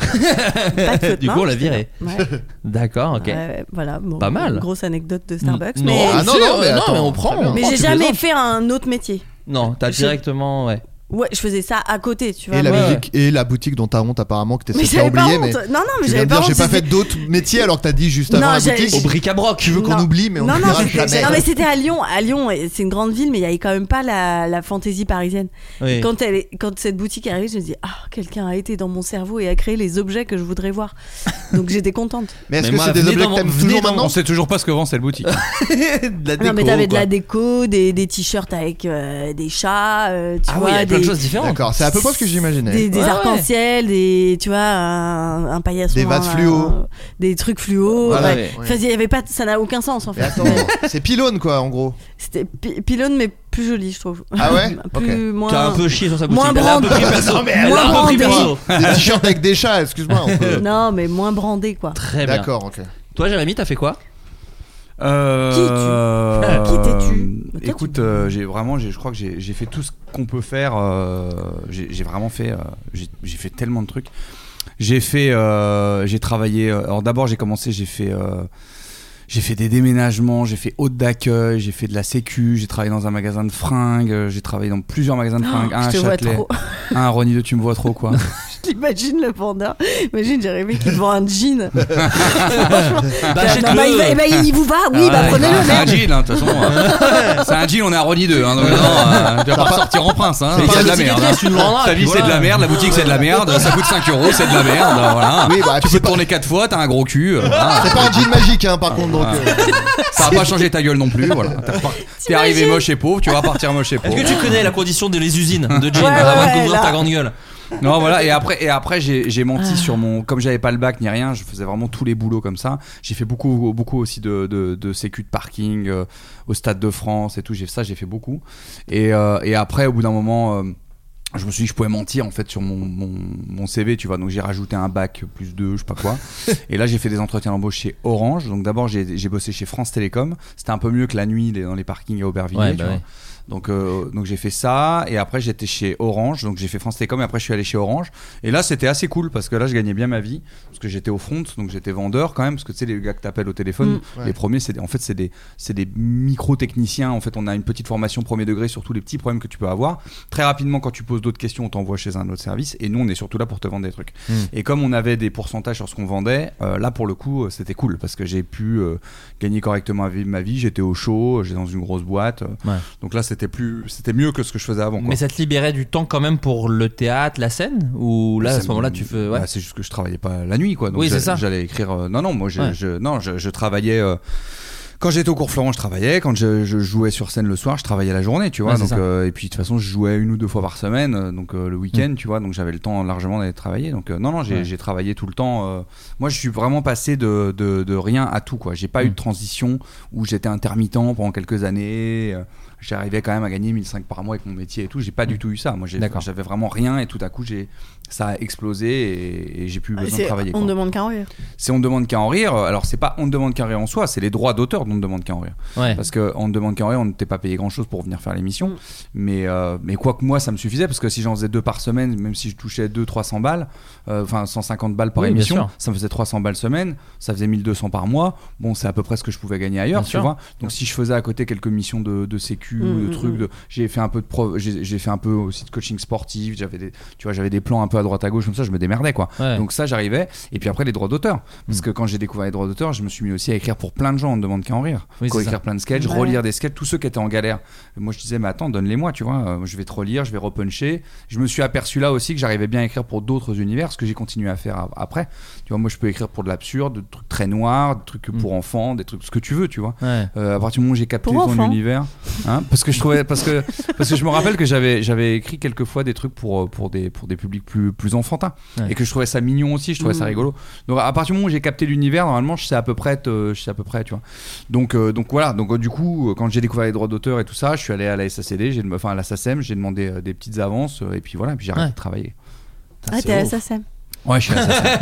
Speaker 10: Pas de faute,
Speaker 6: Du
Speaker 10: non,
Speaker 6: coup, on l'a
Speaker 10: j'étais
Speaker 6: viré.
Speaker 10: là. Ouais,
Speaker 6: D'accord, ok.
Speaker 10: ouais, voilà. bon,
Speaker 6: Pas mal.
Speaker 10: Grosse anecdote de Starbucks.
Speaker 6: Non,
Speaker 10: mais
Speaker 6: ah
Speaker 7: non,
Speaker 6: si,
Speaker 7: non, oh,
Speaker 6: euh,
Speaker 7: mais attends,
Speaker 6: on prend.
Speaker 7: très bien.
Speaker 6: on
Speaker 10: mais
Speaker 6: prend,
Speaker 10: j'ai
Speaker 6: tu plaisantes.
Speaker 10: jamais fait un autre métier.
Speaker 6: Non, t'as
Speaker 10: Je-
Speaker 6: directement, ouais.
Speaker 10: Ouais, je faisais ça à côté, tu vois.
Speaker 7: Et la
Speaker 10: moi.
Speaker 7: musique et la boutique dont t'as honte apparemment que t'es
Speaker 10: Mais
Speaker 7: censé
Speaker 10: j'avais pas
Speaker 7: oublier.
Speaker 10: honte.
Speaker 7: Mais
Speaker 10: Non, non, mais
Speaker 7: tu viens
Speaker 10: j'avais
Speaker 7: de
Speaker 10: pas
Speaker 7: dire,
Speaker 10: honte.
Speaker 7: j'ai pas
Speaker 10: c'était-
Speaker 7: fait d'autres métiers alors que t'as dit juste
Speaker 10: Non,
Speaker 7: avant la
Speaker 10: j'ai-
Speaker 7: boutique.
Speaker 10: j'ai-
Speaker 6: Au bric-à-broc,
Speaker 7: Tu veux qu'on
Speaker 10: Non.
Speaker 7: oublie, mais on
Speaker 10: non, non,
Speaker 7: n'oubliera
Speaker 10: c'était-
Speaker 7: jamais.
Speaker 10: non, mais c'était à Lyon. À Lyon, et c'est une grande ville, mais il y avait quand même pas la, la fantaisie parisienne.
Speaker 6: Oui.
Speaker 10: Quand, elle est- quand cette boutique est arrivée, je me dis, ah, quelqu'un a été dans mon cerveau et a créé les objets que je voudrais voir. Donc j'étais contente.
Speaker 7: Mais est-ce
Speaker 6: Mais
Speaker 7: que
Speaker 6: moi,
Speaker 7: c'est des
Speaker 6: venez
Speaker 7: objets
Speaker 6: dans
Speaker 7: que t'aimes
Speaker 6: mon-
Speaker 7: toujours
Speaker 6: venez dans
Speaker 7: maintenant
Speaker 8: On sait toujours pas ce que vend cette boutique.
Speaker 6: de la
Speaker 10: Ah non, mais
Speaker 6: déco,
Speaker 10: t'avais de
Speaker 6: quoi.
Speaker 10: la déco, des, des t-shirts avec euh, des chats, euh, tu
Speaker 6: Ah
Speaker 10: vois,
Speaker 6: oui, il y a
Speaker 10: des,
Speaker 6: plein de choses différentes.
Speaker 7: D'accord, c'est à peu près ce que j'imaginais.
Speaker 10: des, des
Speaker 6: Ouais, ouais.
Speaker 10: arcs-en-ciel, des, tu vois, un, un paillasson.
Speaker 7: Des vases
Speaker 10: un-
Speaker 7: fluo.
Speaker 10: un- des trucs fluo.
Speaker 6: Voilà,
Speaker 10: ouais.
Speaker 6: ouais.
Speaker 10: Enfin, il y avait pas, ça n'a aucun sens en
Speaker 7: Mais
Speaker 10: fait.
Speaker 7: attends, c'est pylône quoi en gros.
Speaker 10: C'était pi- pylône, mais plus joli, je trouve.
Speaker 7: Ah ouais
Speaker 10: Plus, moins.
Speaker 6: T'as un peu chié sur sa boutique.
Speaker 10: Moins
Speaker 6: Elle a un peu
Speaker 10: brandé.
Speaker 6: pris perso.
Speaker 10: Non, mais
Speaker 6: Elle a
Speaker 10: moins
Speaker 6: un peu
Speaker 10: brandé.
Speaker 6: pris perso.
Speaker 7: Des t-shirts avec des chats, excuse-moi. on peut-
Speaker 10: Non, mais moins brandé, quoi.
Speaker 6: Très bien.
Speaker 7: D'accord, ok.
Speaker 6: Toi, Jérémy, t'as fait quoi
Speaker 8: Euh,
Speaker 10: Qui es-tu Qui t'es-tu
Speaker 8: euh,
Speaker 10: Toi, tu-
Speaker 8: Écoute, euh, j'ai vraiment, j'ai- je crois que j'ai j'ai fait tout ce qu'on peut faire. euh, j'ai j'ai vraiment fait, euh, j'ai j'ai fait tellement de trucs. J'ai fait, euh, j'ai travaillé. euh, alors d'abord, j'ai commencé, j'ai fait. euh, j'ai fait des déménagements, j'ai fait hôte d'accueil, j'ai fait de la sécu, j'ai travaillé dans un magasin de fringues, euh, j'ai travaillé dans plusieurs magasins de fringues, un
Speaker 10: Oh, je
Speaker 8: à
Speaker 10: te vois
Speaker 8: Châtelet,
Speaker 10: trop.
Speaker 8: un à Ronny 2, tu me vois trop quoi.
Speaker 10: T'imagines le panda Imagine Jérémy qui te vend un jean.
Speaker 7: Ah.
Speaker 10: Non, bah, il, va- eh
Speaker 6: Achète-le.
Speaker 10: ben, il vous va Oui,
Speaker 6: Ah
Speaker 10: bah
Speaker 6: ouais,
Speaker 10: prenez-le,
Speaker 8: C'est un
Speaker 10: merde
Speaker 8: deal, hein, de toute façon. euh, c'est un deal, on est à Ronny 2. Hein, donc, non, euh, tu vas pas sortir en prince. Hein,
Speaker 6: pas
Speaker 8: c'est de
Speaker 6: le
Speaker 8: la
Speaker 6: ticket de
Speaker 8: merde.
Speaker 6: caisse, tu nous le rendras,
Speaker 8: Ta
Speaker 6: puis
Speaker 8: vie, c'est de
Speaker 6: voilà.
Speaker 8: la merde. La boutique, c'est de la merde. Ça coûte 5 euros, c'est de la merde.
Speaker 6: Ah,
Speaker 8: Voilà.
Speaker 7: Oui, bah,
Speaker 8: tu
Speaker 7: puis
Speaker 8: peux
Speaker 7: c'est pas-
Speaker 8: tourner 4 fois, t'as un gros cul. euh, voilà.
Speaker 7: C'est pas un jean magique hein, par contre
Speaker 6: Ah.
Speaker 7: donc. euh,
Speaker 8: Ça va pas changer ta gueule non plus. Voilà. T'es repart- T'es arrivé moche et pauvre, tu vas partir moche et
Speaker 6: Est-ce
Speaker 8: pauvre.
Speaker 6: que tu connais la condition des les usines de jeans
Speaker 10: Ouais, ouais,
Speaker 6: avant
Speaker 10: ouais,
Speaker 6: d'ouvrir
Speaker 10: là.
Speaker 6: ta grande gueule
Speaker 8: Non, voilà. Et après, et après j'ai j'ai menti
Speaker 6: Ah.
Speaker 8: sur mon. Comme j'avais pas le bac ni rien, je faisais vraiment tous les boulots comme ça. J'ai fait beaucoup, beaucoup aussi de, de, de sécu de parking euh, au Stade de France et tout. J'ai ça, j'ai fait beaucoup. Et, euh, et après, au bout d'un moment. euh, je me suis dit, je pouvais mentir en fait sur mon, mon, mon CV, tu vois. Donc j'ai rajouté un bac plus deux, je sais pas quoi. et là, j'ai fait des entretiens d'embauche chez Orange. Donc d'abord, j'ai j'ai bossé chez France Télécom. C'était un peu mieux que la nuit les- dans les parkings à Aubervilliers,
Speaker 6: Ouais,
Speaker 8: tu
Speaker 6: bah
Speaker 8: vois.
Speaker 6: ouais.
Speaker 8: Donc, euh, donc j'ai fait ça et après j'étais chez Orange, donc j'ai fait France Télécom et après je suis allé chez Orange et là c'était assez cool parce que là je gagnais bien ma vie parce que j'étais au front donc j'étais vendeur quand même parce que tu sais les gars que t'appelles au téléphone
Speaker 7: Mm. Ouais.
Speaker 8: les premiers c'est des- en fait c'est des c'est des micro techniciens en fait on a une petite formation premier degré sur tous les petits problèmes que tu peux avoir très rapidement quand tu poses d'autres questions on t'envoie chez un autre service et nous on est surtout là pour te vendre des trucs
Speaker 7: Mm.
Speaker 8: et comme on avait des pourcentages sur ce qu'on vendait euh, là pour le coup euh, c'était cool parce que j'ai pu euh, gagner correctement ma vie- ma vie j'étais au chaud j'étais dans une grosse boîte euh,
Speaker 6: Ouais.
Speaker 8: donc là, c'était plus, c'était mieux que ce que je faisais avant. quoi.
Speaker 6: Mais ça te libérait du temps quand même pour le théâtre, la scène Ou là, à
Speaker 8: Ça
Speaker 6: ce moment-là,
Speaker 8: me-
Speaker 6: tu fais. ouais.
Speaker 8: Bah, c'est juste que je travaillais pas la nuit, quoi. Donc
Speaker 6: Oui, c'est
Speaker 8: j'a-
Speaker 6: ça.
Speaker 8: J'allais écrire. euh, Non, non, moi, je,
Speaker 6: Ouais.
Speaker 8: je- non, je, je travaillais. euh, Quand j'étais au cours Florent, je travaillais. Quand je, je jouais sur scène le soir, je travaillais la journée, tu vois.
Speaker 6: Ouais, c'est
Speaker 8: donc,
Speaker 6: ça.
Speaker 8: euh, et puis de toute façon, je jouais une ou deux fois par semaine, euh, donc euh, le week-end, tu vois. Donc j'avais le temps largement d'aller travailler. Donc euh, non, non, j'ai
Speaker 6: Mm. Ouais.
Speaker 8: j'ai travaillé tout le temps. euh, Moi, je suis vraiment passé de, de, de rien à tout, quoi. J'ai pas eu
Speaker 6: Mm.
Speaker 8: de transition où j'étais intermittent pendant quelques années. euh, J'arrivais quand même à gagner 1005 par mois avec mon métier et tout. J'ai pas du tout eu ça. Moi, j'ai-
Speaker 6: Mm. D'accord.
Speaker 8: j'avais vraiment rien et tout à coup, j'ai ça a explosé et, et j'ai plus besoin de
Speaker 10: Ah, C'est-
Speaker 8: travailler.
Speaker 10: on ne
Speaker 8: quoi.
Speaker 10: demande qu'à en rire.
Speaker 8: C'est on ne demande qu'à en rire. Alors c'est pas on ne demande qu'à en rire en soi, c'est les droits d'auteur dont on ne demande qu'à en rire.
Speaker 6: Ouais.
Speaker 8: Parce que on ne demande qu'à en rire, on n'était pas payé grand chose pour venir faire l'émission.
Speaker 10: Mm.
Speaker 8: Mais euh, mais quoi que moi, ça me suffisait parce que si j'en faisais deux par semaine, même si je touchais 2 300 balles, euh, enfin 150 balles par
Speaker 6: Oui, bien
Speaker 8: émission,
Speaker 6: sûr.
Speaker 8: ça me faisait 300 balles semaine, ça faisait 1200 par mois. Bon, c'est à peu près ce que je pouvais gagner ailleurs,
Speaker 6: Bien
Speaker 8: tu
Speaker 6: sûr.
Speaker 8: vois. Donc si je faisais à côté quelques missions de, de sécu,
Speaker 10: Mm,
Speaker 8: de
Speaker 10: mm,
Speaker 8: trucs,
Speaker 10: mm.
Speaker 8: de- j'ai fait un peu de pro- j'ai j'ai fait un peu aussi de coaching sportif. J'avais des tu vois j'avais des plans un peu à droite à gauche comme ça, je me démerdais quoi.
Speaker 6: Ouais. Hmm.
Speaker 8: Donc ça j'arrivais. Et puis après les droits d'auteur, parce que quand j'ai découvert les droits d'auteur, je me suis mis aussi à écrire pour plein de gens. On ne demande qu'à en rire.
Speaker 6: Oui, c'est ça.
Speaker 8: Co-écrire plein de sketchs,
Speaker 10: Ouais.
Speaker 8: relire des sketchs, tous ceux qui étaient en galère. Et moi je disais mais attends donne-les-moi, tu vois. euh, Je vais te relire, je vais repuncher. Je me suis aperçu là aussi que j'arrivais bien à écrire pour d'autres univers, ce que j'ai continué à faire a- après. Tu vois moi je peux écrire pour de l'absurde, des trucs très noirs, des trucs
Speaker 6: Hmm.
Speaker 8: pour enfants, des trucs ce que tu veux, tu vois.
Speaker 6: Ouais.
Speaker 8: Euh, à partir du moment où j'ai capté
Speaker 10: Pour
Speaker 8: ton
Speaker 10: enfants.
Speaker 8: univers, hein, parce que je trouvais, parce que parce que je me rappelle que j'avais j'avais écrit quelques fois des trucs pour euh, pour des pour des publics plus plus enfantins
Speaker 6: Ouais.
Speaker 8: et que je trouvais ça mignon aussi, je trouvais ça
Speaker 10: Mm.
Speaker 8: rigolo. Donc à partir du moment où j'ai capté l'univers, normalement je sais à peu près, te- je sais à peu près, tu vois. Donc euh, donc voilà, donc euh, du coup euh, quand j'ai découvert les droits d'auteur et tout ça, je suis allé à la SACD, j'ai dem- enfin à la SACEM, j'ai demandé euh, des petites avances euh, et puis voilà, et puis j'ai arrêté
Speaker 6: Ouais.
Speaker 8: de travailler.
Speaker 10: Ah,
Speaker 6: c'est
Speaker 10: t'es
Speaker 6: ouf.
Speaker 10: assassin.
Speaker 8: E Ouais, je suis à la SACEM.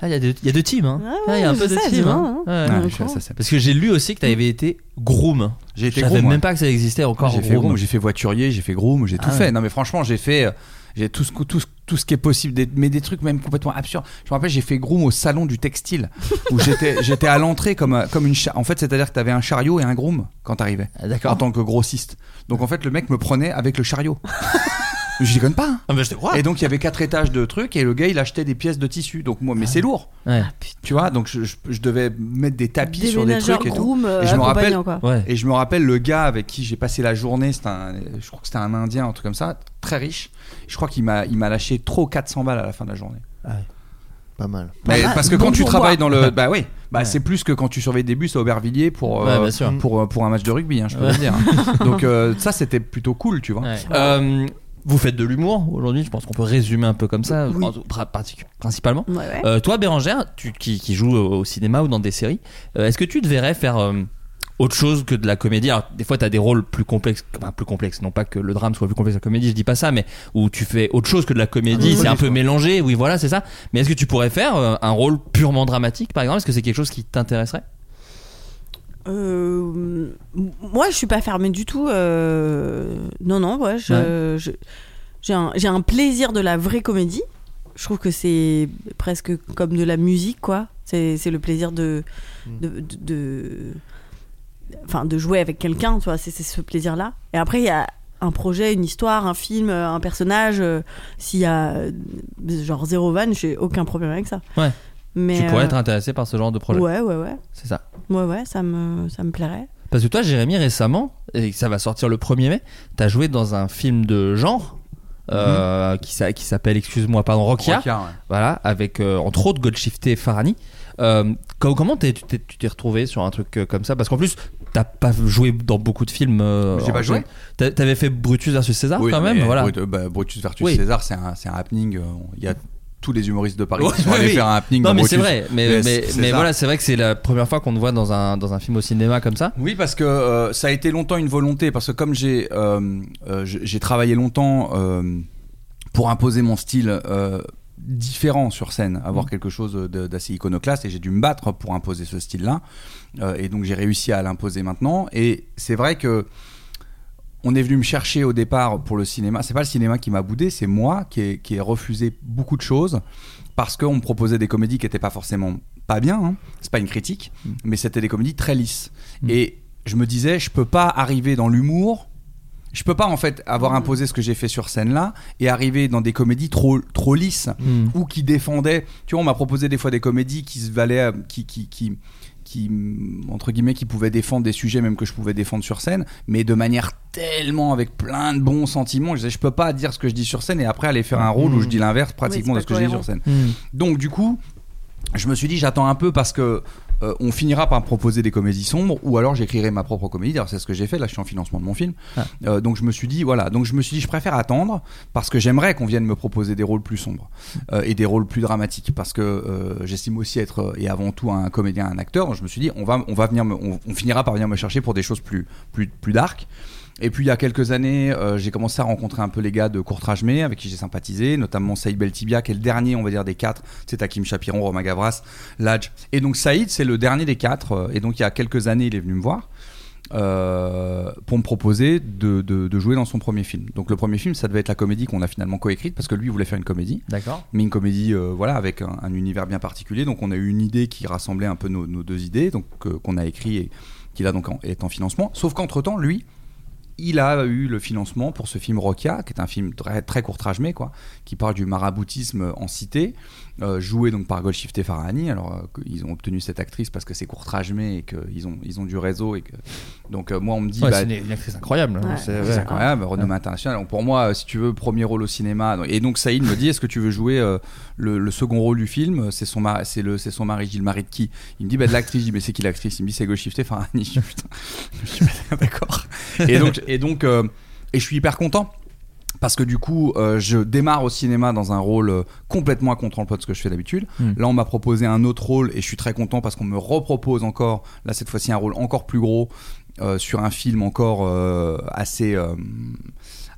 Speaker 6: Ah, il y, a deux- il y a deux teams. hein.
Speaker 10: Ouais,
Speaker 6: Ah, Il
Speaker 10: ouais,
Speaker 6: y a un
Speaker 10: je
Speaker 6: peu de
Speaker 10: sais,
Speaker 6: teams.
Speaker 10: dis-moi,
Speaker 6: hein. Ouais.
Speaker 8: Ouais, je suis à la
Speaker 10: comprends.
Speaker 8: SACEM.
Speaker 6: Parce que j'ai lu aussi que t'avais été groom.
Speaker 8: E J'ai
Speaker 6: Je
Speaker 8: été gros,
Speaker 6: savais
Speaker 8: moi.
Speaker 6: même pas que ça existait encore.
Speaker 8: J'ai fait
Speaker 6: groom.
Speaker 8: groom, j'ai fait voiturier, j'ai fait groom, j'ai tout
Speaker 6: Ah ouais.
Speaker 8: fait. Non mais franchement, j'ai fait euh, j'ai tout ce que- tout ce- tout ce qui est possible des- mais des trucs même complètement absurdes. Je me rappelle, j'ai fait groom au salon du textile où j'étais j'étais à l'entrée comme euh, comme une cha- en fait, c'est-à-dire que t'avais un chariot et un groom quand t'arrivais
Speaker 6: Ah,
Speaker 8: en
Speaker 6: D'accord.
Speaker 8: tant que grossiste. Donc en fait, le mec me prenait avec le chariot. Je déconne pas. hein.
Speaker 6: Ah, mais je te crois.
Speaker 8: Et donc il y avait quatre étages de trucs et le gars il achetait des pièces de tissu. Donc moi mais
Speaker 6: Ah.
Speaker 8: c'est lourd,
Speaker 6: Ouais.
Speaker 8: tu vois. Donc je, je- je devais mettre des tapis sur des
Speaker 10: Déménageur
Speaker 8: trucs et tout.
Speaker 10: groom euh,
Speaker 8: Et je me rappelle-
Speaker 10: accompagnant, quoi.
Speaker 6: Ouais.
Speaker 8: Et je me rappelle le gars avec qui j'ai passé la journée, c'était un, je crois que c'était un Indien, un truc comme ça, très riche. Je crois qu'il m'a, il m'a lâché trop 400 balles à la fin de la journée.
Speaker 7: Pas mal.
Speaker 6: Bah,
Speaker 8: Mais
Speaker 10: mal.
Speaker 8: parce que
Speaker 10: Bon
Speaker 8: quand tu
Speaker 10: pourboire.
Speaker 8: travailles dans le, bah oui, bah
Speaker 6: Ouais.
Speaker 8: c'est plus que quand tu surveilles des bus à Aubervilliers pour, euh,
Speaker 6: Ouais, bien sûr.
Speaker 8: pour, euh, pour un match de rugby, hein, je peux
Speaker 6: Ouais.
Speaker 8: le dire. Donc euh, ça c'était plutôt cool, tu vois.
Speaker 6: Ouais. Euh, vous faites de l'humour aujourd'hui, je pense qu'on peut résumer un peu comme ça,
Speaker 10: Oui.
Speaker 6: en tout- pra- partic- principalement.
Speaker 10: Ouais, ouais.
Speaker 6: Euh, toi, Bérangère, tu, qui, qui joue au au cinéma ou dans des séries, euh, est-ce que tu devrais faire euh, autre chose que de la comédie Alors, Des fois, tu as des rôles plus complexes, enfin, plus complexes, non pas que le drame soit plus complexe que la comédie, je dis pas ça, mais où tu fais autre chose que de la
Speaker 10: Ah
Speaker 6: comédie,
Speaker 7: Un
Speaker 6: c'est un peu
Speaker 7: bonus, quoi.
Speaker 6: mélangé, oui, voilà, c'est ça. Mais est-ce que tu pourrais faire euh, un rôle purement dramatique, par exemple Est-ce que c'est quelque chose qui t'intéresserait
Speaker 10: Euh, m- moi, je suis pas fermée du tout. euh, Non, non, ouais, je- je- j'ai un, j'ai un plaisir de la vraie comédie. Je trouve que c'est presque comme de la musique, quoi. C'est c'est le plaisir de, de, de, de- enfin, de jouer avec quelqu'un, tu vois. C'est c'est ce plaisir-là. Et après, il y a un projet, une histoire, un film, euh, un personnage. euh, S'il y a euh, genre zéro vanne, j'ai aucun problème avec ça.
Speaker 6: Ouais.
Speaker 10: Mais
Speaker 6: Tu pourrais
Speaker 10: euh,
Speaker 6: être intéressé par ce genre de projet,
Speaker 10: Ouais, ouais, ouais.
Speaker 6: c'est ça.
Speaker 10: Ouais, ouais, ça me, ça me plairait.
Speaker 6: Parce que toi, Jérémy, récemment, et ça va sortir le 1er mai, t'as joué dans un film de genre.
Speaker 10: Mhm.
Speaker 6: euh, qui s'a- qui s'appelle, excuse-moi, pardon, Rokia,
Speaker 8: Rokia, ouais.
Speaker 6: voilà, avec euh, entre autres Goldshifté et Farani. Euh, co- comment t'es- tu t'es tu t'es retrouvé sur un truc euh, comme ça Parce qu'en plus, t'as pas joué dans beaucoup de films. euh,
Speaker 8: J'ai
Speaker 6: en-
Speaker 8: pas joué.
Speaker 6: T'a- T'avais fait Brutus versus César
Speaker 8: Oui,
Speaker 6: quand
Speaker 8: non,
Speaker 6: même,
Speaker 8: mais
Speaker 6: voilà.
Speaker 8: Brut- bah, Brutus versus
Speaker 6: Oui.
Speaker 8: César, c'est un, c'est un happening. euh, Il y a tous les humoristes de Paris
Speaker 6: Ouais,
Speaker 8: qui sont allés
Speaker 6: oui.
Speaker 8: faire un happening.
Speaker 6: Non
Speaker 8: dans
Speaker 6: mais c'est
Speaker 8: Brutus.
Speaker 6: vrai, mais,
Speaker 8: Mais
Speaker 6: mais,
Speaker 8: c'est-
Speaker 6: mais
Speaker 8: César.
Speaker 6: voilà, c'est vrai que c'est la première fois qu'on te voit dans un, dans un film au cinéma comme ça.
Speaker 8: Oui, parce que euh, ça a été longtemps une volonté, parce que comme j'ai euh, euh, j'ai j'ai travaillé longtemps euh, pour imposer mon style euh, différent sur scène, avoir quelque chose de- d'assez iconoclaste, et j'ai dû me battre pour imposer ce style-là. Euh, et donc j'ai réussi à l'imposer maintenant. Et c'est vrai que on est venu me chercher au départ pour le cinéma. C'est pas le cinéma qui m'a boudé, c'est moi qui ai, qui ai refusé beaucoup de choses parce qu'on me proposait des comédies qui n'étaient pas forcément pas bien. hein. C'est pas une critique, mais c'était des comédies très lisses. Et je me disais, je peux pas arriver dans l'humour. Je peux pas en fait
Speaker 10: Mm.
Speaker 8: avoir imposé ce que j'ai fait sur scène là et arriver dans des comédies trop trop lisses
Speaker 6: Mm.
Speaker 8: ou qui défendaient. Tu vois, on m'a proposé des fois des comédies qui se valaient, euh, qui qui qui qui mm, entre guillemets qui pouvaient défendre des sujets même que je pouvais défendre sur scène, mais de manière tellement avec plein de bons sentiments. Je disais, je peux pas dire ce que je dis sur scène et après aller faire un rôle où je dis l'inverse pratiquement de
Speaker 10: Oui, c'est
Speaker 8: ce que
Speaker 10: pas
Speaker 8: je dis
Speaker 10: cohérent.
Speaker 8: sur scène.
Speaker 6: Mm.
Speaker 8: Donc du coup, je me suis dit j'attends un peu parce que euh, on finira par me proposer des comédies sombres ou alors j'écrirai ma propre comédie. D'ailleurs c'est ce que j'ai fait. Là je suis en financement de mon film.
Speaker 6: Ah.
Speaker 8: Euh, donc je me suis dit voilà. Donc je me suis dit je préfère attendre parce que j'aimerais qu'on vienne me proposer des rôles plus sombres euh, et des rôles plus dramatiques parce que euh, j'estime aussi être euh, et avant tout un comédien, un acteur. Donc je me suis dit on va on va venir me- on, on finira par venir me chercher pour des choses plus plus plus dark. Et puis il y a quelques années, euh, j'ai commencé à rencontrer un peu les gars de Courtrage May avec qui j'ai sympathisé, notamment Saïd Beltibia, qui est le dernier, on va dire, des quatre. C'est Hakim Chapiron, Romain Gavras, Ladj. Et donc Saïd, c'est le dernier des quatre. euh, Et donc il y a quelques années, il est venu me voir euh, pour me proposer de, de- de jouer dans son premier film. Donc le premier film, ça devait être la comédie qu'on a finalement coécrite parce que lui il voulait faire une comédie
Speaker 6: D'accord.
Speaker 8: mais une comédie euh, voilà avec un, un univers bien particulier donc on a eu une idée qui rassemblait un peu nos, nos deux idées donc euh, qu'on a écrit et qui là donc en- est en financement sauf qu'entre temps lui il a eu le financement pour ce film Rokia, qui est un film très, très court-trajmé, quoi, qui parle du maraboutisme en cité, euh, joué donc par Golshifteh Farahani. Alors, euh, que- ils ont obtenu cette actrice parce que c'est court-trajmé et qu'ils ont, ils ont du réseau. Et que... Donc, euh, moi, on me dit.
Speaker 6: Ouais,
Speaker 8: bah,
Speaker 6: c'est une, une actrice incroyable. hein.
Speaker 10: Ouais.
Speaker 6: C'est-
Speaker 8: c'est
Speaker 6: ouais.
Speaker 8: incroyable, renommée internationale. Donc, pour moi, euh, si tu veux, premier rôle au cinéma. Donc- Et donc Saïd me dit, est-ce que tu veux jouer euh, le, le second rôle du film C'est son mari, c'est le, c'est son mari, Gilles, mari de qui Il me dit, bah de l'actrice. Je dis, mais c'est qui l'actrice Il me dit, c'est Golshifteh Farhani. Je dis, putain, je suis pas d'accord. Et donc, et donc, euh, et je suis hyper content. Parce que du coup, euh, je démarre au cinéma dans un rôle euh, complètement à contre-emploi de ce que je fais d'habitude.
Speaker 6: Mm.
Speaker 8: Là, on m'a proposé un autre rôle et je suis très content parce qu'on me repropose encore, là cette fois-ci, un rôle encore plus gros euh, sur un film encore euh, assez, euh,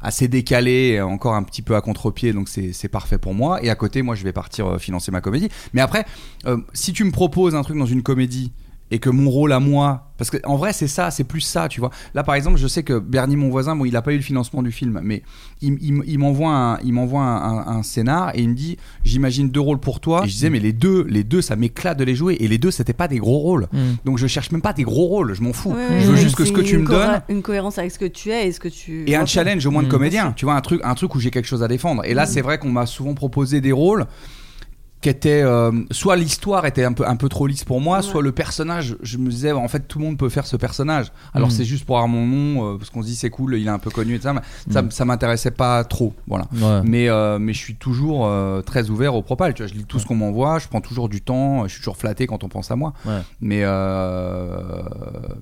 Speaker 8: assez décalé, euh, encore un petit peu à contre-pied, donc c'est c'est parfait pour moi. Et à côté, moi, je vais partir euh, financer ma comédie. Mais après, euh, si tu me proposes un truc dans une comédie et que mon rôle à moi, parce que en vrai, c'est ça, c'est plus ça, tu vois. Là, par exemple, je sais que Bernie, mon voisin, bon, il n'a pas eu le financement du film, mais il, il, il m'envoie un, il m'envoie un, un- un scénar et il me dit, j'imagine deux rôles pour toi. Et je disais, mais les deux, les deux, ça m'éclate de les jouer. Et les deux, c'était pas des gros rôles.
Speaker 6: Mm.
Speaker 8: Donc je cherche même pas des gros rôles, je m'en fous.
Speaker 10: Ouais,
Speaker 8: je veux
Speaker 10: ouais,
Speaker 8: juste que ce
Speaker 10: c'est
Speaker 8: que tu
Speaker 10: une
Speaker 8: me
Speaker 10: cohé-
Speaker 8: donnes
Speaker 10: Une cohérence avec ce que tu es et ce que tu.
Speaker 8: et un
Speaker 10: représentes.
Speaker 8: challenge au moins de
Speaker 6: Mm.
Speaker 8: comédien, tu vois un truc un truc où j'ai quelque chose à défendre. Et là c'est vrai qu'on m'a souvent proposé des rôles qui étaient euh, soit l'histoire était un peu un peu trop lisse pour moi, soit le personnage, je me disais en fait tout le monde peut faire ce personnage. Alors
Speaker 6: Mm.
Speaker 8: c'est juste pour avoir mon nom euh, parce qu'on se dit c'est cool, il est un peu connu et tout ça, mais ça, ça m'intéressait pas trop, voilà.
Speaker 6: Mm. Ouais.
Speaker 8: Mais, euh, mais je suis toujours euh, très ouvert aux propales. Tu vois, je lis tout ce qu'on m'envoie, je prends toujours du temps, je suis toujours flatté quand on pense à moi.
Speaker 6: Ouais.
Speaker 8: Mais, euh,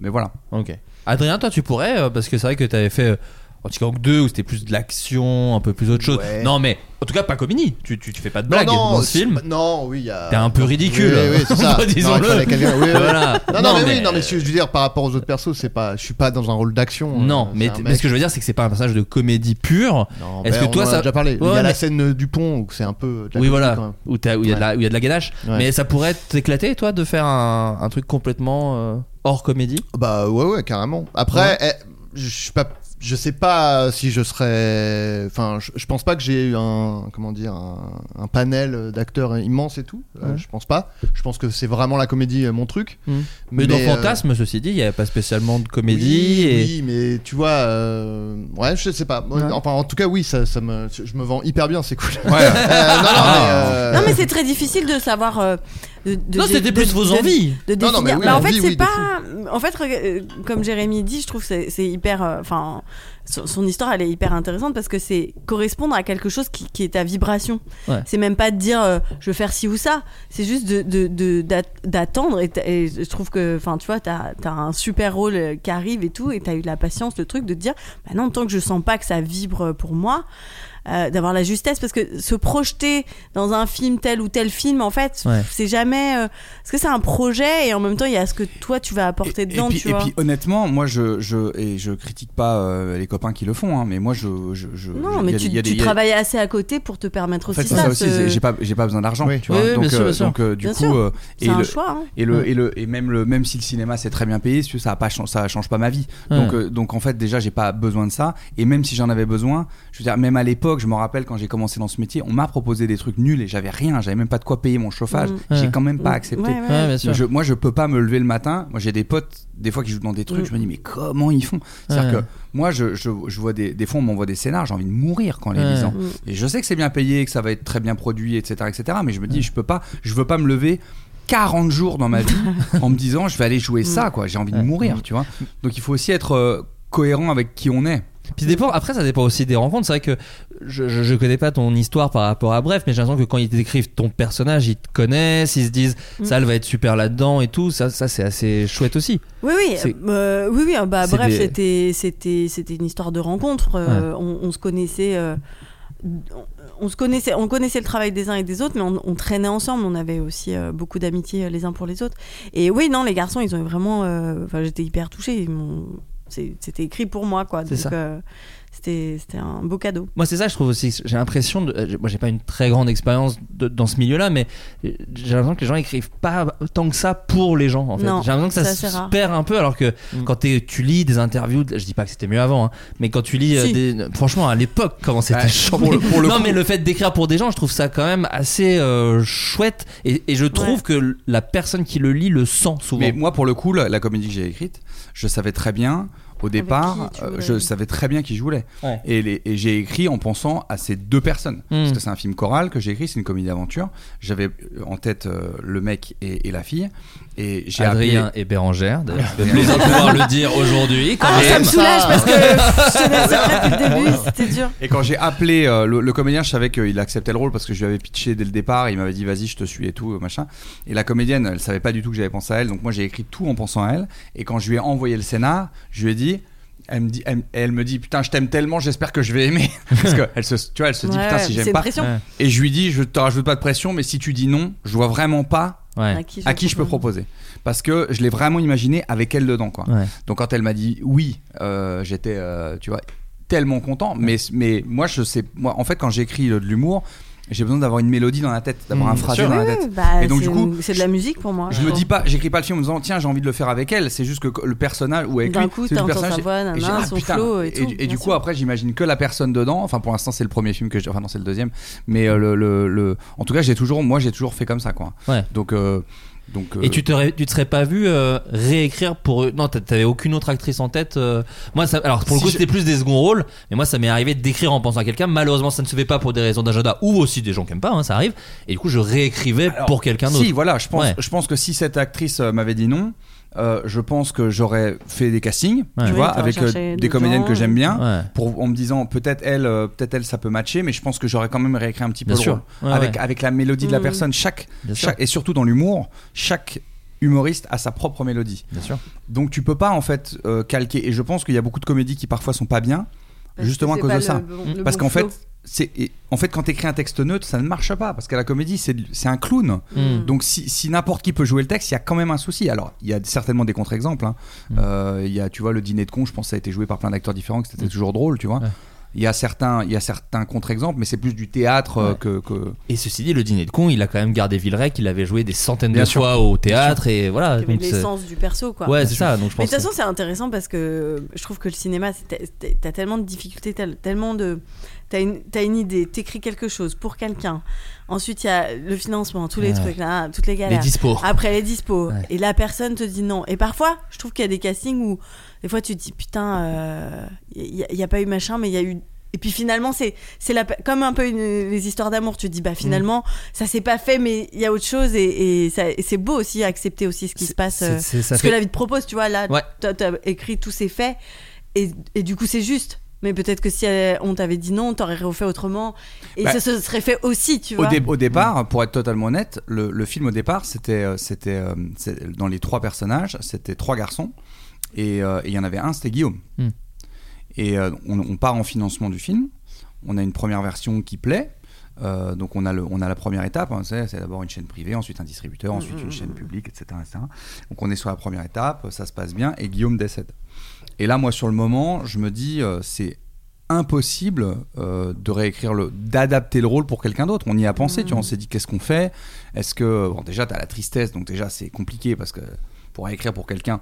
Speaker 8: mais voilà.
Speaker 6: Ok. Adrien, toi, tu pourrais, euh, parce que c'est vrai que t'avais fait euh, Antigang 2 où c'était plus de l'action, un peu plus autre chose.
Speaker 7: Ouais.
Speaker 6: Non, mais en tout cas, pas comédie. Tu, tu, tu fais pas de
Speaker 7: Non,
Speaker 6: blague
Speaker 7: non,
Speaker 6: dans ce
Speaker 7: c'est-
Speaker 6: film.
Speaker 7: Non, oui, il y a.
Speaker 6: T'es un peu ridicule.
Speaker 7: Oui, oui, c'est ça.
Speaker 6: Disons-le.
Speaker 7: Non, il fallait quelqu'un- oui, oui.
Speaker 6: Voilà.
Speaker 7: Non, non,
Speaker 6: Non,
Speaker 7: mais,
Speaker 6: mais- euh,
Speaker 7: oui, non, mais si je veux dire, par rapport aux autres persos, c'est pas, je suis pas dans un rôle d'action.
Speaker 6: Non,
Speaker 7: euh,
Speaker 6: mais,
Speaker 7: c'est un
Speaker 6: t-
Speaker 7: mec-
Speaker 6: mais ce que je veux dire, c'est que c'est pas un passage de comédie pure.
Speaker 7: Non,
Speaker 6: Est-ce
Speaker 7: ben,
Speaker 6: que toi,
Speaker 7: on en a
Speaker 6: ça-
Speaker 7: déjà parlé.
Speaker 6: Ouais,
Speaker 7: il y a
Speaker 6: mais-
Speaker 7: la scène euh, du pont où c'est un peu. de la
Speaker 6: oui,
Speaker 7: comédie,
Speaker 6: voilà.
Speaker 7: quand même.
Speaker 6: Où t'as- où il y, a de la- où il y a de la ganache.
Speaker 7: Ouais.
Speaker 6: Mais ça pourrait t'éclater, toi, de faire un, un truc complètement euh, hors comédie.
Speaker 7: Bah ouais, ouais, carrément. Après, eh, je suis pas. Je sais pas si je serais. Enfin, je, je pense pas que j'ai eu un. Comment dire Un, un panel d'acteurs immense et tout. Euh,
Speaker 6: Ouais.
Speaker 7: Je pense pas. Je pense que c'est vraiment la comédie euh, mon truc.
Speaker 6: Mm. Mais, dans
Speaker 7: euh,
Speaker 6: Fantasme, ceci dit, il n'y avait pas spécialement de comédie.
Speaker 7: oui,
Speaker 6: et...
Speaker 7: oui, mais tu vois. euh, ouais, je sais pas. Moi,
Speaker 6: Ouais.
Speaker 7: Enfin, en tout cas, oui, ça, ça me, je me vends hyper bien, c'est cool.
Speaker 8: Ouais.
Speaker 7: Euh, non, non,
Speaker 6: Ah.
Speaker 7: mais, euh,
Speaker 10: Non, mais c'est très difficile de savoir. euh, de- de-
Speaker 6: Non,
Speaker 10: de- de-
Speaker 6: c'était plus vos
Speaker 10: de-
Speaker 6: envies.
Speaker 10: de
Speaker 7: Non, non, mais
Speaker 10: définir.
Speaker 7: oui,
Speaker 10: Bah, en
Speaker 7: on
Speaker 10: fait,
Speaker 7: vit,
Speaker 10: c'est
Speaker 7: oui, de
Speaker 10: pas. En fait, rega- euh, comme Jérémy dit, je trouve que c'est- c'est hyper. euh, Enfin, son, son histoire, elle est hyper intéressante parce que c'est correspondre à quelque chose qui, qui est ta vibration.
Speaker 6: Ouais.
Speaker 10: C'est même pas de dire euh, je veux faire ci ou ça. C'est juste de- de- de- d'at- d'attendre. et t- et, je trouve que, enfin, tu vois, t'as as un super rôle euh, qui arrive et tout, et t'as eu la patience, le truc de te dire, bah non, tant que je sens pas que ça vibre euh, pour moi. euh, d'avoir la justesse parce que se projeter dans un film tel ou tel film en fait
Speaker 6: Ouais.
Speaker 10: c'est jamais euh, parce que c'est un projet et en même temps il y a ce que toi tu vas apporter dedans
Speaker 8: puis,
Speaker 10: tu vois
Speaker 8: puis, honnêtement, moi je, je et je critique pas euh, les copains qui le font, hein, mais moi je, je, je- je-
Speaker 10: non
Speaker 8: il
Speaker 10: mais
Speaker 8: euh, y a
Speaker 10: tu,
Speaker 8: des- il y a
Speaker 10: tu
Speaker 8: des- il y a-
Speaker 10: travailles assez à côté pour te permettre
Speaker 8: En fait,
Speaker 10: aussi
Speaker 8: c'est
Speaker 10: ça,
Speaker 8: ça aussi,
Speaker 10: ce-
Speaker 8: c'est- j'ai pas, j'ai pas besoin d'argent,
Speaker 7: Oui.
Speaker 8: tu vois.
Speaker 6: Oui, oui,
Speaker 8: donc,
Speaker 6: bien sûr,
Speaker 8: euh,
Speaker 6: bien sûr.
Speaker 8: donc, euh, du
Speaker 10: Bien
Speaker 8: coup,
Speaker 10: sûr.
Speaker 8: euh, et,
Speaker 10: c'est un
Speaker 8: le,
Speaker 10: choix hein.
Speaker 8: et le,
Speaker 6: Ouais.
Speaker 8: et le, et même le, même si le cinéma c'est très bien payé, si tu veux, ça a pas, chan- ça change pas ma vie.
Speaker 6: Ouais.
Speaker 8: Donc, euh, donc en fait, déjà, j'ai pas besoin de ça. Et même si j'en avais besoin, je veux dire, même à l'époque, je me rappelle quand j'ai commencé dans ce métier, on m'a proposé des trucs nuls et j'avais rien, j'avais même pas de quoi payer mon chauffage.
Speaker 10: Mm.
Speaker 8: J'ai
Speaker 6: Ouais.
Speaker 8: quand même pas accepté.
Speaker 10: Ouais, ouais.
Speaker 6: Ouais, bien sûr.
Speaker 8: Je- moi, je peux pas me lever le matin. Moi, j'ai des potes, des fois, qui jouent dans des trucs.
Speaker 10: Mm.
Speaker 8: Je me dis, mais comment ils font C'est-à-dire
Speaker 6: Ouais.
Speaker 8: que moi, je, je, je vois des, des fois, on m'envoie des scénars. J'ai envie de mourir quand en les
Speaker 6: Ouais.
Speaker 8: lisant.
Speaker 10: Mm.
Speaker 8: Et je sais que c'est bien payé, que ça va être très bien produit, etc., etc. Mais je me dis,
Speaker 6: Mm.
Speaker 8: je peux pas, je veux pas me lever. 40 jours dans ma vie en me disant je vais aller jouer ça quoi j'ai envie de
Speaker 6: Mm. Ouais.
Speaker 8: mourir tu vois donc il faut aussi être euh, cohérent avec qui on est
Speaker 6: Puis ça dépend- après, ça dépend aussi des rencontres. C'est vrai que je, je, je connais pas ton histoire par rapport à Bref, mais j'ai l'impression que quand ils décrivent ton personnage, ils te connaissent, ils se disent ça, elle va être super là-dedans et tout. Ça, ça c'est assez chouette aussi.
Speaker 10: Oui oui,
Speaker 6: C'est-
Speaker 10: euh, oui oui. euh, Bah
Speaker 6: c'est
Speaker 10: bref,
Speaker 6: des-
Speaker 10: c'était c'était c'était une histoire de rencontre. euh, on, on se connaissait. euh, on- on se connaissait, on connaissait le travail des uns et des autres, mais on, on traînait ensemble. On avait aussi euh, beaucoup d'amitié euh, les uns pour les autres. Et oui, non, les garçons, ils ont vraiment. euh, Enfin, j'étais hyper touchée. Ils m'ont- c'est- C'était écrit pour moi, quoi.
Speaker 6: C'est
Speaker 10: Donc,
Speaker 6: ça.
Speaker 10: euh, c'était c'était un beau cadeau.
Speaker 6: Moi, c'est ça, je trouve aussi. que J'ai l'impression, de, euh, j'ai- moi, j'ai pas une très grande expérience de- dans ce milieu-là, mais euh, j'ai l'impression que les gens écrivent pas tant que ça pour les gens. En fait, j'ai
Speaker 10: Non,
Speaker 6: l'impression que ça,
Speaker 10: ça,
Speaker 6: se
Speaker 10: c'est rare.
Speaker 6: perd un peu, alors que
Speaker 8: Mm.
Speaker 6: quand t'es- tu lis des interviews, de- je dis pas que c'était mieux avant, hein, mais quand tu lis, euh,
Speaker 10: Si.
Speaker 6: des, franchement, à l'époque, comment c'était
Speaker 8: Ouais,
Speaker 6: chambé.
Speaker 8: Bah, pour le- pour le
Speaker 6: non,
Speaker 8: coup.
Speaker 6: mais le fait d'écrire pour des gens, je trouve ça quand même assez euh, chouette, et, et je trouve
Speaker 10: Ouais.
Speaker 6: que la personne qui le lit le sent souvent.
Speaker 8: Mais moi, pour le coup, la, la comédie que j'ai écrite, je savais très bien. Au départ,
Speaker 10: qui tu
Speaker 8: euh,
Speaker 10: voulais.
Speaker 8: je savais très bien qui je voulais.
Speaker 6: Ouais.
Speaker 8: Et, les- et j'ai écrit en pensant à ces deux personnes. Parce
Speaker 6: Mm.
Speaker 8: que c'est un film choral que j'ai écrit, c'est une comédie d'aventure. J'avais euh, en tête euh, le mec et, et la fille. Et j'ai
Speaker 6: Adrien
Speaker 8: appelé-
Speaker 6: et Bérangère, d'ailleurs, de
Speaker 8: Adrien.
Speaker 6: plaisir de pouvoir le dire aujourd'hui. quand
Speaker 10: Ah,
Speaker 6: même.
Speaker 10: ça me soulage parce que je te remercie depuis le début, c'était dur.
Speaker 8: Et quand j'ai appelé euh, le, le comédien, je savais qu'il acceptait le rôle parce que je lui avais pitché dès le départ. Il m'avait dit vas-y, je te suis et tout, euh, machin. Et la comédienne, elle savait pas du tout que j'avais pensé à elle. Donc moi, j'ai écrit tout en pensant à elle. Et quand je lui ai envoyé le scénar, je lui ai dit. Elle me, dit, elle, elle me dit putain je t'aime tellement j'espère que je vais aimer parce que elle se tu vois elle se dit
Speaker 10: Ouais,
Speaker 8: putain
Speaker 10: ouais,
Speaker 8: si
Speaker 10: c'est
Speaker 8: j'aime
Speaker 10: une
Speaker 8: pas
Speaker 10: pression.
Speaker 6: Ouais.
Speaker 8: et je lui dis je te rajoute pas de pression mais si tu dis non je vois vraiment pas
Speaker 6: Ouais.
Speaker 10: qui
Speaker 8: à qui je peux proposer parce que je l'ai vraiment imaginé avec elle dedans quoi
Speaker 6: Ouais.
Speaker 8: donc quand elle m'a dit oui, euh, j'étais, euh, tu vois, tellement content. Mais, mais moi, je sais, moi, en fait, quand j'écris euh, de l'humour, j'ai besoin d'avoir une mélodie dans la tête, d'avoir
Speaker 6: Mmh,
Speaker 8: un phrasé
Speaker 6: sûr.
Speaker 8: dans la
Speaker 10: Oui,
Speaker 8: tête.
Speaker 10: bah,
Speaker 8: Et donc,
Speaker 10: c'est-
Speaker 8: du coup,
Speaker 10: c'est de la musique pour moi.
Speaker 8: Je me dis pas, j'écris pas le film en me disant tiens j'ai envie de le faire avec elle. C'est juste que le personnage ou avec
Speaker 10: D'un
Speaker 8: lui,
Speaker 10: coup,
Speaker 8: c'est le
Speaker 10: t'entends
Speaker 8: personnage.
Speaker 10: sa voix,
Speaker 8: et j'ai-
Speaker 10: nanana,
Speaker 8: ah,
Speaker 10: son
Speaker 8: putain.
Speaker 10: flow et tout,
Speaker 8: du- du
Speaker 10: bien
Speaker 8: coup
Speaker 10: sûr.
Speaker 8: après j'imagine que la personne dedans. Enfin pour l'instant c'est le premier film que j'ai, enfin non c'est le deuxième. Mais euh, le, le, le- en tout cas j'ai toujours, moi j'ai toujours fait comme ça quoi.
Speaker 6: Ouais.
Speaker 8: Donc euh, donc. euh,
Speaker 6: Et tu te, ré- tu te serais pas vu euh, réécrire pour eux Non, t'a- t'avais aucune autre actrice en tête. euh. Moi, ça, alors pour le
Speaker 8: Si
Speaker 6: coup,
Speaker 8: je-
Speaker 6: c'était plus des seconds rôles. Mais moi, ça m'est arrivé d'écrire en pensant à quelqu'un. Malheureusement, ça ne se fait pas pour des raisons d'agenda ou aussi des gens qui aiment pas. hein, ça arrive. Et du coup, je réécrivais
Speaker 8: Alors,
Speaker 6: pour quelqu'un d'autre.
Speaker 8: Si, voilà, je pense,
Speaker 6: Ouais.
Speaker 8: je pense que si cette actrice euh, m'avait dit non, euh, je pense que j'aurais fait des castings,
Speaker 6: Ouais.
Speaker 8: tu
Speaker 6: Oui,
Speaker 8: vois,
Speaker 10: t'aurais
Speaker 8: avec euh,
Speaker 10: cherché
Speaker 8: des
Speaker 10: des
Speaker 8: comédiennes
Speaker 10: gens,
Speaker 8: que j'aime bien.
Speaker 6: Ouais.
Speaker 8: Pour, en me disant peut-être elle, euh, peut-être elle, ça peut matcher, mais je pense que j'aurais quand même réécrit un petit peu
Speaker 6: Bien
Speaker 8: le
Speaker 6: sûr.
Speaker 8: rôle.
Speaker 6: Ouais,
Speaker 8: avec
Speaker 6: ouais.
Speaker 8: avec la mélodie de la
Speaker 10: Mm.
Speaker 8: personne. Chaque,
Speaker 6: Bien sûr.
Speaker 8: chaque- et surtout dans l'humour, chaque humoriste a sa propre mélodie.
Speaker 6: Bien sûr.
Speaker 8: Donc tu peux pas en fait euh, calquer. Et je pense qu'il y a beaucoup de comédies qui parfois sont pas bien, justement à cause de ça. Parce qu'en fait, c'est et- en fait quand t'écris un texte neutre, ça ne marche pas parce qu'à la comédie c'est c'est un clown.
Speaker 6: Mm.
Speaker 8: Donc si, si n'importe qui peut jouer le texte, il y a quand même un souci. Alors il y a certainement des contre-exemples. hein.
Speaker 6: Mm.
Speaker 8: Euh, Il y a tu vois le dîner de con, je pense que ça a été joué par plein d'acteurs différents, que c'était
Speaker 6: Mm.
Speaker 8: toujours drôle, tu vois.
Speaker 6: Ouais.
Speaker 8: Il y a certains il y a certains contre-exemples, mais c'est plus du théâtre euh,
Speaker 6: Ouais.
Speaker 8: que, que-
Speaker 6: Et ceci dit, le dîner de con, il a quand même gardé Villeray, qu'il avait joué des centaines
Speaker 8: Bien
Speaker 6: de
Speaker 8: sûr.
Speaker 6: fois au théâtre et voilà. donc c'est-
Speaker 10: l'essence du perso, quoi.
Speaker 6: ouais, c'est ça. Donc je
Speaker 10: Mais
Speaker 6: pense.
Speaker 10: de toute façon, c'est intéressant parce que euh, je trouve que le cinéma, c'est- t'as- t'as- t'as tellement de difficultés, t'as tellement de. T'as une, t'as une idée, t'écris quelque chose pour quelqu'un. Ensuite, il y a le financement, tous les
Speaker 6: Ouais.
Speaker 10: trucs, là, toutes les
Speaker 6: que les
Speaker 10: galères.
Speaker 6: dispos.
Speaker 10: Après les dispos.
Speaker 6: Ouais.
Speaker 10: Et la personne te dit non. Et parfois, je trouve qu'il y a des castings où, des fois, tu te dis putain, il n'y a, y a pas eu machin, mais il y a eu. Et puis finalement, c'est c'est la pe- comme un peu une- les histoires d'amour. Tu te dis bah finalement, ça s'est pas fait, mais il y a autre chose. Et, et ça- et c'est beau aussi accepter aussi ce qui se passe.
Speaker 6: C'est-
Speaker 10: euh,
Speaker 6: c'est- ça
Speaker 10: ce
Speaker 6: fait-
Speaker 10: que la vie te propose, tu vois. Là,
Speaker 6: Ouais.
Speaker 10: toi, t'as écrit tous ces faits. Et, et du coup, c'est juste. Mais peut-être que si euh, on t'avait dit non, t'aurais refait autrement. Et
Speaker 8: Bah,
Speaker 10: ça se serait fait aussi, tu
Speaker 8: Au,
Speaker 10: vois.
Speaker 8: dé- au départ, pour être totalement honnête, le, le film au départ c'était euh, c'était euh, c'est- dans les trois personnages, c'était trois garçons et euh, et il y en avait un c'était Guillaume.
Speaker 6: Mm.
Speaker 8: Et euh, on, on part en financement du film. on a une première version qui plaît. Euh, donc on a, le, on a la première étape, hein, c'est, c'est d'abord une chaîne privée, ensuite un distributeur, ensuite
Speaker 10: Hmm.
Speaker 8: une chaîne publique, etc., etc. Donc on est sur la première étape, ça se passe bien, et Guillaume décède. Et là, moi, sur le moment, je me dis, euh, c'est impossible euh, de réécrire le d'adapter le rôle pour quelqu'un d'autre on y a pensé tu vois on s'est dit qu'est-ce qu'on fait est-ce que bon déjà t'as la tristesse donc déjà c'est compliqué parce que pour réécrire pour quelqu'un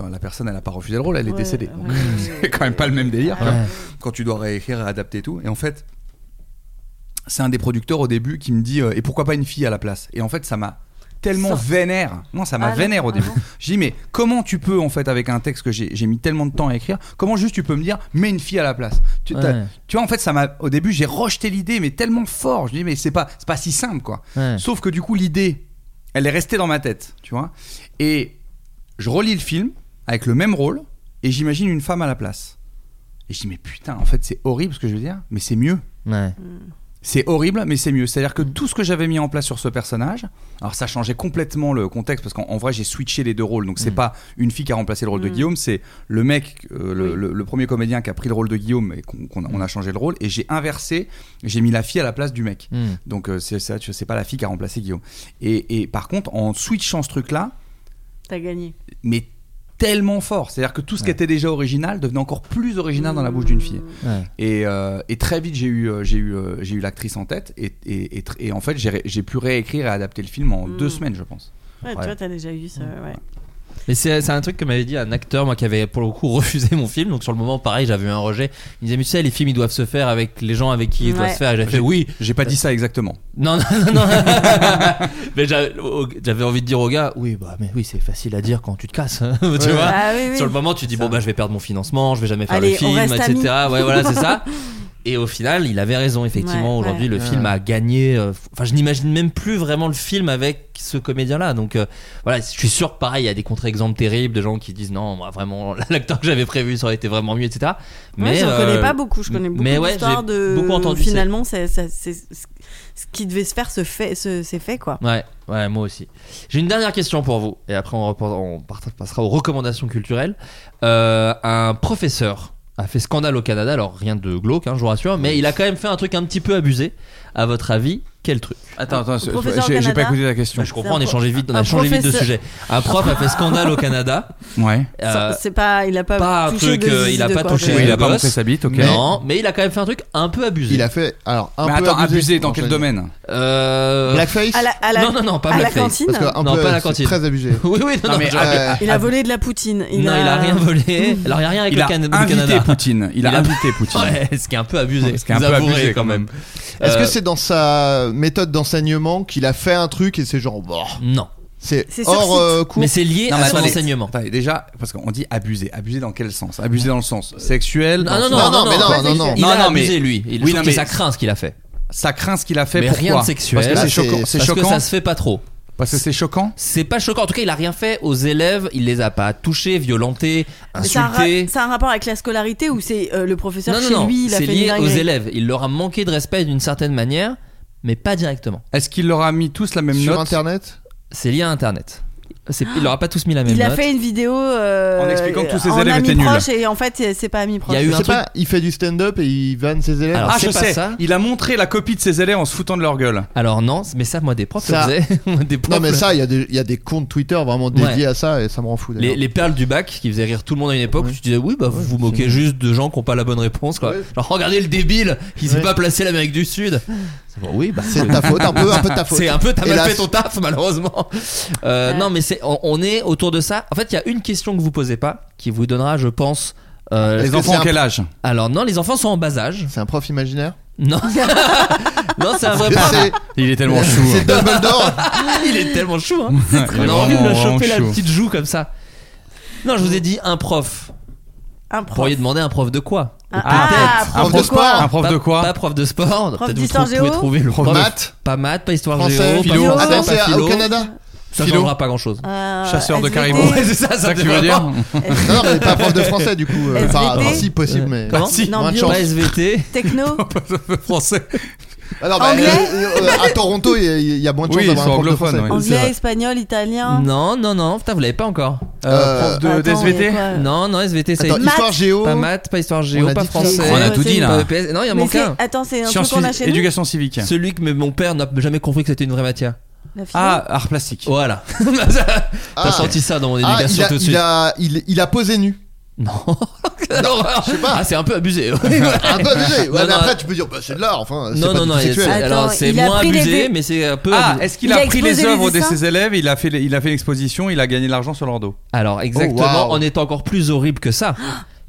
Speaker 8: non, la personne elle a pas refusé le rôle elle est
Speaker 10: Ouais,
Speaker 8: décédée donc
Speaker 10: ouais.
Speaker 8: c'est quand même pas le même délire quoi.
Speaker 6: Ouais.
Speaker 8: quand tu dois réécrire adapter et tout et en fait c'est un des producteurs au début qui me dit euh, et pourquoi pas une fille à la place et en fait ça m'a tellement
Speaker 10: Ça-
Speaker 8: vénère non ça m'a
Speaker 10: Ah non,
Speaker 8: vénère au
Speaker 10: ah
Speaker 8: début
Speaker 10: non.
Speaker 8: j'ai dit mais comment tu peux en fait avec un texte que j'ai j'ai mis tellement de temps à écrire comment juste tu peux me dire mets une fille à la place tu, t'as-
Speaker 6: Ouais.
Speaker 8: tu vois en fait ça m'a au début j'ai rejeté l'idée mais tellement fort je dis mais c'est pas c'est pas si simple quoi
Speaker 6: Ouais.
Speaker 8: sauf que du coup l'idée elle est restée dans ma tête tu vois et je relis le film avec le même rôle et j'imagine une femme à la place et je dis mais putain en fait c'est horrible ce que je veux dire mais c'est mieux
Speaker 10: hein.
Speaker 6: Ouais.
Speaker 8: c'est horrible, mais c'est mieux. C'est-à-dire que tout ce que j'avais mis en place sur ce personnage, alors ça changeait complètement le contexte parce qu'en en vrai j'ai switché les deux rôles. Donc c'est pas une fille qui a remplacé le rôle de Guillaume, c'est le mec, euh, le, le- le premier comédien qui a pris le rôle de Guillaume et qu'on qu'on a- on a changé le rôle. Et j'ai inversé, j'ai mis la fille à la place du mec.
Speaker 6: Mm.
Speaker 8: Donc euh, c'est ça, tu vois, c'est pas la fille qui a remplacé Guillaume. Et, et par contre, en switchant ce truc-là,
Speaker 10: T'as gagné.
Speaker 8: mais tellement fort, c'est-à-dire que tout ce qui était déjà original devenait encore plus original dans la bouche d'une fille.
Speaker 6: Ouais.
Speaker 8: Et, euh, et très vite, j'ai eu, euh, j'ai eu, euh, j'ai eu l'actrice en tête. Et, et, et tr- et en fait, j'ai, ré- j'ai pu réécrire et adapter le film en
Speaker 10: Mm.
Speaker 8: deux semaines, je pense.
Speaker 10: Ouais,
Speaker 8: Ouais.
Speaker 10: tu vois, t'as déjà eu ça. Ouais.
Speaker 6: Mais c'est c'est un truc que m'avait dit un acteur, moi, qui avait pour le coup refusé mon film. Donc sur le moment, pareil, j'avais eu un rejet. Il me disait, mais tu sais, les films, ils doivent se faire avec les gens avec qui ils doivent
Speaker 10: Ouais.
Speaker 6: se faire. Et j'avais fait, oui.
Speaker 8: J'ai pas dit ça exactement.
Speaker 6: Non, non, non, non. mais j'avais au- j'avais envie de dire au gars, oui, bah, mais oui, c'est facile à dire quand tu te casses. hein. tu vois
Speaker 10: Ah oui, oui.
Speaker 6: Sur le moment, tu dis, bon, bah, je vais perdre mon financement, je vais jamais faire
Speaker 10: Allez,
Speaker 6: le
Speaker 10: on
Speaker 6: film,
Speaker 10: reste
Speaker 6: etc.
Speaker 10: amis.
Speaker 6: Ouais, voilà, c'est ça. Et au final, il avait raison, effectivement.
Speaker 10: Ouais,
Speaker 6: Aujourd'hui,
Speaker 10: ouais.
Speaker 6: le film a gagné. euh, Enfin, je n'imagine même plus vraiment le film avec ce comédien-là. Donc, euh, voilà, je suis sûr que pareil, il y a des contre-exemples terribles de gens qui disent non, moi, vraiment, l'acteur que j'avais prévu, ça aurait été vraiment mieux, etc.
Speaker 10: Mais
Speaker 6: Mais
Speaker 10: j'en
Speaker 6: euh,
Speaker 10: connais pas beaucoup. Je connais beaucoup
Speaker 6: mais ouais,
Speaker 10: d'histoires
Speaker 6: j'ai
Speaker 10: de.
Speaker 6: beaucoup entendu,
Speaker 10: Finalement, c'est, ça- c'est- ce ce qui devait se faire, se fait, se- c'est fait quoi.
Speaker 6: Ouais, ouais, moi aussi. J'ai une dernière question pour vous, et après on, repart- on part- passera aux recommandations culturelles. Euh, un professeur a fait scandale au Canada, alors rien de glauque, hein, je vous rassure, mais il a quand même fait un truc un petit peu abusé. À votre avis, quel truc
Speaker 8: Attends, attends,
Speaker 10: c'est- professeur j'ai-
Speaker 8: j'ai, pas
Speaker 10: j'ai Canada. pas
Speaker 8: écouté
Speaker 10: écouté
Speaker 8: la question.
Speaker 6: Bah, Je comprends, on, est
Speaker 10: pro-
Speaker 6: changé vite, on a
Speaker 10: un
Speaker 6: changé vite de
Speaker 10: professeur-
Speaker 6: sujet. Un prof a fait scandale au Canada.
Speaker 8: Ouais.
Speaker 6: euh,
Speaker 10: Ça- c'est pas, il a pas,
Speaker 6: pas un
Speaker 10: touché
Speaker 6: truc,
Speaker 10: de
Speaker 6: euh,
Speaker 10: zizi
Speaker 6: il a
Speaker 10: de
Speaker 6: pas
Speaker 10: quoi,
Speaker 6: touché
Speaker 10: quoi.
Speaker 8: Oui, il a
Speaker 6: le
Speaker 8: pas
Speaker 6: boss.
Speaker 8: montré sa bite, ok.
Speaker 6: Non, mais il a quand même fait un truc un peu abusé.
Speaker 7: Il a fait. Alors, un
Speaker 8: Mais
Speaker 7: peu
Speaker 8: attends,
Speaker 7: abusé,
Speaker 8: abusé dans quel
Speaker 7: j'allais
Speaker 8: domaine
Speaker 6: Euh,
Speaker 7: dire. Blackface
Speaker 10: À la, à la-
Speaker 6: Non, non, non, pas
Speaker 10: à la
Speaker 6: blackface.
Speaker 10: cantine.
Speaker 7: Parce que un
Speaker 6: Non,
Speaker 7: peu,
Speaker 6: pas à la
Speaker 7: c'est
Speaker 6: cantine.
Speaker 7: Très abusé.
Speaker 6: Oui, oui, non,
Speaker 8: Non,
Speaker 6: non,
Speaker 8: mais,
Speaker 6: je-
Speaker 7: Euh,
Speaker 10: Il a volé de la poutine. Il
Speaker 6: Ah, non,
Speaker 10: a...
Speaker 6: il a rien volé. Alors, il y a rien avec
Speaker 8: Il
Speaker 6: le
Speaker 8: a
Speaker 6: Can- le
Speaker 8: invité
Speaker 6: Canada.
Speaker 8: Poutine. Il
Speaker 6: Il a-
Speaker 8: a invité Poutine.
Speaker 6: Ouais, ce qui est un peu abusé.
Speaker 8: Ce qui est un
Speaker 6: Vous
Speaker 8: peu
Speaker 6: avouerez
Speaker 8: abusé, quand même.
Speaker 7: Est-ce
Speaker 6: Euh,
Speaker 7: que c'est dans sa méthode d'enseignement qu'il a fait un truc et c'est genre. Bon,
Speaker 6: Non.
Speaker 7: c'est
Speaker 10: C'est sur
Speaker 7: hors
Speaker 10: site.
Speaker 7: euh, cours
Speaker 6: Mais c'est lié
Speaker 8: Non, mais
Speaker 6: à son
Speaker 8: attendez.
Speaker 6: enseignement.
Speaker 8: Attendez, déjà, parce qu'on dit abusé. Abusé dans quel sens Abusé dans le sens sexuel dans
Speaker 6: Non, non,
Speaker 8: le
Speaker 6: non,
Speaker 8: sens-
Speaker 7: Non, non, mais non,
Speaker 6: pas
Speaker 7: non,
Speaker 6: sexuel.
Speaker 7: non.
Speaker 6: Il
Speaker 8: Non,
Speaker 6: a
Speaker 8: non,
Speaker 6: abusé,
Speaker 8: mais-
Speaker 6: lui. Il
Speaker 8: Oui,
Speaker 6: trouve
Speaker 8: non,
Speaker 6: que
Speaker 8: mais-
Speaker 6: ça craint ce qu'il a fait.
Speaker 8: Ça craint ce qu'il a fait.
Speaker 6: Mais
Speaker 8: pourquoi
Speaker 6: rien de sexuel.
Speaker 8: Parce que
Speaker 7: Là,
Speaker 8: c'est choquant.
Speaker 7: Bah, c'est-
Speaker 8: C'est
Speaker 6: Parce que
Speaker 8: choquant.
Speaker 6: ça se fait pas trop.
Speaker 8: Parce que c'est choquant.
Speaker 6: C'est pas choquant. En tout cas, il a rien fait aux élèves. Il les a pas touchés, violentés,
Speaker 10: Mais C'est un, ra-
Speaker 6: insultés.
Speaker 10: c'est un rapport avec la scolarité ou c'est euh, le professeur
Speaker 6: Non, non,
Speaker 10: chez
Speaker 6: non.
Speaker 10: lui il a
Speaker 6: C'est
Speaker 10: fait
Speaker 6: lié
Speaker 10: une
Speaker 6: aux
Speaker 10: dinguerie.
Speaker 6: élèves. Il leur a manqué de respect d'une certaine manière, mais pas directement.
Speaker 8: Est-ce qu'il leur a mis tous la même
Speaker 7: sur
Speaker 8: note
Speaker 7: internet
Speaker 6: C'est lié à Internet. C'est- Il leur a pas tous mis la même
Speaker 10: Il a
Speaker 6: note.
Speaker 10: fait une vidéo euh,
Speaker 8: En expliquant que tous ses
Speaker 10: en
Speaker 8: élèves
Speaker 10: amis
Speaker 8: étaient nuls.
Speaker 10: proches et en fait c'est- c'est pas ami proche.
Speaker 6: Il y a eu
Speaker 7: Je
Speaker 6: un
Speaker 7: sais
Speaker 6: truc-
Speaker 7: pas, il fait du stand-up et il vanne ses élèves.
Speaker 6: Alors,
Speaker 8: Ah,
Speaker 6: c'est
Speaker 8: je
Speaker 6: pas
Speaker 8: sais.
Speaker 6: ça.
Speaker 8: Il a montré la copie de ses élèves en se foutant de leur gueule.
Speaker 6: Alors non, mais ça, moi, des profs
Speaker 7: Ça-
Speaker 6: le faisaient. Moi, des profs
Speaker 7: non, mais
Speaker 6: le-
Speaker 7: ça, il y, a des- il y a des comptes Twitter vraiment dédiés à ça et ça me rend fou.
Speaker 6: euh, Les,
Speaker 7: d'ailleurs.
Speaker 6: les perles du bac qui faisaient rire tout le monde à une époque,
Speaker 7: Ouais.
Speaker 6: tu disais oui, bah vous vous moquez juste de gens qui n'ont pas la bonne réponse quoi.
Speaker 7: Ouais.
Speaker 6: Genre regardez le débile, il s'est
Speaker 7: Ouais.
Speaker 6: pas placé l'Amérique du Sud. C'est bon, oui, bah
Speaker 7: C'est de ta faute, un peu, un peu de ta faute.
Speaker 6: c'est un peu t'as mal
Speaker 7: Hélas.
Speaker 6: fait ton taf malheureusement. Euh,
Speaker 10: Ouais.
Speaker 6: Non mais c'est on, on est autour de ça. En fait il y a une question que vous posez pas qui vous donnera je pense. euh,
Speaker 7: Est-ce
Speaker 8: Les
Speaker 7: que
Speaker 8: enfants,
Speaker 7: c'est un-
Speaker 8: quel âge
Speaker 6: alors non les enfants sont en bas âge.
Speaker 7: C'est un prof imaginaire
Speaker 6: Non non c'est un vrai pas.
Speaker 7: C'est
Speaker 8: Il est tellement chou.
Speaker 7: c'est Dumbledore
Speaker 6: hein. Il est tellement chou hein.
Speaker 8: C'est
Speaker 6: On a envie de le choper la petite joue comme ça. Non je vous ai dit un prof.
Speaker 10: Un
Speaker 6: Vous
Speaker 10: prof.
Speaker 6: pourriez demander un prof de quoi
Speaker 10: Ah,
Speaker 8: Un prof de
Speaker 7: quoi
Speaker 8: Un prof
Speaker 6: pas,
Speaker 8: de
Speaker 6: Pas
Speaker 8: quoi
Speaker 6: prof de sport.
Speaker 10: Prof
Speaker 6: peut-être vous
Speaker 10: d'histoire
Speaker 6: trou- pouvez
Speaker 10: géo
Speaker 6: trouver le
Speaker 7: Prof
Speaker 6: prof.
Speaker 7: maths
Speaker 6: Pas maths, pas histoire
Speaker 7: Français
Speaker 6: géo,
Speaker 8: philo.
Speaker 6: pas français,
Speaker 7: Attends, c'est
Speaker 6: pas
Speaker 7: à-
Speaker 6: philo.
Speaker 7: au Canada
Speaker 6: Ça
Speaker 7: Philo.
Speaker 6: changera pas grand chose.
Speaker 10: Euh,
Speaker 8: Chasseur de
Speaker 10: SVT.
Speaker 8: caribou.
Speaker 6: Ouais, c'est ça, ça,
Speaker 8: C'est ça que tu veux dire
Speaker 7: Non, non, mais pas prof de français du coup. euh,
Speaker 10: SVT.
Speaker 7: Enfin, si possible, mais.
Speaker 6: Comment
Speaker 7: Moins de
Speaker 10: Non, bio.
Speaker 7: chance.
Speaker 6: Pas SVT,
Speaker 10: Techno.
Speaker 8: Français.
Speaker 7: Ah non, bah,
Speaker 10: Anglais
Speaker 7: euh, euh, à Toronto, il y a- il y, a moins de
Speaker 8: Oui,
Speaker 7: chances
Speaker 8: ils
Speaker 7: d'avoir
Speaker 8: sont
Speaker 7: un prof de
Speaker 8: anglophones,
Speaker 7: français.
Speaker 8: oui. C'est
Speaker 10: Anglais,
Speaker 8: vrai.
Speaker 10: espagnol, italien.
Speaker 6: Non, non, non, putain, vous l'avez pas encore.
Speaker 7: Euh,
Speaker 8: prof de
Speaker 10: Attends,
Speaker 8: SVT
Speaker 10: mais quoi
Speaker 6: Non, non, SVT, ça y est.
Speaker 7: Attends,
Speaker 10: Maths.
Speaker 7: histoire géo.
Speaker 6: Pas maths, pas histoire
Speaker 7: On
Speaker 6: géo,
Speaker 7: a
Speaker 6: pas
Speaker 7: dit tout.
Speaker 6: français.
Speaker 8: On a tout dit,
Speaker 6: pas
Speaker 8: là.
Speaker 6: EPS. Non, il y en
Speaker 10: Mais
Speaker 6: manque
Speaker 10: c'est-
Speaker 6: un.
Speaker 10: Attends, c'est un
Speaker 8: Sciences
Speaker 10: truc qu'on a
Speaker 8: physiques,
Speaker 10: chez nous.
Speaker 8: éducation civique.
Speaker 6: Celui que mon père n'a jamais compris que c'était une vraie matière.
Speaker 10: La philo.
Speaker 8: Ah, art plastique.
Speaker 6: Voilà. T'as
Speaker 7: Ah.
Speaker 6: senti ça dans mon
Speaker 7: Ah, il
Speaker 6: éducation
Speaker 7: a,
Speaker 6: tout de
Speaker 7: il
Speaker 6: suite.
Speaker 7: a- il- il a posé nu.
Speaker 6: Non. Quelle horreur.
Speaker 7: sais pas.
Speaker 6: Ah, c'est un peu abusé.
Speaker 7: Un peu abusé.
Speaker 6: Non,
Speaker 7: Ouais, mais
Speaker 6: non,
Speaker 7: après,
Speaker 6: euh,
Speaker 7: Ah, tu peux dire, bah, c'est de l'art, enfin. c'est
Speaker 6: Non,
Speaker 7: pas
Speaker 6: non,
Speaker 7: du
Speaker 6: non.
Speaker 7: tout
Speaker 6: c'est-
Speaker 7: sexuel.
Speaker 10: Attends,
Speaker 6: Alors, c'est
Speaker 10: il a
Speaker 6: moins
Speaker 10: pris les
Speaker 6: abusé,
Speaker 10: dés.
Speaker 6: mais c'est un peu.
Speaker 8: Ah,
Speaker 6: abusé.
Speaker 8: est-ce qu'il
Speaker 10: Il
Speaker 8: a,
Speaker 10: a
Speaker 8: pris
Speaker 10: explosé
Speaker 8: les
Speaker 10: les
Speaker 8: œuvres de
Speaker 10: dessins
Speaker 8: ses élèves, il a fait, il a fait une exposition, il a gagné de l'argent sur leur dos.
Speaker 10: Ah.
Speaker 6: Alors exactement,
Speaker 7: Oh, wow.
Speaker 6: on était encore plus horrible que ça,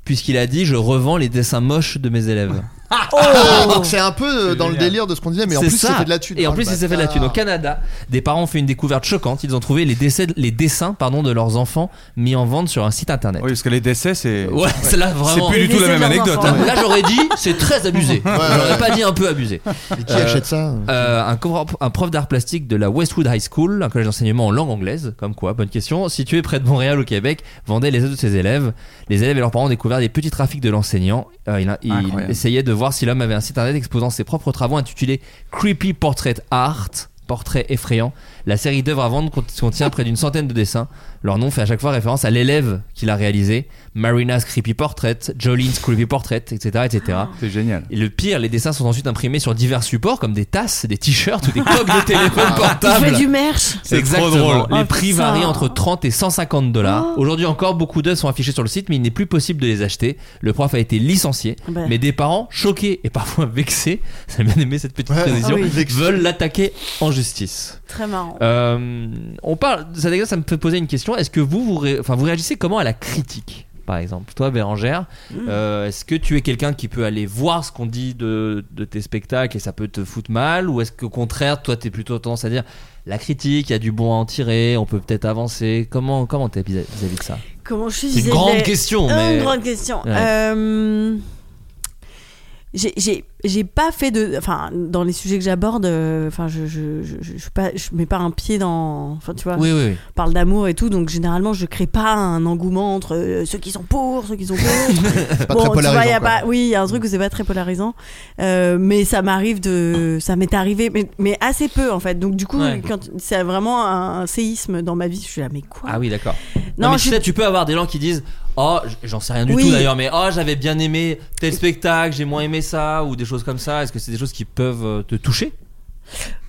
Speaker 6: puisqu'il a dit je revends les dessins moches de mes élèves.
Speaker 10: Oh.
Speaker 7: Ah, donc c'est un peu euh, dans le
Speaker 8: génial.
Speaker 7: délire de ce qu'on disait, mais en
Speaker 6: Oh. C'est
Speaker 7: plus, il s'est
Speaker 6: ça.
Speaker 7: fait de la thune.
Speaker 6: Et en
Speaker 7: Oh,
Speaker 6: plus,
Speaker 7: le
Speaker 6: il s'est fait de la thune. Au
Speaker 7: bâtard.
Speaker 6: Canada, des parents ont fait une découverte choquante. Ils ont trouvé les, décès, les dessins pardon, de leurs enfants mis en vente sur un site internet.
Speaker 8: Oui, parce que les décès, c'est.
Speaker 6: Ouais, c'est là
Speaker 8: C'est
Speaker 6: vraiment.
Speaker 8: plus du tout la même anecdote. hein.
Speaker 6: Là, là, j'aurais dit c'est très abusé. J'aurais pas dit un peu abusé.
Speaker 7: Mais qui
Speaker 6: Euh,
Speaker 7: achète ça hein.
Speaker 6: Euh, un, cor- un prof d'art plastique de la Westwood High School, un collège d'enseignement en langue anglaise, comme quoi, bonne question, situé près de Montréal au Québec, vendait les œuvres de ses élèves. Les élèves et leurs parents ont découvert des petits trafics de l'enseignant. Euh, il, a- il
Speaker 8: Incroyable.
Speaker 6: essayait de voir si l'homme avait un site internet exposant ses propres travaux intitulé Creepy Portrait Art. Portrait effrayant. La série d'œuvres à vendre cont- contient près d'une centaine de dessins. Leur nom fait à chaque fois référence à l'élève qui l'a réalisé. Marina's Creepy Portrait, Jolene's Creepy Portrait, etc. etc.
Speaker 8: C'est génial.
Speaker 6: Et le pire, les dessins sont ensuite imprimés sur divers supports comme des tasses, des t-shirts ou des coques de téléphone
Speaker 10: Il fait
Speaker 6: portable.
Speaker 10: du merch.
Speaker 6: C'est
Speaker 8: C'est trop
Speaker 6: exactement.
Speaker 8: drôle.
Speaker 6: Les
Speaker 10: Oh,
Speaker 6: prix
Speaker 10: putain.
Speaker 6: varient entre 30 et 150 dollars.
Speaker 10: Oh.
Speaker 6: Aujourd'hui encore, beaucoup d'œufs sont affichés sur le site, mais il n'est plus possible de les acheter. Le prof a été licencié,
Speaker 10: Ouais.
Speaker 6: mais des parents, choqués et parfois vexés, j'ai bien aimé cette petite
Speaker 7: Ouais.
Speaker 6: précision,
Speaker 10: Ah oui.
Speaker 6: veulent l'attaquer en justice.
Speaker 10: Très marrant.
Speaker 6: Euh, on parle, ça, d'ailleurs, ça me fait poser une question. Est-ce que vous, vous, ré- enfin, vous réagissez comment à la critique par exemple, toi Bérangère, euh, est-ce que tu es quelqu'un qui peut aller voir ce qu'on dit de, de tes spectacles et ça peut te foutre mal Ou est-ce qu'au contraire, toi, t'es plutôt tendance à dire la critique, il y a du bon à en tirer, on peut peut-être avancer Comment comment t'es vis- vis-à-vis de ça
Speaker 10: Comment je suis
Speaker 6: C'est une
Speaker 10: isolée
Speaker 6: grande question, mais.
Speaker 10: Une grande question.
Speaker 6: Ouais.
Speaker 10: Euh, j'ai- J'ai j'ai pas fait de. Enfin, dans les sujets que j'aborde, euh, enfin, je, je, je, je, suis pas, je mets pas un pied dans. Enfin, tu vois,
Speaker 6: Oui, oui, oui.
Speaker 10: on parle d'amour et tout, donc généralement, je crée pas un engouement entre euh, ceux qui sont pour, ceux qui sont contre.
Speaker 7: C'est pas
Speaker 10: Bon,
Speaker 7: très
Speaker 10: tu vois,
Speaker 7: polarisant.
Speaker 10: y a
Speaker 7: quoi.
Speaker 10: pas- oui, il y a un truc où c'est pas très polarisant. Euh, mais ça m'arrive de. Ça m'est arrivé, mais, mais assez peu en fait. Donc du coup,
Speaker 6: Ouais.
Speaker 10: quand c'est vraiment un, un séisme dans ma vie, je suis là, mais quoi
Speaker 6: Ah oui, d'accord.
Speaker 10: Non,
Speaker 6: Non, mais
Speaker 10: je
Speaker 6: tu
Speaker 10: suis-
Speaker 6: sais, tu peux avoir des gens qui disent Oh, j- j'en sais rien du
Speaker 10: Oui.
Speaker 6: tout d'ailleurs, mais oh, j'avais bien aimé tel spectacle, j'ai moins aimé ça, ou des choses comme ça. Est-ce que c'est des choses qui peuvent euh, te toucher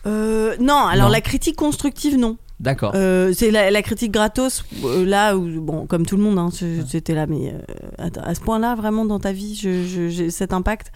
Speaker 10: Euh, non, alors
Speaker 6: Non. Oh.
Speaker 10: la critique constructive, non.
Speaker 6: D'accord.
Speaker 10: Euh, c'est la, la critique gratos, euh, là où, bon, comme tout le monde, hein, je- j'étais là, mais euh, à, à ce point-là, vraiment dans ta vie, je- je- j'ai cet impact.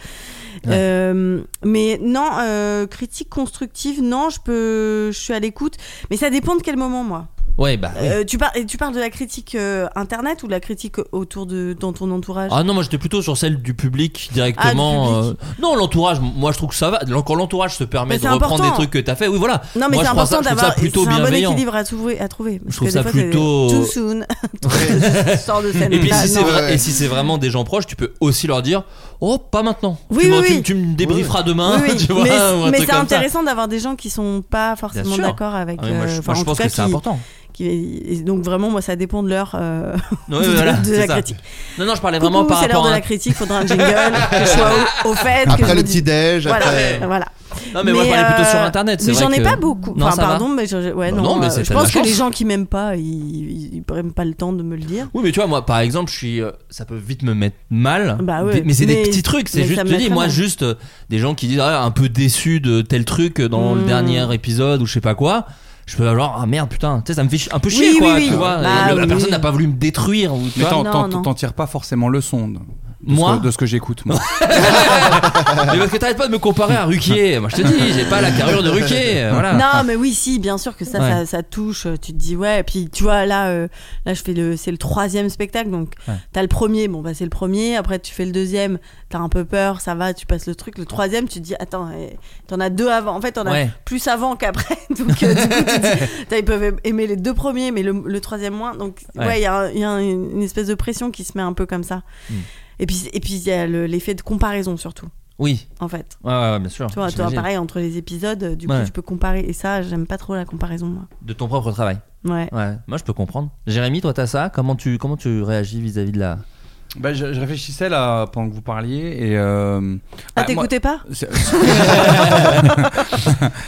Speaker 6: Ouais.
Speaker 10: Euh, mais non, euh, critique constructive, non, je peux, je suis à l'écoute, mais ça dépend de quel moment, moi.
Speaker 6: Ouais, bah. oui.
Speaker 10: Euh, tu, par- et tu parles de la critique euh, internet ou de la critique autour de dans ton entourage
Speaker 6: Ah non, moi j'étais plutôt sur celle du public directement.
Speaker 10: Ah, du public.
Speaker 6: euh, Non, l'entourage, m- moi je trouve que ça va. Quand l'entourage se permet
Speaker 10: Mais
Speaker 6: de
Speaker 10: c'est
Speaker 6: reprendre
Speaker 10: important.
Speaker 6: des trucs que t'as fait, oui voilà.
Speaker 10: Non, mais
Speaker 6: moi,
Speaker 10: c'est
Speaker 6: je prends ça-
Speaker 10: important
Speaker 6: je trouve
Speaker 10: d'avoir.
Speaker 6: ça plutôt
Speaker 10: c'est un bon
Speaker 6: bienveillant.
Speaker 10: équilibre à trouver. À trouver parce
Speaker 6: trouve
Speaker 10: que
Speaker 6: ça
Speaker 10: des fois, c'est
Speaker 6: plutôt-
Speaker 10: Too soon. Sors de scène.
Speaker 6: Et puis
Speaker 10: Ah,
Speaker 6: si c'est
Speaker 10: non.
Speaker 6: vrai-
Speaker 7: ouais.
Speaker 6: et si c'est vraiment des gens proches, tu peux aussi leur dire Oh, pas maintenant.
Speaker 10: Oui,
Speaker 6: tu, m'en-
Speaker 10: oui,
Speaker 6: tu-
Speaker 10: oui.
Speaker 6: tu me débrieferas demain.
Speaker 10: Oui, oui.
Speaker 6: hein, tu vois,
Speaker 10: mais
Speaker 6: ou un
Speaker 10: mais
Speaker 6: truc
Speaker 10: c'est
Speaker 6: comme ça.
Speaker 10: intéressant d'avoir des gens qui sont pas forcément
Speaker 6: sûr.
Speaker 10: d'accord avec.
Speaker 6: Ah oui, moi, je,
Speaker 10: euh,
Speaker 6: moi,
Speaker 10: enfin,
Speaker 6: je
Speaker 10: en
Speaker 6: pense
Speaker 10: tout cas,
Speaker 6: que c'est
Speaker 10: qui-
Speaker 6: important.
Speaker 10: qui- et donc vraiment, moi, ça dépend de l'heure euh,
Speaker 6: Ouais,
Speaker 10: de,
Speaker 6: voilà,
Speaker 10: de
Speaker 6: c'est
Speaker 10: la
Speaker 6: ça.
Speaker 10: critique.
Speaker 6: Non, non, je parlais vraiment
Speaker 10: euh, Coucou,
Speaker 6: par
Speaker 10: c'est l'heure
Speaker 6: rapport
Speaker 10: de
Speaker 6: à.
Speaker 10: la critique. Faudra un jingle. que je sois au, au fait. que je
Speaker 7: Après
Speaker 10: me
Speaker 7: le
Speaker 10: dise-
Speaker 7: petit-déj,
Speaker 10: Voilà,
Speaker 7: après.
Speaker 10: voilà.
Speaker 6: Non, mais, moi je parlais plutôt sur
Speaker 10: euh,
Speaker 6: internet. c'est
Speaker 10: Mais
Speaker 6: vrai
Speaker 10: j'en ai
Speaker 6: que-
Speaker 10: pas beaucoup.
Speaker 6: Non,
Speaker 10: enfin,
Speaker 6: ça va.
Speaker 10: pardon, mais je, je- ouais,
Speaker 6: Bah
Speaker 10: non,
Speaker 6: non, mais
Speaker 10: euh,
Speaker 6: c'est
Speaker 10: je
Speaker 6: t'as de
Speaker 10: pense
Speaker 6: la
Speaker 10: que les
Speaker 6: chance.
Speaker 10: gens qui m'aiment pas, ils, ils prennent pas le temps de me le dire.
Speaker 6: Oui, mais tu vois, moi, par exemple, je suis, euh, ça peut vite me mettre mal.
Speaker 10: Bah ouais.
Speaker 6: Des- mais c'est des
Speaker 10: Mais-
Speaker 6: petits trucs. C'est
Speaker 10: mais
Speaker 6: juste,
Speaker 10: ça me
Speaker 6: je
Speaker 10: met
Speaker 6: dis,
Speaker 10: très
Speaker 6: moi,
Speaker 10: mal.
Speaker 6: juste euh, des gens qui disent ah, un peu déçu de tel truc dans le
Speaker 10: Mm.
Speaker 6: dernier épisode ou je sais pas quoi. Je peux genre ah merde putain, tu sais, ça me fait ch- un peu
Speaker 10: Oui,
Speaker 6: chier
Speaker 10: oui,
Speaker 6: quoi.
Speaker 10: oui.
Speaker 6: Tu vois,
Speaker 10: Bah
Speaker 6: Le- la
Speaker 10: oui.
Speaker 6: personne n'a pas voulu me détruire. Ou, tu
Speaker 8: Mais
Speaker 6: vois.
Speaker 8: t'en-
Speaker 10: Non,
Speaker 8: t'en
Speaker 10: non.
Speaker 8: t'en tires pas forcément leçon de, de
Speaker 6: Moi
Speaker 8: ce que, de ce que j'écoute. Moi,
Speaker 6: Mais parce que t'arrêtes pas de me comparer à Ruquier. moi, je te dis, j'ai pas la carrure de Ruquier. euh, Voilà.
Speaker 10: Non, mais oui, si, bien sûr que ça,
Speaker 6: Ouais.
Speaker 10: ça, ça touche. euh, Tu te dis, ouais. Et puis, tu vois, là, euh, là je fais le, c'est le troisième spectacle. Donc, t'as le premier, bon, bah, c'est le premier. Après, tu fais le deuxième, t'as un peu peur, ça va, tu passes le truc. Le troisième, tu te dis, attends, eh, t'en as deux avant. En fait, t'en
Speaker 6: Ouais.
Speaker 10: as plus avant qu'après. Donc, euh, du coup, tu te dis, putain, ils peuvent aimer les deux premiers, mais le, le troisième moins. Donc,
Speaker 6: Ouais.
Speaker 10: ouais, il y a, un- il y a un- une espèce de pression qui se met un peu comme ça.
Speaker 6: Hmm.
Speaker 10: Et puis, et puis, il y a le- l'effet de comparaison, surtout,
Speaker 6: Oui,
Speaker 10: en fait.
Speaker 6: ouais, ouais, ouais, bien sûr.
Speaker 10: Tu vois, toi,
Speaker 6: j'imagine.
Speaker 10: pareil, entre les épisodes, euh, du
Speaker 6: Ouais.
Speaker 10: coup, tu peux comparer. Et ça, j'aime pas trop la comparaison, moi.
Speaker 6: De ton propre travail.
Speaker 10: Ouais.
Speaker 6: Ouais. Moi, je peux comprendre. Jérémy, toi, t'as ça. Comment tu, comment tu réagis vis-à-vis de la,
Speaker 8: Bah, je, je réfléchissais là pendant que vous parliez et. euh,
Speaker 10: Ah,
Speaker 8: bah,
Speaker 10: t'écoutais
Speaker 8: moi-
Speaker 10: pas
Speaker 8: C'est-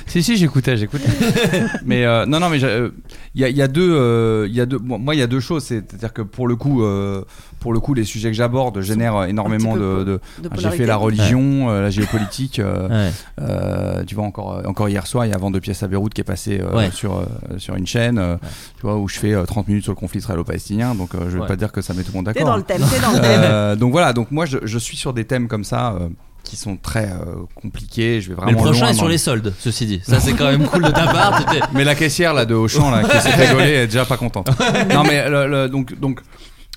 Speaker 8: Si si j'écoutais j'écoutais. mais euh, non non mais j'ai- euh, il y, a- il y a deux euh, il y a deux moi moi, il y a deux choses c'est-à-dire que pour le coup euh, pour le coup les sujets que j'aborde génèrent énormément
Speaker 10: petit
Speaker 8: de, de-
Speaker 10: peu de
Speaker 8: Ah, j'ai fait
Speaker 10: polarité.
Speaker 8: la religion euh, la géopolitique euh,
Speaker 6: Ouais.
Speaker 8: euh, tu vois encore encore hier soir il y a vente de pièces à Beyrouth qui est passé euh,
Speaker 6: Ouais.
Speaker 8: sur euh, sur une chaîne euh, tu vois où je fais euh, 30 minutes sur le conflit israélo-palestinien donc euh, je vais
Speaker 6: Ouais.
Speaker 8: pas dire que ça met tout le monde
Speaker 10: T'es
Speaker 8: d'accord
Speaker 10: dans le thème, t'es dans le thème.
Speaker 8: euh, donc voilà, donc moi je, je suis sur des thèmes comme ça euh, qui sont très euh, compliqués. Je vais vraiment
Speaker 6: Mais le prochain
Speaker 8: loin
Speaker 6: est sur
Speaker 8: dans-
Speaker 6: les soldes, ceci dit. Ça, c'est quand même cool de ta part. tu t'es-
Speaker 8: Mais la caissière là de Auchan là qui s'est rigolée est déjà pas contente. non mais le- le- donc donc.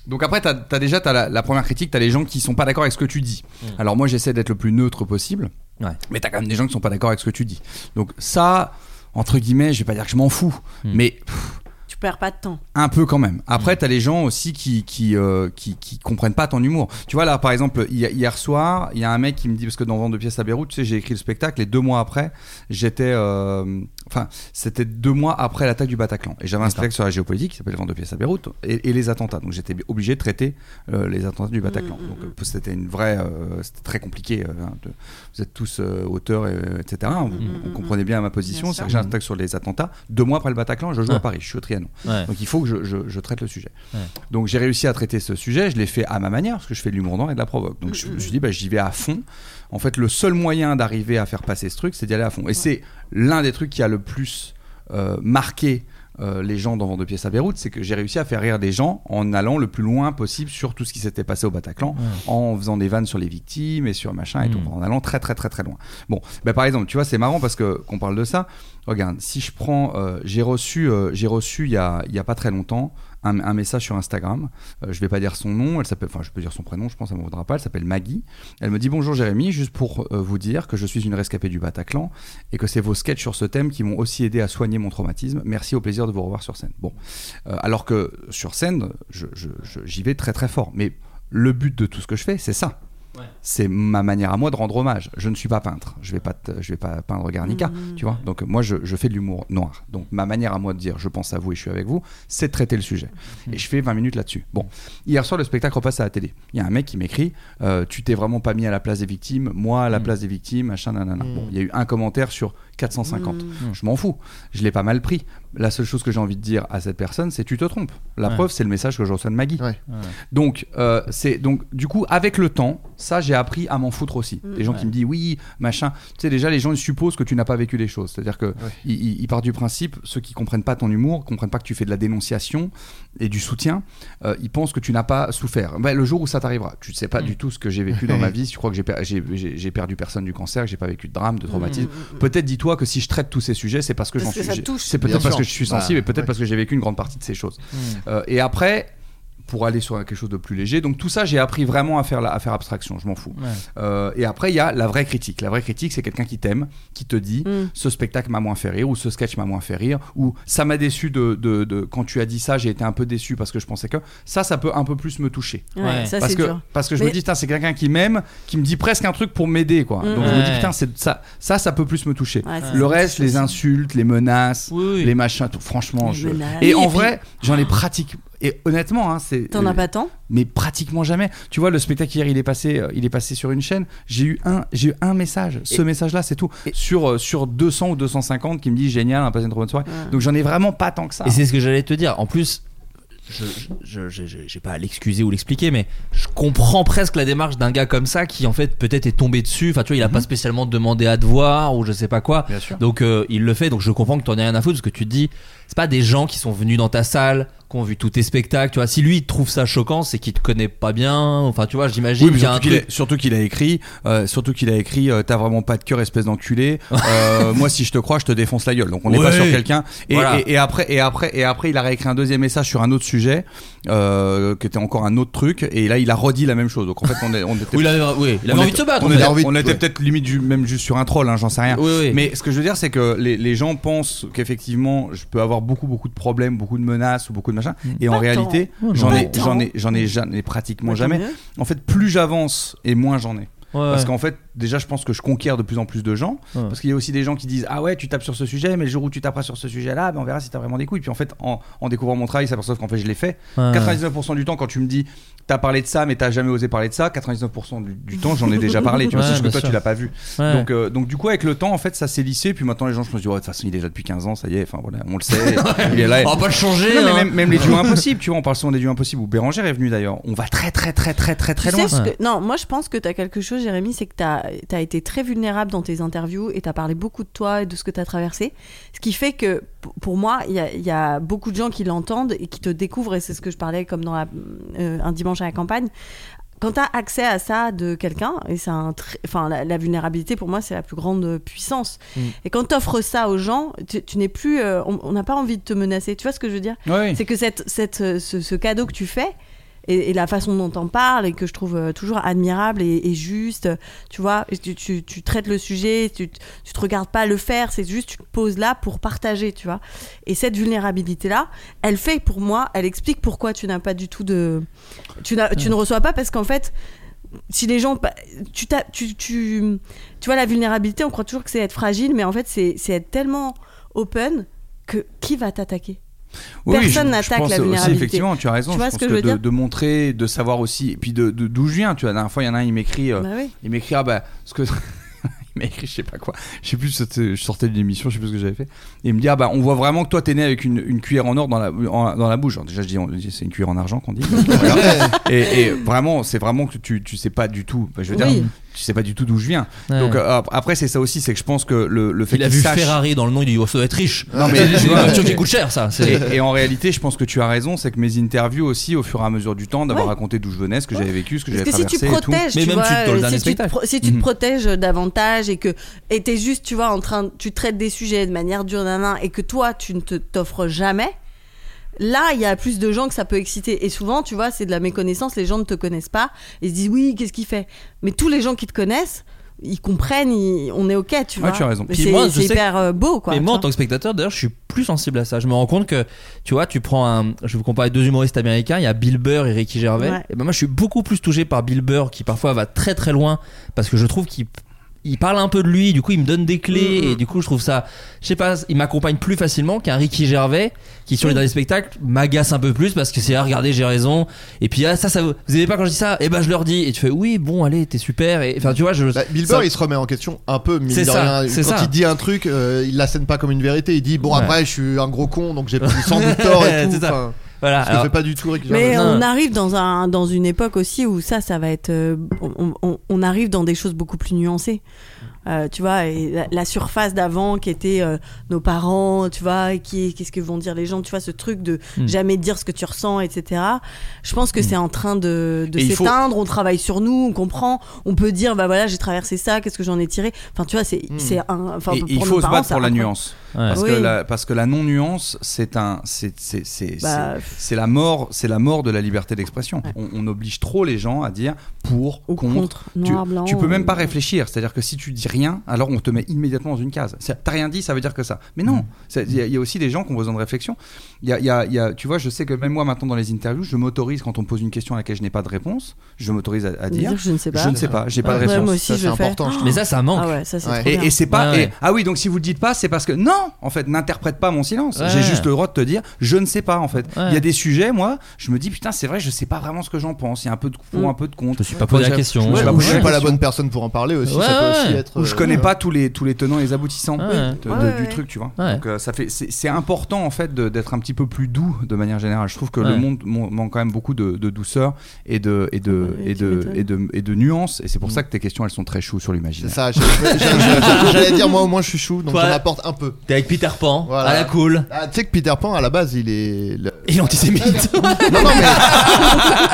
Speaker 8: Donc après, t'as as déjà t'as la, la première critique, t'as les gens qui sont pas d'accord avec ce que tu dis. Alors moi, j'essaie d'être le plus neutre possible,
Speaker 6: Ouais.
Speaker 8: mais t'as quand même des gens qui sont pas d'accord avec ce que tu dis. Donc ça, entre guillemets, je vais pas dire que je m'en fous, mais pff,
Speaker 10: Tu perds pas de temps.
Speaker 8: un peu quand même. Après, t'as les gens aussi qui qui, euh, qui qui comprennent pas ton humour. Tu vois là, par exemple, hi- hier soir, il y a un mec qui me dit parce que dans Vente de pièces à Beyrouth, tu sais, j'ai écrit le spectacle et deux mois après, j'étais, euh, enfin, c'était deux mois après l'attaque du Bataclan et j'avais un spectacle sur la géopolitique qui s'appelle Vente de pièces à Beyrouth et, et les attentats. Donc j'étais obligé de traiter euh, les attentats du Bataclan. Donc euh, c'était une vraie, euh, c'était très compliqué. euh, hein, de- vous êtes tous euh, auteurs, et, euh, etc. On, on comprenait bien ma position.
Speaker 10: Bien
Speaker 8: C'est que j'ai un spectacle sur les attentats. Deux mois après le Bataclan, je joue
Speaker 6: Ah.
Speaker 8: à Paris. Je suis au Trianon.
Speaker 6: Ouais.
Speaker 8: Donc il faut que je, je- je traite le sujet.
Speaker 6: Ouais.
Speaker 8: Donc j'ai réussi à traiter ce sujet, je l'ai fait à ma manière, parce que je fais de l'humour dans et de la provoque. Donc je me suis dit, bah, j'y vais à fond. En fait, le seul moyen d'arriver à faire passer ce truc, c'est d'y aller à fond. Et c'est l'un des trucs qui a le plus euh, marqué. euh, les gens dans Vent de pièces à Beyrouth, c'est que j'ai réussi à faire rire des gens en allant le plus loin possible sur tout ce qui s'était passé au Bataclan, en faisant des vannes sur les victimes et sur machin et tout, en allant très très très très loin. Bon, bah, par exemple, tu vois, c'est marrant parce que qu'on parle de ça. Regarde, si je prends, euh, j'ai reçu, euh, j'ai reçu il y a, il y a pas très longtemps un, un message sur Instagram. Euh, je vais pas dire son nom, elle s'appelle, enfin je peux dire son prénom, je pense ça m'en voudra pas. Elle s'appelle Maggie. Elle me dit bonjour Jérémy, juste pour euh, vous dire que je suis une rescapée du Bataclan et que c'est vos sketchs sur ce thème qui m'ont aussi aidé à soigner mon traumatisme. Merci, au plaisir de vous revoir sur scène. Bon, Euh, alors que sur scène, je- je- je- j'y vais très très fort. Mais le but de tout ce que je fais, c'est ça. C'est ma manière à moi de rendre hommage. Je ne suis pas peintre. Je vais pas, te- je vais pas peindre Garnica, tu vois. Donc moi, je, je fais de l'humour noir. Donc ma manière à moi de dire, je pense à vous et je suis avec vous, c'est de traiter le sujet. Et je fais 20 minutes là-dessus. Bon, hier soir, le spectacle repasse à la télé. Il y a un mec qui m'écrit, euh, tu t'es vraiment pas mis à la place des victimes, moi à la place des victimes, machin, nanana. Bon, il y a eu un commentaire sur 450. Je m'en fous. Je l'ai pas mal pris. La seule chose que j'ai envie de dire à cette personne, c'est tu te trompes. La preuve, c'est le message que je reçois de Maggie.
Speaker 7: Ouais.
Speaker 8: Donc, euh, c'est donc du coup avec le temps, ça j'ai appris à m'en foutre aussi. Les gens qui me disent oui, machin, tu sais déjà les gens ils supposent que tu n'as pas vécu les choses. C'est-à-dire que ils, ils- ils partent du principe ceux qui comprennent pas ton humour, comprennent pas que tu fais de la dénonciation et du soutien, euh, ils pensent que tu n'as pas souffert. Ben, le jour où ça t'arrivera, tu ne sais pas du tout ce que j'ai vécu dans ma vie. Si tu crois que j'ai per- j'ai- j'ai j'ai perdu personne du cancer, que j'ai pas vécu de drame, de traumatisme, peut-être dis-toi que si je traite tous ces sujets, c'est parce que
Speaker 10: Parce
Speaker 8: j'en
Speaker 10: que
Speaker 8: suis.
Speaker 10: ça te
Speaker 8: j'ai-
Speaker 10: touche.
Speaker 8: C'est
Speaker 7: Bien
Speaker 8: peut-être parce
Speaker 7: sûr.
Speaker 8: que je suis
Speaker 7: Bah,
Speaker 8: sensible et peut-être
Speaker 7: ouais.
Speaker 8: parce que j'ai vécu une grande partie de ces choses.
Speaker 10: Hmm.
Speaker 8: Euh, et après, pour aller sur quelque chose de plus léger. Donc tout ça, j'ai appris vraiment à faire, la- à faire abstraction, je m'en fous. Euh, et après, il y a la vraie critique. La vraie critique, c'est quelqu'un qui t'aime, qui te dit
Speaker 10: Hmm.
Speaker 8: ce spectacle m'a moins fait rire, ou ce sketch m'a moins fait rire, ou ça m'a déçu de, de- de- quand tu as dit ça, j'ai été un peu déçu parce que je pensais que ça, ça peut un peu plus me toucher.
Speaker 10: Ouais,
Speaker 6: Ouais.
Speaker 10: ça
Speaker 8: parce
Speaker 10: Ah, c'est
Speaker 8: que,
Speaker 10: dur.
Speaker 8: parce que je
Speaker 10: Mais-
Speaker 8: me dis, putain, c'est quelqu'un qui m'aime, qui me dit presque un truc pour m'aider, quoi.
Speaker 10: Hmm.
Speaker 8: Donc je me dis,
Speaker 6: Ouais.
Speaker 8: putain, c'est- ça, ça, ça peut plus me toucher.
Speaker 10: Ouais, ça, ça
Speaker 8: Le
Speaker 10: me
Speaker 8: reste,
Speaker 10: touche
Speaker 8: les insultes, les menaces,
Speaker 6: Oui, oui.
Speaker 8: les machins, tout, franchement.
Speaker 10: Les
Speaker 8: je-
Speaker 10: menaces.
Speaker 8: Et
Speaker 10: Oui, et
Speaker 8: en
Speaker 10: puis-
Speaker 8: vrai, j'en ai pratique. Et honnêtement, hein, c'est.
Speaker 10: T'en as pas tant
Speaker 8: Mais pratiquement jamais. Tu vois, le spectacle hier, il est passé, euh, il est passé sur une chaîne. J'ai eu un, j'ai eu un message. Ce message-là, c'est tout. sur euh, sur 200 ou 250 qui me dit génial, on a passé une trop bonne soirée. Donc j'en ai vraiment pas tant que ça.
Speaker 6: Et c'est ce que j'allais te dire. En plus, je je- je- je- j'ai pas à l'excuser ou l'expliquer, mais je comprends presque la démarche d'un gars comme ça qui en fait peut-être est tombé dessus. Enfin, tu vois, il a pas spécialement demandé à te voir ou je sais pas quoi.
Speaker 8: Mhm. Bien sûr.
Speaker 6: Donc euh, il le fait. Donc je comprends que t'en aies rien à foutre parce que tu te dis, c'est pas des gens qui sont venus dans ta salle, qui ont vu tous tes spectacles. Tu vois, si lui il trouve ça choquant, c'est qu'il te connaît pas bien. Enfin, tu vois, j'imagine
Speaker 8: Oui, mais
Speaker 6: qu'il y a
Speaker 8: surtout
Speaker 6: un
Speaker 8: qu'il
Speaker 6: truc.
Speaker 8: a, surtout qu'il a écrit, euh, surtout qu'il a écrit, euh, t'as vraiment pas de cœur, espèce d'enculé. Euh, moi, si je te crois, je te défonce la gueule. Donc on n'est
Speaker 6: Ouais.
Speaker 8: pas sur quelqu'un. Et,
Speaker 6: Voilà.
Speaker 8: et- et après, et après, et après, il a réécrit un deuxième message sur un autre sujet, euh, qui était encore un autre truc. Et là, il a redit la même chose. Donc en fait, on est, on était.
Speaker 6: Oui, il avait, oui, il avait
Speaker 8: on
Speaker 6: envie
Speaker 8: était-
Speaker 6: de se battre.
Speaker 8: On,
Speaker 6: en
Speaker 8: était-
Speaker 6: fait.
Speaker 7: avait envie de-
Speaker 8: on était
Speaker 7: ouais.
Speaker 8: peut-être limite ju- même juste sur un troll, hein, j'en sais rien.
Speaker 6: Oui, oui.
Speaker 8: Mais ce que je veux dire, c'est que les, les gens pensent qu'effectivement, je peux avoir beaucoup, beaucoup de problèmes, beaucoup de menaces ou beaucoup de machin. Et en
Speaker 10: Pas
Speaker 8: réalité,
Speaker 10: tant. Oh
Speaker 8: j'en
Speaker 10: Pas
Speaker 8: ai,
Speaker 10: tant.
Speaker 8: j'en ai, j'en ai, jamais- pratiquement
Speaker 10: Bah, tant
Speaker 8: jamais.
Speaker 10: mieux.
Speaker 8: En fait, plus j'avance et moins j'en ai.
Speaker 6: Ouais,
Speaker 8: Parce
Speaker 6: ouais.
Speaker 8: qu'en fait, déjà, je pense que je conquiers de plus en plus de gens.
Speaker 6: Ouais.
Speaker 8: Parce qu'il y a aussi des gens qui disent Ah ouais, tu tapes sur ce sujet, mais le jour où tu taperas sur ce sujet-là, ben, on verra si t'as vraiment des couilles. Puis en fait, en, en découvrant mon travail, ils s'aperçoivent qu'en fait, je l'ai fait.
Speaker 6: Ouais.
Speaker 8: 99% du temps, quand tu me dis T'as parlé de ça, mais t'as jamais osé parler de ça. 99% du, du temps, j'en ai déjà parlé. Tu vois,
Speaker 6: Ouais,
Speaker 8: c'est juste que
Speaker 6: bien
Speaker 8: toi,
Speaker 6: sûr.
Speaker 8: tu l'as pas vu.
Speaker 6: Ouais.
Speaker 8: Donc, euh, donc, du coup, avec le temps, en fait, ça s'est lissé. Puis maintenant, les gens, je me dis, ouais, de toute façon, il est là depuis 15 ans, ça y est, enfin voilà, on le sait. il est là.
Speaker 6: On va pas le changer,
Speaker 8: Non, mais
Speaker 6: hein.
Speaker 8: même, même les duos impossibles, tu vois, on parle souvent des duos impossibles. Ou Béranger est venu d'ailleurs. On va très, très, très, très, très, très
Speaker 10: Tu
Speaker 8: loin.
Speaker 10: sais ce que- non, moi je pense que tu as quelque chose, Jérémy, c'est que tu as, été très vulnérable dans tes interviews et tu as parlé beaucoup de toi et de ce que tu as traversé. Ce qui fait que p- pour moi, il y a, il y a beaucoup de gens qui l'entendent et qui te découvrent, et c'est ce que je parlais comme dans la- euh, un dimanche à la campagne. Quand tu as accès à ça de quelqu'un, et c'est un tr- enfin, la, la vulnérabilité pour moi c'est la plus grande puissance.
Speaker 3: Mm.
Speaker 10: Et quand tu offres ça aux gens, tu, tu n'es plus, euh, on on n'a pas envie de te menacer. Tu vois ce que je veux dire
Speaker 3: Ouais.
Speaker 10: C'est que cette, cette, euh, ce, ce cadeau que tu fais, et, et la façon dont t'en parles et que je trouve euh, toujours admirable et, et juste euh, tu vois et tu, tu- tu traites le sujet tu, tu te regardes pas le faire c'est juste tu te poses là pour partager tu vois et cette vulnérabilité là elle fait pour moi elle explique pourquoi tu n'as pas du tout de tu, n'as- tu ne reçois pas parce qu'en fait si les gens pa- tu, t'as- tu tu tu vois la vulnérabilité on croit toujours que c'est être fragile mais en fait c'est c'est être tellement open que qui va t'attaquer
Speaker 8: Oui, oui, je-
Speaker 10: personne
Speaker 8: je
Speaker 10: n'attaque
Speaker 8: pense
Speaker 10: la
Speaker 8: aussi,
Speaker 10: vulnérabilité
Speaker 8: effectivement, tu as raison.
Speaker 10: tu vois
Speaker 8: je
Speaker 10: ce
Speaker 8: pense
Speaker 10: que je veux
Speaker 8: de,
Speaker 10: dire
Speaker 8: de montrer, de savoir aussi, et puis de de- d'où je viens. Tu vois, la dernière fois, il y en a un, il m'écrit, euh,
Speaker 10: Bah oui.
Speaker 8: il m'écrit, ah bah, ce que. il m'a écrit, je sais pas quoi. Je sais plus, c'était- je sortais de l'émission, je sais plus ce que j'avais fait. Et il me dit, ah bah, on voit vraiment que toi, t'es né avec une, une cuillère en or dans la, en- dans la bouche. Alors, déjà, je dis, on- c'est une cuillère en argent qu'on dit. Voilà. et, et vraiment, c'est vraiment que tu, tu sais pas du tout. Bah, Je veux
Speaker 6: Oui.
Speaker 8: dire, tu sais pas du tout d'où je viens.
Speaker 6: Ouais.
Speaker 8: Donc, euh, après, c'est ça aussi, c'est que je pense que le, le fait
Speaker 6: Il a
Speaker 8: qu'il
Speaker 6: vu
Speaker 8: sache-
Speaker 6: Ferrari dans le nom, il dit oh, ça doit être riche.
Speaker 8: non, mais
Speaker 6: c'est une voiture qui coûte cher, ça. c'est-
Speaker 8: Et, et en réalité, je pense que tu as raison, c'est que mes interviews aussi, au fur et à mesure du temps, d'avoir raconté d'où je venais, ce que j'avais vécu, ce que
Speaker 10: Parce
Speaker 8: j'avais
Speaker 10: que si
Speaker 8: traversé.
Speaker 10: tu protèges,
Speaker 8: et tout.
Speaker 10: tu vois, euh, si, tu te, pro- si tu te protèges davantage et que et t'es juste, tu vois, en train, tu traites des sujets de manière dure, nanan, et que toi, tu ne te- t'offres jamais. Là, il y a plus de gens que ça peut exciter. Et souvent, tu vois, c'est de la méconnaissance. Les gens ne te connaissent pas. Ils se disent, oui, qu'est-ce qu'il fait Mais tous les gens qui te connaissent, ils comprennent, ils- on est OK, tu vois. Mais
Speaker 6: Puis
Speaker 10: C'est
Speaker 6: moi, je
Speaker 10: c'est
Speaker 6: sais
Speaker 10: hyper
Speaker 6: que-
Speaker 10: euh, beau, quoi.
Speaker 6: Mais moi, en
Speaker 10: tu vois.
Speaker 6: tant que spectateur, d'ailleurs, je suis plus sensible à ça. Je me rends compte que, tu vois, tu prends un. Je vais vous comparer deux humoristes américains, il y a Bill Burr et Ricky Gervais.
Speaker 10: Ouais.
Speaker 6: Et ben moi, je suis beaucoup plus touché par Bill Burr qui parfois va très très loin parce que je trouve qu'il. Il parle un peu de lui, du coup il me donne des clés
Speaker 10: Mm,
Speaker 6: et du coup je trouve ça, je sais pas, il m'accompagne plus facilement qu'un Ricky Gervais qui
Speaker 10: Mm.
Speaker 6: sur les derniers spectacles m'agace un peu plus parce que c'est ah, regardez j'ai raison et puis ah, ça ça vous vous aimez pas quand je dis ça et ben je leur dis et tu fais oui bon allez t'es super et enfin tu vois je
Speaker 7: bah, Bill
Speaker 6: ça-
Speaker 7: Burr, il se remet en question un peu, mine
Speaker 6: C'est
Speaker 7: de
Speaker 6: ça,
Speaker 7: rien.
Speaker 6: c'est
Speaker 7: Quand
Speaker 6: ça.
Speaker 7: il dit un truc, euh, il l'assène pas comme une vérité. Il dit bon
Speaker 6: Ouais.
Speaker 7: après, je suis un gros con, donc j'ai sans doute tort et tout.
Speaker 6: C'est ça.
Speaker 7: Enfin,
Speaker 6: Voilà,
Speaker 7: Ce que
Speaker 6: alors-
Speaker 7: fait pas du tout Rick
Speaker 10: Mais
Speaker 7: Gervais.
Speaker 10: on arrive dans, un, dans une époque aussi où ça, ça va être. euh, on, on- on arrive dans des choses beaucoup plus nuancées. Euh, tu vois, et la, la surface d'avant qui était euh, nos parents, tu vois, et qui, qu'est-ce que vont dire les gens, tu vois, ce truc de
Speaker 8: Hmm.
Speaker 3: Mm.
Speaker 10: jamais dire ce que tu ressens, etc. Je pense que c'est en train de, de
Speaker 3: Et il faut-
Speaker 10: s'éteindre, on travaille sur nous, on comprend, on peut dire, bah voilà, j'ai traversé ça, qu'est-ce que j'en ai tiré. Enfin, tu vois, c'est, c'est un. Enfin,
Speaker 8: Hmm. Et-
Speaker 10: pour
Speaker 8: et il
Speaker 10: nos
Speaker 8: faut se
Speaker 10: parents,
Speaker 8: battre
Speaker 10: c'est
Speaker 8: pour la
Speaker 10: incroyable.
Speaker 8: nuance. Parce,
Speaker 10: Oui.
Speaker 8: que la, parce que la non-nuance, c'est un, c'est, c'est, c'est, c'est-
Speaker 10: Bah, pff.
Speaker 8: c'est la mort, c'est la mort de la liberté d'expression. On, on oblige trop les gens à dire pour, contre.
Speaker 10: contre, noir,
Speaker 8: tu,
Speaker 10: blanc, euh,
Speaker 8: tu peux même pas
Speaker 10: ou-
Speaker 8: réfléchir. C'est-à-dire que si tu dis rien, alors on te met immédiatement dans une case. C'est- T'as rien dit, ça veut dire que ça. Mais non. C'est- Il y, a- il y a aussi des gens qui ont besoin de réflexion. Il y a, il y a- il y a- tu vois, je sais que même moi maintenant dans les interviews, je m'autorise quand on me pose une question à laquelle je n'ai pas de réponse, je m'autorise à, à
Speaker 10: De
Speaker 8: dire,
Speaker 10: dire je ne sais pas.
Speaker 8: Je ne sais pas. J'ai pas de
Speaker 10: Ouais, moi
Speaker 8: réponse.
Speaker 10: aussi, Ça, je c'est le fais. important, je trouve.
Speaker 6: Mais ça, ça manque.
Speaker 10: Ah ouais, ça, c'est trop bien.
Speaker 8: Et, et c'est pas.
Speaker 6: Ouais, ouais.
Speaker 8: et- ah oui, donc si vous le dites pas, c'est parce que non, en fait, n'interprète pas mon silence.
Speaker 6: Ouais.
Speaker 8: J'ai juste le droit de te dire, je ne sais pas, en fait. Il
Speaker 6: Ouais.
Speaker 8: y a des sujets, moi, je me dis, putain, c'est vrai, je sais pas vraiment ce que j'en pense. Il y a un peu de pour,
Speaker 6: Mm.
Speaker 8: un peu de contre. Je me suis
Speaker 6: pas posé la question.
Speaker 8: me suis
Speaker 6: Ouais,
Speaker 8: pas
Speaker 6: ou
Speaker 8: posé
Speaker 6: je suis
Speaker 7: pas la
Speaker 8: question.
Speaker 7: bonne personne pour en parler aussi.
Speaker 8: Ouais,
Speaker 7: ça peut
Speaker 8: ouais.
Speaker 7: aussi être.
Speaker 8: Ou je connais
Speaker 7: euh,
Speaker 8: pas tous les, tous les tenants et les aboutissants
Speaker 6: Ah Ouais.
Speaker 8: de- de-
Speaker 6: Ouais,
Speaker 8: du
Speaker 6: ouais.
Speaker 8: truc, tu vois.
Speaker 6: Ouais.
Speaker 8: Donc, euh, ça fait, c'est c'est important, en fait, de- d'être un petit peu plus doux de manière générale. Je trouve que le
Speaker 6: Ouais.
Speaker 8: monde mon- manque quand même beaucoup de, de douceur et de, et de, et de, et de, et de nuances. Et c'est
Speaker 6: Mm.
Speaker 8: pour ça que tes questions, elles sont très choues sur l'imaginaire.
Speaker 7: Ça, je- je- je- j'allais dire moi au moins je suis chou, donc
Speaker 6: Toi,
Speaker 7: j'en apporte un peu.
Speaker 6: T'es avec Peter Pan,
Speaker 7: Voilà.
Speaker 6: à la cool.
Speaker 7: Ah, tu sais que Peter Pan à la base il est. le-
Speaker 6: Et antisémite.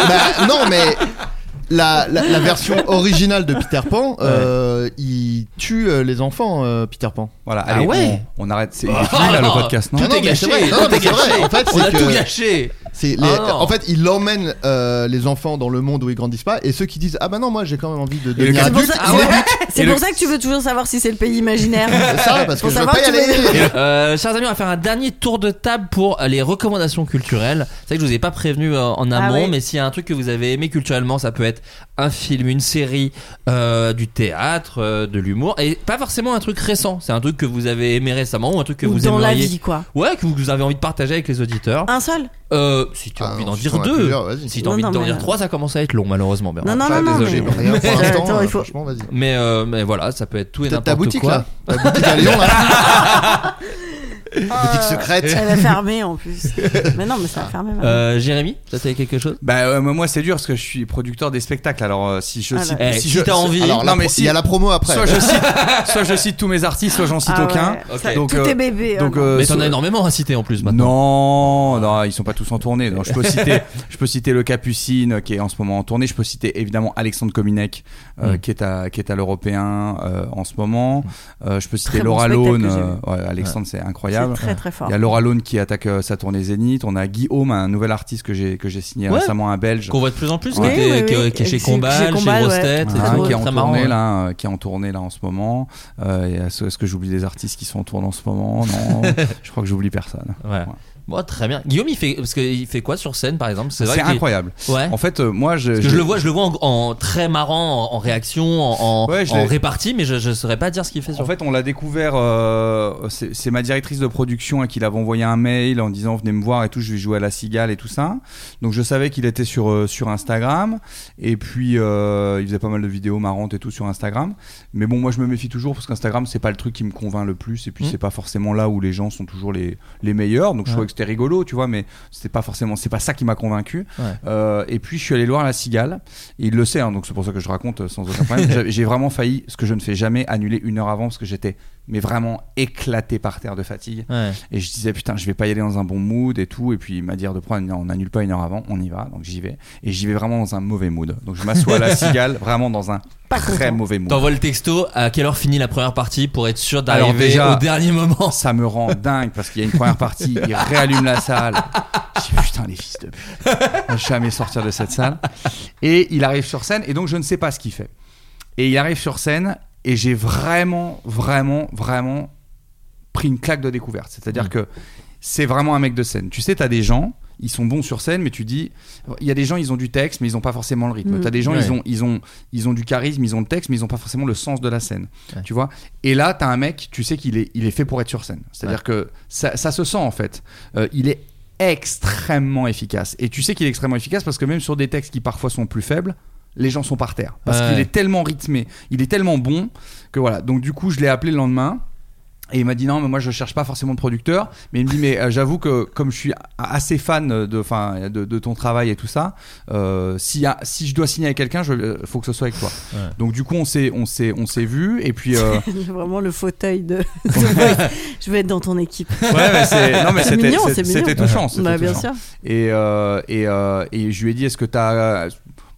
Speaker 7: Bah, non mais la, la- la version originale de Peter Pan, euh, il tue euh, les enfants euh, Peter Pan.
Speaker 8: Voilà,
Speaker 7: Ah
Speaker 8: allez,
Speaker 7: ouais
Speaker 8: on, on arrête. C'est il est fini, là, le podcast, non
Speaker 7: Non, non, mais c'est vrai. Non, mais c'est vrai. En fait,
Speaker 6: On
Speaker 7: c'est
Speaker 6: a
Speaker 7: que-
Speaker 6: tout gâché.
Speaker 7: C'est les-
Speaker 6: Ah non.
Speaker 7: en fait, il emmène euh, les enfants dans le monde où ils grandissent pas, et ceux qui disent ah bah non moi j'ai quand même envie de devenir
Speaker 10: C'est pour,
Speaker 7: adulte.
Speaker 10: ça,
Speaker 8: Ah
Speaker 7: ils
Speaker 10: c'est-
Speaker 7: débutent.
Speaker 10: c'est
Speaker 7: Et
Speaker 10: pour
Speaker 7: le-
Speaker 10: ça que tu veux toujours savoir si c'est le pays imaginaire.
Speaker 7: ça, parce
Speaker 10: Pour
Speaker 7: que je veux
Speaker 10: Ah. savoir
Speaker 7: pas y
Speaker 10: où tu
Speaker 7: aller. Ah,
Speaker 10: veux-
Speaker 6: Euh, chers amis, on va faire un dernier tour de table pour euh, les recommandations culturelles. C'est vrai que je vous ai pas prévenu euh, en amont,
Speaker 10: Ah ouais.
Speaker 6: mais s'il y a un truc que vous avez aimé culturellement, ça peut être un film, une série, euh, du théâtre, euh, de l'humour et pas forcément un truc récent. C'est un truc que vous avez aimé récemment ou un truc que
Speaker 10: Ou
Speaker 6: vous
Speaker 10: dans la
Speaker 6: aimeriez-
Speaker 10: vie, quoi.
Speaker 6: Ouais, que vous avez envie de partager avec les auditeurs.
Speaker 10: Un seul
Speaker 6: Euh, si tu as envie d'en
Speaker 7: Ah, si
Speaker 6: dire
Speaker 7: t'en as
Speaker 6: deux,
Speaker 7: plusieurs, vas-y.
Speaker 6: si t'as
Speaker 10: Non,
Speaker 6: envie
Speaker 10: non,
Speaker 6: d'en
Speaker 10: mais-
Speaker 6: dire trois, ça commence à être long malheureusement. Bernard.
Speaker 10: Non, non,
Speaker 7: Ah,
Speaker 10: non, non.
Speaker 7: désolé,
Speaker 10: mais-
Speaker 7: rien pour
Speaker 10: Mais
Speaker 7: l'instant,
Speaker 10: attends,
Speaker 7: euh,
Speaker 10: il faut-
Speaker 7: franchement, vas-y.
Speaker 6: Mais, euh, mais voilà, ça peut être tout et
Speaker 7: Peut-être
Speaker 6: n'importe
Speaker 7: ta boutique
Speaker 6: quoi.
Speaker 7: là, ta boutique à Lyon là, Ah. boutique
Speaker 10: Euh,
Speaker 7: secrète.
Speaker 10: Elle va fermer en plus. mais non, mais ça va fermer. maintenant.
Speaker 6: Euh, Jérémy, toi t'avais quelque chose
Speaker 8: Bah euh, moi c'est dur parce que je suis producteur des spectacles alors euh, si je
Speaker 10: Ah,
Speaker 8: cite-
Speaker 6: Eh,
Speaker 8: si,
Speaker 6: si
Speaker 8: je-
Speaker 6: t'as envie.
Speaker 7: Alors là,
Speaker 8: non mais
Speaker 7: il
Speaker 8: si
Speaker 7: y a la promo après.
Speaker 8: soit je cite soit je cite tous mes artistes soit j'en cite
Speaker 10: Ah
Speaker 8: aucun.
Speaker 10: ouais, ça-
Speaker 6: Ok.
Speaker 8: Donc,
Speaker 10: tout
Speaker 8: euh,
Speaker 10: est bébé.
Speaker 8: Donc
Speaker 10: hein, non.
Speaker 8: euh,
Speaker 6: Mais t'en
Speaker 8: so-
Speaker 6: as énormément à citer en plus maintenant. Ah.
Speaker 8: Non, non, ils sont pas tous en tournée. Non, je peux citer, je peux citer le Capucine qui est en ce moment en tournée. Je peux citer évidemment Alexandre Kominek euh,
Speaker 6: Mm.
Speaker 8: qui est à qui est à l'Européen euh, en ce moment. Euh, je peux citer
Speaker 10: Très bon
Speaker 8: Laura
Speaker 10: spectacle
Speaker 8: Lone.
Speaker 10: que j'ai
Speaker 8: euh, ouais, Alexandre, c'est incroyable.
Speaker 10: C'est très très fort.
Speaker 8: Il y a Laura Lone qui attaque euh, sa tournée Zénith. On a Guillaume, un nouvel artiste que j'ai que j'ai signé
Speaker 6: Ouais.
Speaker 8: récemment, un Belge.
Speaker 6: Qu'on voit de plus en plus,
Speaker 10: Oui,
Speaker 6: qui, était-
Speaker 10: oui,
Speaker 6: qui-
Speaker 10: oui.
Speaker 6: qui est chez
Speaker 10: Chez-
Speaker 6: Combal,
Speaker 10: chez
Speaker 6: chez,
Speaker 10: Combal,
Speaker 6: Grosse
Speaker 10: ouais.
Speaker 6: Tête,
Speaker 8: Ah,
Speaker 6: et
Speaker 10: très
Speaker 6: tout,
Speaker 10: drôle.
Speaker 8: qui est en
Speaker 6: très marrant, hein.
Speaker 8: tournée
Speaker 6: ouais.
Speaker 8: là, euh, qui est en tournée là en ce moment. Euh, et Est-ce est-ce que j'oublie des artistes qui sont en tournée en ce moment Non, je crois que j'oublie personne.
Speaker 6: Ouais. Bon, très bien. Guillaume, il fait parce que il fait quoi sur scène, par exemple vrai
Speaker 8: C'est
Speaker 6: qu'il-
Speaker 8: incroyable.
Speaker 6: Ouais.
Speaker 8: En fait, euh, moi, je,
Speaker 6: Parce que je le vois, je le vois en, en très marrant, en, en réaction, en, en,
Speaker 8: Ouais, je
Speaker 6: en
Speaker 8: l'ai-
Speaker 6: répartie, mais je, je saurais pas dire ce qu'il fait sur.
Speaker 8: En fait, on l'a découvert. euh, c'est c'est ma directrice de production à qui l'avait envoyé un mail en disant venez me voir et tout. Je vais jouer à la cigale et tout ça. Donc je savais qu'il était sur euh, sur Instagram et puis euh, il faisait pas mal de vidéos marrantes et tout sur Instagram. Mais bon, moi je me méfie toujours parce qu'Instagram c'est pas le truc qui me convainc le plus et puis
Speaker 6: Mhm.
Speaker 8: c'est pas forcément là où les gens sont toujours les les meilleurs. Donc je
Speaker 6: Ouais.
Speaker 8: trouvais que c'était rigolo, tu vois, mais c'était pas forcément c'est pas ça qui m'a convaincu.
Speaker 6: Ouais.
Speaker 8: Euh, et puis je suis allé le voir à la cigale. Et il le sait, hein, donc c'est pour ça que je raconte euh, sans aucun problème. J'ai- J'ai vraiment failli, ce que je ne fais jamais, annuler une heure avant parce que j'étais mais vraiment éclaté par terre de fatigue.
Speaker 6: Ouais.
Speaker 8: Et je disais putain, je vais pas y aller dans un bon mood et tout. Et puis il m'a dit de prendre, on annule pas une heure avant, on y va. Donc j'y vais. Et j'y vais vraiment dans un mauvais mood. Donc je m'assois à la cigale, vraiment dans un très mauvais mood.
Speaker 6: T'envoies le texto à quelle heure finit la première partie pour être sûr
Speaker 8: Alors
Speaker 6: d'arriver
Speaker 8: déjà-
Speaker 6: au dernier moment.
Speaker 8: Ça me rend dingue parce qu'il y a une première partie, il réallume la salle. Je dis, putain, les fils de pute. On va jamais sortir de cette salle. Et il arrive sur scène et donc je ne sais pas ce qu'il fait. Et il arrive sur scène et j'ai vraiment, vraiment, vraiment pris une claque de découverte. C'est-à-dire
Speaker 6: Mm.
Speaker 8: que c'est vraiment un mec de scène. Tu sais, t'as des gens, ils sont bons sur scène, mais tu dis, il y a des gens, ils ont du texte, mais ils n'ont pas forcément le rythme.
Speaker 10: Mm.
Speaker 8: T'as des gens,
Speaker 6: Ouais.
Speaker 8: ils, ont, ils, ont, ils ont du charisme, ils ont le texte, mais ils n'ont pas forcément le sens de la scène.
Speaker 6: Ouais.
Speaker 8: Tu vois Et là, t'as un mec, tu sais qu'il est, il est fait pour être sur scène. C'est-à-dire que ça, ça se sent, en fait. Euh, il est extrêmement efficace. Et tu sais qu'il est extrêmement efficace parce que même sur des textes qui parfois sont plus faibles, les gens sont par terre. Parce
Speaker 6: Ouais.
Speaker 8: qu'il est tellement rythmé, il est tellement bon que voilà. Donc du coup, je l'ai appelé le lendemain. Et il m'a dit non, mais moi je cherche pas forcément de producteur. Mais il me dit, mais euh, j'avoue que comme je suis a- assez fan de, enfin, de, de ton travail et tout ça, euh, si, si je dois signer avec quelqu'un, je euh, faut que ce soit avec toi.
Speaker 6: Ouais.
Speaker 8: Donc du coup, on s'est, on s'est, on s'est vu. Et puis, euh,
Speaker 10: Vraiment le fauteuil de. je vais être dans ton équipe.
Speaker 8: ouais, mais c'est, non, mais
Speaker 10: C'est
Speaker 8: c'était,
Speaker 10: mignon,
Speaker 8: c'est-
Speaker 10: c'est mignon.
Speaker 8: c'était touchant. c'était
Speaker 10: Bah, bien
Speaker 8: touchant.
Speaker 10: sûr.
Speaker 8: Et, euh, et, euh, et je lui ai dit, est-ce que t'as,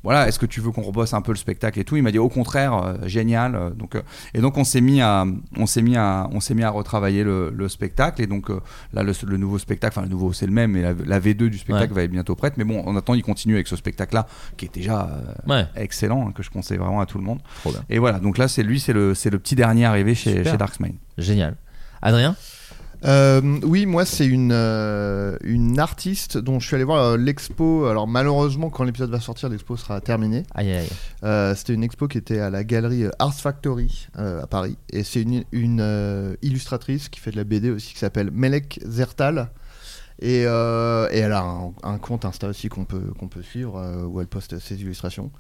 Speaker 8: voilà, est-ce que tu veux qu'on rebosse un peu le spectacle et tout Il m'a dit, au contraire, euh, génial. Euh, Donc, euh, et donc on s'est mis à, on s'est mis à, on s'est mis à retravailler le, le spectacle. Et donc euh, là, le, le nouveau spectacle, enfin le nouveau, c'est le même, mais la, la V2 du spectacle
Speaker 6: Ouais.
Speaker 8: va être bientôt prête. Mais bon, en attendant, il continue avec ce spectacle-là, qui est déjà euh,
Speaker 6: Ouais.
Speaker 8: excellent, hein, que je conseille vraiment à tout le monde.
Speaker 6: Trop bien.
Speaker 8: Et voilà, donc là, c'est lui, c'est le, c'est le petit dernier arrivé chez,
Speaker 6: Super.
Speaker 8: chez Darksmile.
Speaker 6: Génial. Adrien.
Speaker 7: Euh, oui, moi c'est une euh, une artiste dont je suis allé voir euh, l'expo. Alors malheureusement, quand l'épisode va sortir, l'expo sera terminée.
Speaker 6: Aïe aïe.
Speaker 7: Euh, C'était une expo qui était à la galerie euh, Arts Factory euh, à Paris, et c'est une, une, euh, illustratrice qui fait de la BD aussi qui s'appelle Melek Zertal. Et, euh, et elle a un, un compte Insta aussi qu'on peut, qu'on peut suivre euh, où elle poste ses illustrations.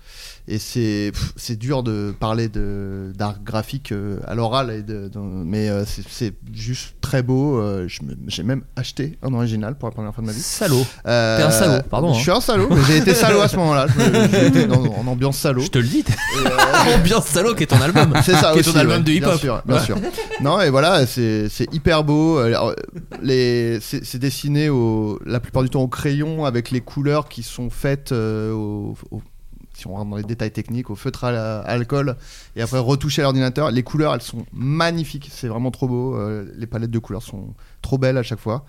Speaker 7: Et c'est pff, c'est dur de parler de- d'art graphique euh, à l'oral, et de- de- mais euh, c'est- c'est juste très beau. euh, je me- J'ai même acheté un original pour la première fois de ma vie.
Speaker 6: Salaud.
Speaker 7: Euh,
Speaker 6: T'es un salaud, pardon,
Speaker 7: Je
Speaker 6: hein.
Speaker 7: suis un salaud, mais j'ai été salaud à ce moment-là. Je me- J'ai été dans- en ambiance salaud.
Speaker 6: Je te le dis. t'es- Ambiance salaud qui est ton album.
Speaker 7: euh, C'est ça
Speaker 6: qui est
Speaker 7: aussi.
Speaker 6: ton album
Speaker 7: ouais,
Speaker 6: de hip
Speaker 7: Bien
Speaker 6: hop.
Speaker 7: sûr, bien sûr. non, et voilà, c'est c'est hyper beau. Alors, les- C'est c'est dessiné au, la plupart du temps au crayon avec les couleurs qui sont faites euh, au. au- si on rentre dans les détails techniques, au feutre à, la- à alcool et après retouché à l'ordinateur. Les couleurs, elles sont magnifiques. C'est vraiment trop beau. euh, les palettes de couleurs sont trop belles à chaque fois.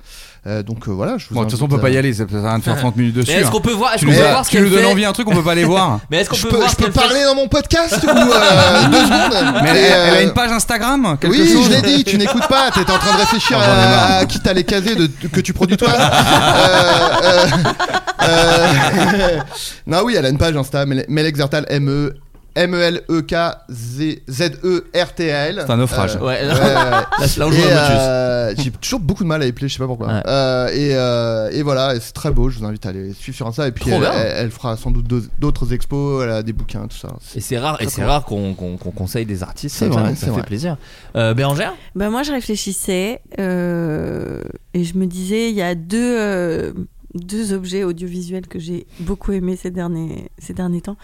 Speaker 7: Euh, donc euh, voilà, je vous
Speaker 8: Bon, de toute façon, on
Speaker 7: invite euh,
Speaker 8: peut pas
Speaker 7: à-
Speaker 8: y aller, ça sert à rien de faire 30 minutes dessus.
Speaker 6: Mais est-ce
Speaker 8: hein.
Speaker 6: qu'on peut voir, est-ce
Speaker 8: tu
Speaker 6: qu'on
Speaker 8: nous,
Speaker 6: peut
Speaker 8: as-
Speaker 6: voir ce
Speaker 8: tu
Speaker 6: qu'elle
Speaker 8: nous donnes
Speaker 6: fait
Speaker 8: envie un truc, on peut pas aller voir.
Speaker 6: Mais est-ce qu'on
Speaker 7: Je
Speaker 6: peut
Speaker 7: peux,
Speaker 6: voir
Speaker 7: je
Speaker 6: ce
Speaker 7: peux
Speaker 6: qu'elle fait
Speaker 7: parler dans mon podcast ou euh, deux secondes
Speaker 8: Mais elle,
Speaker 7: Et,
Speaker 8: elle a
Speaker 7: euh,
Speaker 8: une page Instagram quelque
Speaker 7: oui,
Speaker 8: chose
Speaker 7: je l'ai dit, tu n'écoutes pas, t'étais en train de réfléchir
Speaker 6: Ah,
Speaker 8: Oh, j'en ai
Speaker 7: à,
Speaker 8: marre.
Speaker 7: à qui t'allais caser de, que tu produis toi. Euh, euh, euh, non, oui, elle a une page Insta, Mel- Melexertal, M-E. M-E-L-E-K-Z-E-R-T-A-L.
Speaker 8: C'est un naufrage.
Speaker 7: Euh,
Speaker 6: Ouais,
Speaker 7: ouais,
Speaker 6: là-
Speaker 7: ouais.
Speaker 6: là, là où je
Speaker 7: Et,
Speaker 6: vois Motus.
Speaker 7: euh, J'ai toujours beaucoup de mal à épeler, je sais pas pourquoi.
Speaker 6: Ouais.
Speaker 7: Euh, et, euh, et voilà, et c'est très beau. Je vous invite à aller suivre sur Insta. Et puis
Speaker 6: Trop
Speaker 7: elle,
Speaker 6: bien.
Speaker 7: elle- elle fera sans doute d'autres- d'autres expos, elle a des bouquins, tout ça.
Speaker 6: Et c'est rare, et c'est
Speaker 7: cool.
Speaker 6: rare qu'on qu'on- qu'on conseille des artistes.
Speaker 7: C'est
Speaker 6: comme ça,
Speaker 7: vrai,
Speaker 6: donc ça
Speaker 7: c'est
Speaker 6: fait
Speaker 7: vrai.
Speaker 6: plaisir. Euh, Bérangère
Speaker 10: Bah moi, je réfléchissais euh, et je me disais, il y a deux, euh, deux objets audiovisuels que j'ai beaucoup aimés ces derniers, ces derniers temps.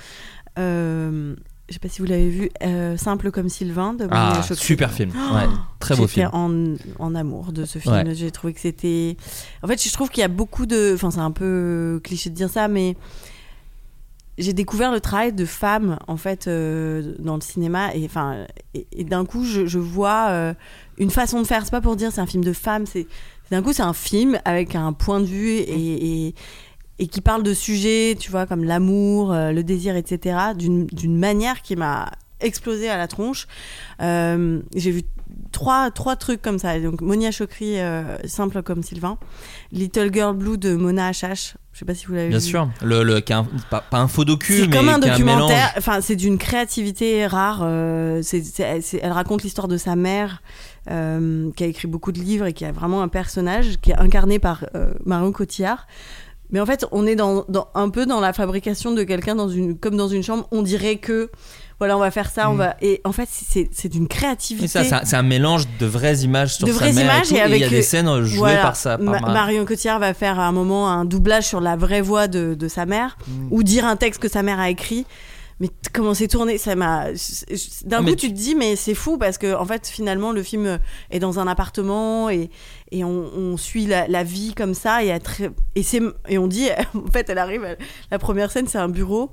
Speaker 10: Euh, je sais pas si vous l'avez vu, euh, Simple comme Sylvain de Maria
Speaker 6: Ah,
Speaker 10: Chokri.
Speaker 6: super film. Ouais, très beau
Speaker 10: J'étais
Speaker 6: film.
Speaker 10: En, en amour de ce film.
Speaker 6: Ouais.
Speaker 10: J'ai trouvé que c'était. En fait, je trouve qu'il y a beaucoup de. Enfin, c'est un peu cliché de dire ça, mais j'ai découvert le travail de femmes en fait euh, dans le cinéma et enfin et, et d'un coup je, je vois euh, une façon de faire. C'est pas pour dire c'est un film de femmes. C'est d'un coup c'est un film avec un point de vue et, et et qui parle de sujets, tu vois, comme l'amour, euh, le désir, etc., d'une d'une manière qui m'a explosé à la tronche. Euh, J'ai vu trois, trois trucs comme ça. Et Donc, Monia Chokri, euh, simple comme Sylvain. Little Girl Blue de Mona HH. Je sais pas si vous l'avez vu.
Speaker 6: Bien sûr. Le, le, qu'un- pas, pas un faux docu,
Speaker 10: C'est
Speaker 6: mais
Speaker 10: comme un
Speaker 6: qu'un
Speaker 10: documentaire.
Speaker 6: mélange.
Speaker 10: Enfin, c'est d'une créativité rare. euh, c'est- c'est- c'est- elle raconte l'histoire de sa mère, euh, qui a écrit beaucoup de livres et qui a vraiment un personnage qui est incarné par euh, Marion Cotillard. Mais en fait, on est dans, dans- un peu dans la fabrication de quelqu'un dans une, comme dans une chambre. On dirait que, voilà, on va faire ça, on va. Et en fait, c'est c'est d'une créativité.
Speaker 6: Mm. Et ça, c'est un- c'est un mélange de vraies images sur
Speaker 10: de
Speaker 6: sa
Speaker 10: vraies
Speaker 6: mère
Speaker 10: images
Speaker 6: tout,
Speaker 10: et avec
Speaker 6: il y a
Speaker 10: euh,
Speaker 6: des scènes jouées
Speaker 10: voilà,
Speaker 6: par sa par
Speaker 10: Ma-
Speaker 6: Mar-
Speaker 10: Marion Cotillard va faire à un moment un doublage sur la vraie voix de, de sa mère ou dire un texte que sa mère a écrit mais t- comment c'est tourné ça m'a je- je- d'un
Speaker 6: Ah,
Speaker 10: coup
Speaker 6: mais
Speaker 10: tu te dis mais c'est fou parce que en fait finalement le film euh, est dans un appartement et et on, on suit la, la vie comme ça et, elle très- et c'est et on dit en fait elle arrive elle- la première scène c'est un bureau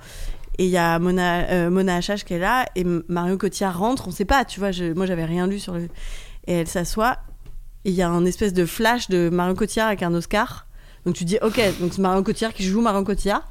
Speaker 10: et il y a Mona, euh, Mona HH qui est là, et M- Marion Cotillard rentre, on sait pas, tu vois, je- moi j'avais rien lu sur le. Et elle s'assoit, et il y a un espèce de flash de Marion Cotillard avec un Oscar. Donc tu dis, ok, donc c'est Marion Cotillard qui joue Marion Cotillard.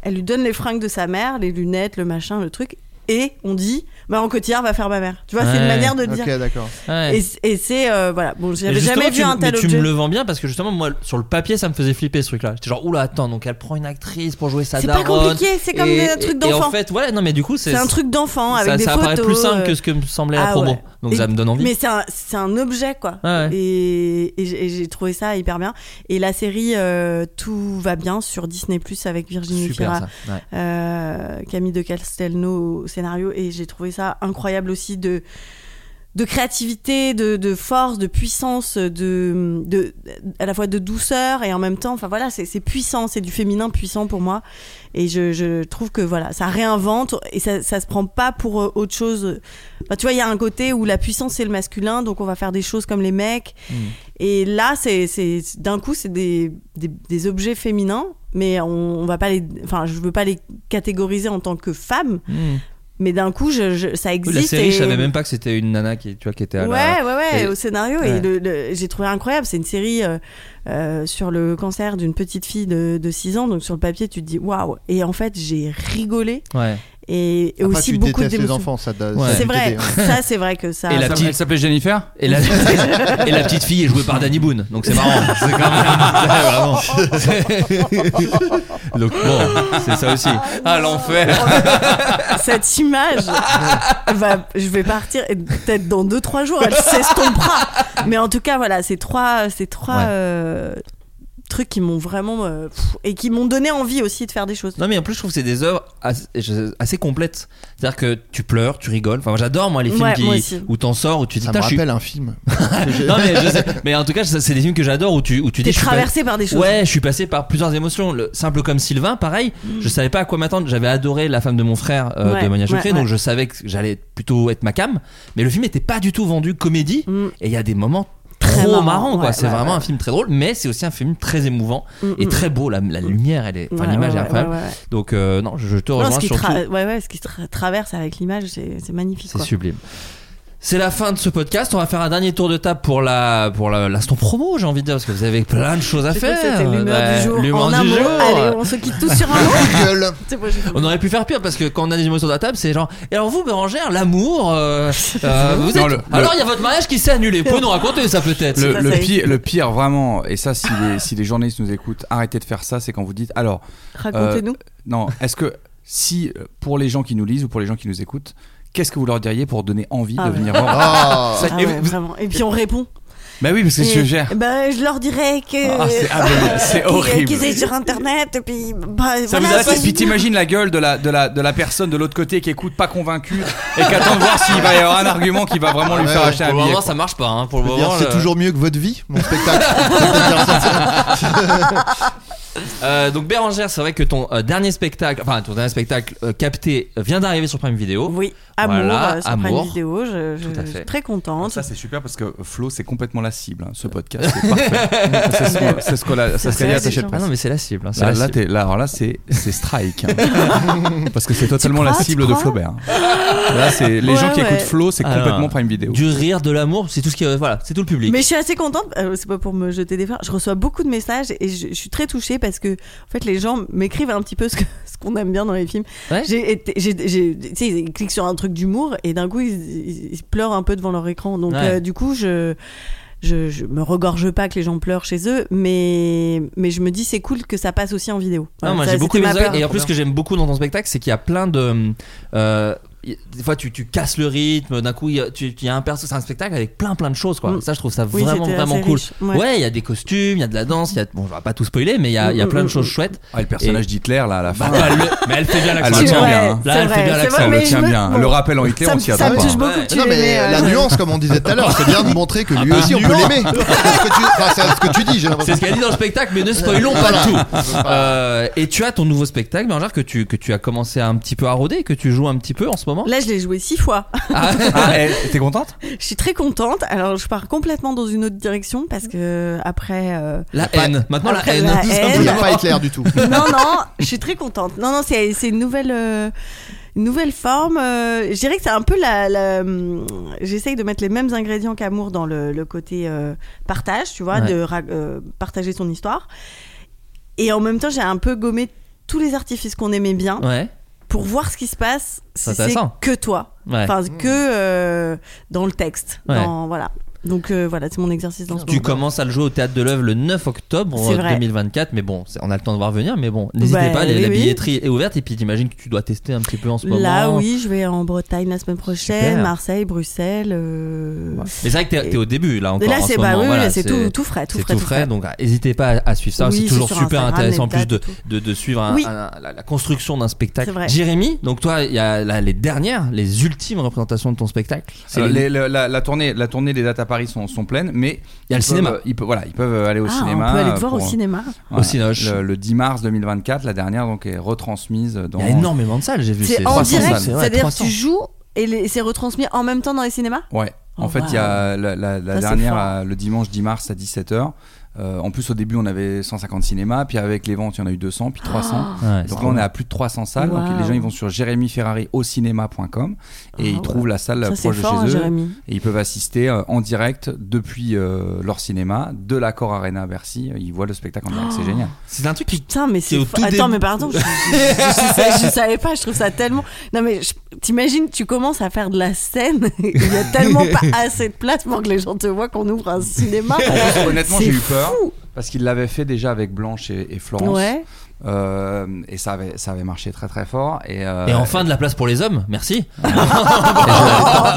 Speaker 10: Elle lui donne les fringues de sa mère, les lunettes, le machin, le truc, et on dit, Marion Cotillard va faire ma mère. Tu vois, c'est une
Speaker 6: Ouais.
Speaker 10: manière de dire.
Speaker 7: Ok, d'accord.
Speaker 6: Ouais.
Speaker 10: Et, c- et c'est, euh, voilà, bon,
Speaker 6: Mais
Speaker 10: j'avais
Speaker 6: justement,
Speaker 10: jamais
Speaker 6: tu
Speaker 10: vu
Speaker 6: m-
Speaker 10: un tel
Speaker 6: mais
Speaker 10: objet.
Speaker 6: tu me le vends bien parce que justement moi sur le papier ça me faisait flipper ce truc là j'étais genre oula attends donc elle prend une actrice pour jouer sa
Speaker 10: C'est pas
Speaker 6: daronne.
Speaker 10: compliqué, c'est comme
Speaker 6: Et-
Speaker 10: des trucs
Speaker 6: et- et
Speaker 10: d'enfant.
Speaker 6: en fait ouais non mais du coup c'est
Speaker 10: C'est un truc d'enfant avec
Speaker 6: ça,
Speaker 10: des
Speaker 6: ça
Speaker 10: photos.
Speaker 6: apparaît plus simple
Speaker 10: euh,
Speaker 6: que ce que me semblait la
Speaker 10: Ah
Speaker 6: promo
Speaker 10: ouais.
Speaker 6: donc
Speaker 10: Et-
Speaker 6: ça me donne envie Ah
Speaker 10: Mais c'est un, c'est un objet, quoi.
Speaker 6: Ouais, ouais.
Speaker 10: Et, et j'ai- et j'ai trouvé ça hyper bien. Et la série euh, Tout va bien sur Disney Plus avec Virginie Fira,
Speaker 6: super ça ouais.
Speaker 10: euh, Camille de Castelnau au scénario. Et j'ai trouvé ça incroyable aussi de de créativité, de, de force, de puissance, de, de à la fois de douceur et en même temps, enfin voilà, c'est c'est puissant, c'est du féminin puissant pour moi. Et je, je trouve que voilà, ça réinvente et ça, ça se prend pas pour euh, autre chose. Enfin, tu vois, il y a un côté où la puissance c'est le masculin, donc on va faire des choses comme les mecs. Et là, c'est c'est- d'un coup, c'est des, des, des objets féminins, mais on, on va pas les, enfin, je veux pas les catégoriser en tant que femmes,
Speaker 6: Mmh.
Speaker 10: mais d'un coup, je, je- ça
Speaker 6: Oui,
Speaker 10: existe.
Speaker 6: la série
Speaker 10: et-
Speaker 6: je savais même pas que c'était une nana qui tu vois qui était à la-
Speaker 10: Ouais, ouais, ouais,
Speaker 6: et-
Speaker 10: au scénario.
Speaker 6: ouais.
Speaker 10: Et le, le- j'ai trouvé incroyable. C'est une série euh, euh, sur le cancer d'une petite fille de, de 6 ans. Donc sur le papier, tu te dis waouh. Et en fait, j'ai rigolé.
Speaker 6: ouais
Speaker 10: Et, et
Speaker 7: Enfin,
Speaker 10: aussi
Speaker 7: tu
Speaker 10: beaucoup
Speaker 7: détestes les
Speaker 10: d'émotions.
Speaker 7: enfants, ça doit-
Speaker 6: Ouais.
Speaker 7: ça
Speaker 10: C'est
Speaker 7: doit
Speaker 10: vrai,
Speaker 7: t'aider, hein.
Speaker 10: ça c'est vrai que Ah, ça.
Speaker 6: Et la
Speaker 8: Elle
Speaker 6: petite-
Speaker 8: s'appelait- elle s'appelait Jennifer
Speaker 6: Et la, et la petite fille est jouée par Danny Boone, donc c'est marrant. C'est quand même. c'est vraiment. donc bon, c'est ça aussi. Ah l'enfer.
Speaker 10: Cette image, va, je vais partir et peut-être dans 2-3 jours, elle s'estompera. Mais en tout cas, voilà, ces trois, ces trois
Speaker 6: Ouais.
Speaker 10: euh, trucs qui m'ont vraiment. euh, pff, et qui m'ont donné envie aussi de faire des choses.
Speaker 6: Non mais en plus je trouve que c'est des œuvres assez, je- assez complètes. C'est-à-dire que tu pleures, tu rigoles. Enfin moi, j'adore moi les films
Speaker 10: Ouais,
Speaker 6: qui-
Speaker 10: moi aussi.
Speaker 6: où t'en sors où tu dis
Speaker 7: Ça me
Speaker 6: Putain, je suis-
Speaker 7: rappelle un film. que j'ai-
Speaker 6: Non mais je sais- mais en tout cas ça, c'est des films que j'adore où tu où tu
Speaker 10: T'es
Speaker 6: dis je suis pas-
Speaker 10: traversé par des choses.
Speaker 6: Ouais, je suis passé par plusieurs émotions. Le, simple comme Sylvain, pareil, je savais pas à quoi m'attendre. J'avais adoré La femme de mon frère euh,
Speaker 10: Mm. Ouais,
Speaker 6: de Mania
Speaker 10: ouais,
Speaker 6: Chokri,
Speaker 10: ouais.
Speaker 6: donc je savais que j'allais plutôt être ma cam. Mais le film était pas du tout vendu comédie.
Speaker 10: Mm.
Speaker 6: Et il y a des moments
Speaker 10: Très
Speaker 6: trop
Speaker 10: marrants,
Speaker 6: marrants, quoi.
Speaker 10: ouais,
Speaker 6: c'est
Speaker 10: ouais,
Speaker 6: vraiment
Speaker 10: ouais.
Speaker 6: un film très drôle, mais c'est aussi un film très émouvant
Speaker 10: Mm,
Speaker 6: et
Speaker 10: mm.
Speaker 6: très beau. La, la lumière, elle est, enfin
Speaker 10: Ouais,
Speaker 6: l'image
Speaker 10: ouais,
Speaker 6: est
Speaker 10: ouais,
Speaker 6: incroyable.
Speaker 10: ouais, ouais.
Speaker 6: Donc euh, non, je, je te
Speaker 10: Non,
Speaker 6: rejoins
Speaker 10: ce qui,
Speaker 6: sur
Speaker 10: tra-
Speaker 6: tout.
Speaker 10: ouais, ouais, ce qui tra- traverse avec l'image, c'est c'est magnifique.
Speaker 6: C'est
Speaker 10: quoi.
Speaker 6: sublime. C'est la fin de ce podcast. On va faire un dernier tour de table pour la pour la- l'instant promo, j'ai envie de dire, parce que vous avez plein de choses à
Speaker 10: J'ai cru que
Speaker 6: faire.
Speaker 10: C'était l'humeur
Speaker 6: Ouais,
Speaker 10: du jour.
Speaker 6: l'humeur
Speaker 10: en un
Speaker 6: du
Speaker 10: mot,
Speaker 6: jour.
Speaker 10: allez, on se quitte tous sur un mot.
Speaker 7: Gueule.
Speaker 10: C'est bon, j'ai fait.
Speaker 6: On aurait pu faire pire parce que quand on a des émotions sur la table, c'est genre. Et alors vous, Bérangère, l'amour. euh, euh, vous
Speaker 8: Non,
Speaker 6: êtes-
Speaker 8: le-
Speaker 6: Alors il y a votre mariage qui s'est annulé. Vous pouvez nous raconter ça peut-être.
Speaker 8: Le,
Speaker 10: Ça,
Speaker 8: le
Speaker 10: ça
Speaker 8: pire, le pire, vraiment, et ça, si les, si les journalistes nous écoutent, arrêtez de faire ça, c'est quand vous dites alors,
Speaker 6: Euh,
Speaker 10: Racontez-nous.
Speaker 8: non, est-ce que. si euh, pour les gens qui nous lisent ou pour les gens qui nous écoutent, qu'est-ce que vous leur diriez pour donner envie
Speaker 10: Ah
Speaker 8: de
Speaker 10: ouais.
Speaker 8: venir
Speaker 7: Ah.
Speaker 8: voir Ça-
Speaker 10: Ah
Speaker 8: et
Speaker 10: ouais,
Speaker 8: vous-
Speaker 10: vraiment. Et puis on répond.
Speaker 8: Bah oui, parce que je
Speaker 10: Et-
Speaker 8: gère.
Speaker 10: bah, je leur dirais que.
Speaker 8: Ah, c'est- ah, mais c'est
Speaker 10: qu'ils-
Speaker 8: horrible.
Speaker 10: Qu'ils aient sur internet et puis. Bah,
Speaker 8: Ça
Speaker 10: voilà,
Speaker 8: vous a...
Speaker 10: c'est-
Speaker 8: Puis t'imagines la gueule de la, de, la, de la personne de l'autre côté qui écoute pas convaincue et qui attend de voir s'il va y avoir un argument qui va vraiment lui
Speaker 7: Ouais,
Speaker 8: faire
Speaker 7: ouais.
Speaker 8: acheter
Speaker 6: Pour
Speaker 8: un
Speaker 6: le
Speaker 8: billet.
Speaker 6: moment,
Speaker 8: quoi.
Speaker 6: ça marche pas. hein. Pour le
Speaker 7: Je veux dire,
Speaker 6: moment,
Speaker 7: c'est
Speaker 6: le-
Speaker 7: toujours mieux que votre vie, mon spectacle. Ça peut dire ça.
Speaker 6: Euh, donc Bérangère, c'est vrai que ton euh, dernier spectacle, enfin ton dernier spectacle euh, capté euh, vient d'arriver sur Prime Video.
Speaker 10: Oui, amour,
Speaker 6: Voilà,
Speaker 10: euh, sur Prime
Speaker 6: amour.
Speaker 10: Vidéo. Je, je-
Speaker 6: Tout à
Speaker 10: je
Speaker 6: fait.
Speaker 10: suis très
Speaker 8: Alors
Speaker 10: contente.
Speaker 8: Ça c'est super parce que Flo c'est complètement la cible. hein. Ce podcast c'est parfait. c'est ce qu'on- c'est ce qu'on a- ça
Speaker 10: Euh. C'est
Speaker 8: se gagne
Speaker 10: la
Speaker 8: à tâcher de
Speaker 10: cible.
Speaker 6: Ah
Speaker 8: presse.
Speaker 6: non mais c'est la cible. hein, c'est
Speaker 8: Bah, Là,
Speaker 6: la
Speaker 8: là,
Speaker 6: cible.
Speaker 8: t'es- là, alors là, c'est c'est strike. hein. Parce que c'est totalement la
Speaker 10: crois, tu
Speaker 8: cible de
Speaker 10: crois
Speaker 8: Flaubert. hein. Là, c'est les
Speaker 10: Ouais,
Speaker 8: gens qui
Speaker 10: ouais.
Speaker 8: écoutent Flo, c'est
Speaker 6: Alors,
Speaker 8: complètement Prime Vidéo.
Speaker 6: du rire, de l'amour, c'est tout ce qui euh, voilà, c'est tout le public.
Speaker 10: Mais je suis assez contente, euh, c'est pas pour me jeter des fleurs, je reçois beaucoup de messages et je, je suis très touchée parce que en fait les gens m'écrivent un petit peu ce que- ce qu'on aime bien dans les films.
Speaker 6: Ouais.
Speaker 10: J'ai été- j'ai- j'ai- tu sais, ils cliquent sur un truc d'humour et d'un coup ils, ils- ils pleurent un peu devant leur écran. Donc
Speaker 6: Ouais.
Speaker 10: euh, du coup je, je je me regorge pas que les gens pleurent chez eux, mais mais je me dis c'est cool que ça passe aussi en vidéo.
Speaker 6: Non,
Speaker 10: Voilà,
Speaker 6: moi
Speaker 10: ça,
Speaker 6: j'ai beaucoup
Speaker 10: c'était
Speaker 6: aimé
Speaker 10: ma
Speaker 6: ça.
Speaker 10: peur.
Speaker 6: et en plus ce que j'aime beaucoup dans ton spectacle c'est qu'il y a plein de hum, euh, y- des fois tu, tu casses le rythme d'un coup il y a- tu- il y a un perso c'est un spectacle avec plein plein de choses quoi
Speaker 10: Mm.
Speaker 6: ça je trouve ça
Speaker 10: Oui,
Speaker 6: vraiment
Speaker 10: c'était
Speaker 6: vraiment
Speaker 10: assez
Speaker 6: cool
Speaker 10: riche, ouais.
Speaker 6: ouais il y a des costumes il y a de la danse il y a bon je vais pas tout spoiler mais il y a, il y a
Speaker 10: Mm,
Speaker 6: plein de
Speaker 10: mm,
Speaker 6: choses
Speaker 10: mm.
Speaker 6: chouettes
Speaker 8: Ah, le personnage d'Hitler, là, à la fin.
Speaker 6: Bah, elle le- mais elle fait
Speaker 8: Ah.
Speaker 6: bien
Speaker 8: Elle
Speaker 6: l'accent
Speaker 8: le tient
Speaker 10: Ouais,
Speaker 8: bien. hein.
Speaker 6: Là,
Speaker 10: c'est
Speaker 6: elle fait
Speaker 10: vrai,
Speaker 6: bien
Speaker 10: Eh, c'est
Speaker 6: l'accent,
Speaker 10: vrai,
Speaker 6: elle
Speaker 10: mais
Speaker 8: le tient
Speaker 10: je me-
Speaker 8: bien. hein.
Speaker 10: bon,
Speaker 8: Le rappel en Hitler,
Speaker 10: ça
Speaker 8: on
Speaker 10: me-
Speaker 8: s'y
Speaker 10: Ça
Speaker 8: attend
Speaker 10: me
Speaker 8: pas.
Speaker 10: touche beaucoup
Speaker 6: Ouais.
Speaker 10: que tu
Speaker 7: non, mais
Speaker 10: l'aimais, euh,
Speaker 7: la
Speaker 10: ouais.
Speaker 7: nuance, comme on disait tout à l'heure, c'est bien de montrer que lui aussi on peut l'aimer. C'est ce que tu- enfin, c'est ce que tu dis, j'ai
Speaker 6: C'est
Speaker 7: l'impression.
Speaker 6: ce qu'elle dit dans le spectacle, mais ne spoilons pas
Speaker 7: Voilà.
Speaker 6: tout. Euh, et tu as ton nouveau spectacle, Bérangère, que tu, que tu as commencé à un petit peu à rôder, que tu joues un petit peu en ce moment.
Speaker 10: Là, je l'ai joué six fois.
Speaker 6: Ah,
Speaker 8: Ah, eh, t'es contente
Speaker 10: Je suis très contente. Alors, je pars complètement dans une autre direction parce que après. euh,
Speaker 8: Bah,
Speaker 6: la haine. Maintenant, la
Speaker 10: Après,
Speaker 6: haine.
Speaker 10: la
Speaker 6: Tout
Speaker 10: haine.
Speaker 7: Il n'y a
Speaker 6: simplement.
Speaker 7: pas éclair du tout.
Speaker 10: Non, non, je suis très contente. Non, non, c'est c'est une nouvelle. euh, Une nouvelle forme, Euh, je dirais que c'est un peu la. la, hum, J'essaye de mettre les mêmes ingrédients qu'amour dans le, le côté euh, partage, tu vois,
Speaker 6: Ouais.
Speaker 10: de ra- euh, partager son histoire. Et en même temps, j'ai un peu gommé tous les artifices qu'on aimait bien
Speaker 6: Ouais,
Speaker 10: pour voir ce qui se passe
Speaker 6: C'est
Speaker 10: si c'est
Speaker 6: intéressant.
Speaker 10: que toi,
Speaker 6: ouais.
Speaker 10: enfin que euh, dans le texte,
Speaker 6: Ouais.
Speaker 10: dans- voilà. Donc euh, voilà, c'est mon exercice dans ce
Speaker 6: Tu
Speaker 10: moment.
Speaker 6: commences à le jouer au théâtre de l'œuvre le 9 octobre
Speaker 10: C'est vrai.
Speaker 6: 2024, mais bon, c'est- on a le temps de voir venir. Mais bon, n'hésitez
Speaker 10: Bah,
Speaker 6: pas, les-
Speaker 10: oui,
Speaker 6: la
Speaker 10: oui.
Speaker 6: billetterie est ouverte. Et puis, j'imagine que tu dois tester un petit peu en ce moment.
Speaker 10: Là, oui, je vais en Bretagne la semaine prochaine,
Speaker 6: Super.
Speaker 10: Marseille, Bruxelles. euh,
Speaker 6: Mais c'est vrai que t'es- t'es au début, là
Speaker 10: Et
Speaker 6: encore.
Speaker 10: là,
Speaker 6: en
Speaker 10: c'est
Speaker 6: ce
Speaker 10: bah,
Speaker 6: moment,
Speaker 10: oui, oui,
Speaker 6: voilà,
Speaker 10: c'est tout, tout frais, tout
Speaker 6: C'est
Speaker 10: frais, tout frais.
Speaker 6: donc ah, n'hésitez pas à, à suivre ça,
Speaker 10: Oui,
Speaker 6: c'est
Speaker 10: c'est
Speaker 6: toujours
Speaker 10: sur
Speaker 6: super
Speaker 10: Instagram,
Speaker 6: intéressant en
Speaker 10: les
Speaker 6: plus de,
Speaker 10: dates et
Speaker 6: de, de suivre un-
Speaker 10: Oui.
Speaker 6: un- la, la construction d'un spectacle.
Speaker 10: C'est vrai.
Speaker 6: Jérémy, donc toi, il y a là, les dernières, les ultimes représentations de ton spectacle. C'est
Speaker 8: Alors,
Speaker 6: les-
Speaker 8: Euh, les- le- la, la tournée, la tournée des dates à Paris sont, sont pleines, mais
Speaker 6: Il y a le
Speaker 8: ils peuvent-
Speaker 6: cinéma.
Speaker 8: Ils peuvent, voilà, ils peuvent aller au
Speaker 10: Ah,
Speaker 8: cinéma.
Speaker 10: on peut aller
Speaker 8: euh,
Speaker 10: te voir
Speaker 8: pour-
Speaker 10: au cinéma.
Speaker 8: voilà.
Speaker 6: Cinoche.
Speaker 8: Le, le 10 mars 2024, la dernière donc est retransmise dans.
Speaker 6: Il y a énormément de salles, j'ai vu.
Speaker 10: C'est en
Speaker 8: 300
Speaker 10: direct,
Speaker 8: salles.
Speaker 6: ouais,
Speaker 10: c'est-à-dire
Speaker 6: 300.
Speaker 10: tu joues et les- c'est retransmis en même temps dans les cinémas.
Speaker 8: Ouais. En
Speaker 10: Oh,
Speaker 8: fait, il y a la, la- la
Speaker 10: Ça, c'est
Speaker 8: dernière
Speaker 10: fort.
Speaker 8: euh, le dimanche 10 mars à 17h. en plus, au début, on avait 150 cinémas, puis avec les ventes, il y en a eu 200, puis 300.
Speaker 10: Oh,
Speaker 6: Ouais, c'est
Speaker 8: Donc là,
Speaker 6: trop
Speaker 8: on est
Speaker 6: bien.
Speaker 8: à plus de 300 salles. Donc
Speaker 10: Waouh.
Speaker 8: les gens, ils vont sur jérémyferrariaucinéma.com et
Speaker 10: Ah
Speaker 8: ils
Speaker 10: ouais.
Speaker 8: trouvent la salle
Speaker 10: Ça c'est
Speaker 8: proche de chez
Speaker 10: fort, hein,
Speaker 8: eux.
Speaker 10: Jérémy.
Speaker 8: Et ils peuvent assister euh, en direct depuis euh, leur cinéma, de l'accord Arena à Bercy. euh, Ils voient le spectacle en
Speaker 10: Oh.
Speaker 8: direct, c'est génial.
Speaker 6: C'est un truc qui.
Speaker 10: Putain, mais
Speaker 6: au
Speaker 10: c'est fort.
Speaker 6: tout
Speaker 10: Attends,
Speaker 6: début.
Speaker 10: mais pardon, je, je, je- je- je savais pas, je trouve ça tellement. Non, mais je- t'imagines, tu commences à faire de la scène, il y a tellement pas assez de place pour que les gens te voient qu'on ouvre un cinéma.
Speaker 8: Honnêtement,
Speaker 10: C'est
Speaker 8: j'ai eu peur
Speaker 10: fou.
Speaker 8: parce qu'ils l'avaient fait déjà avec Blanche et, et Florence.
Speaker 10: Ouais.
Speaker 8: Euh, et ça avait, ça avait marché très très fort. Et, euh,
Speaker 6: Et enfin de la place pour les hommes, merci.
Speaker 8: et je, leur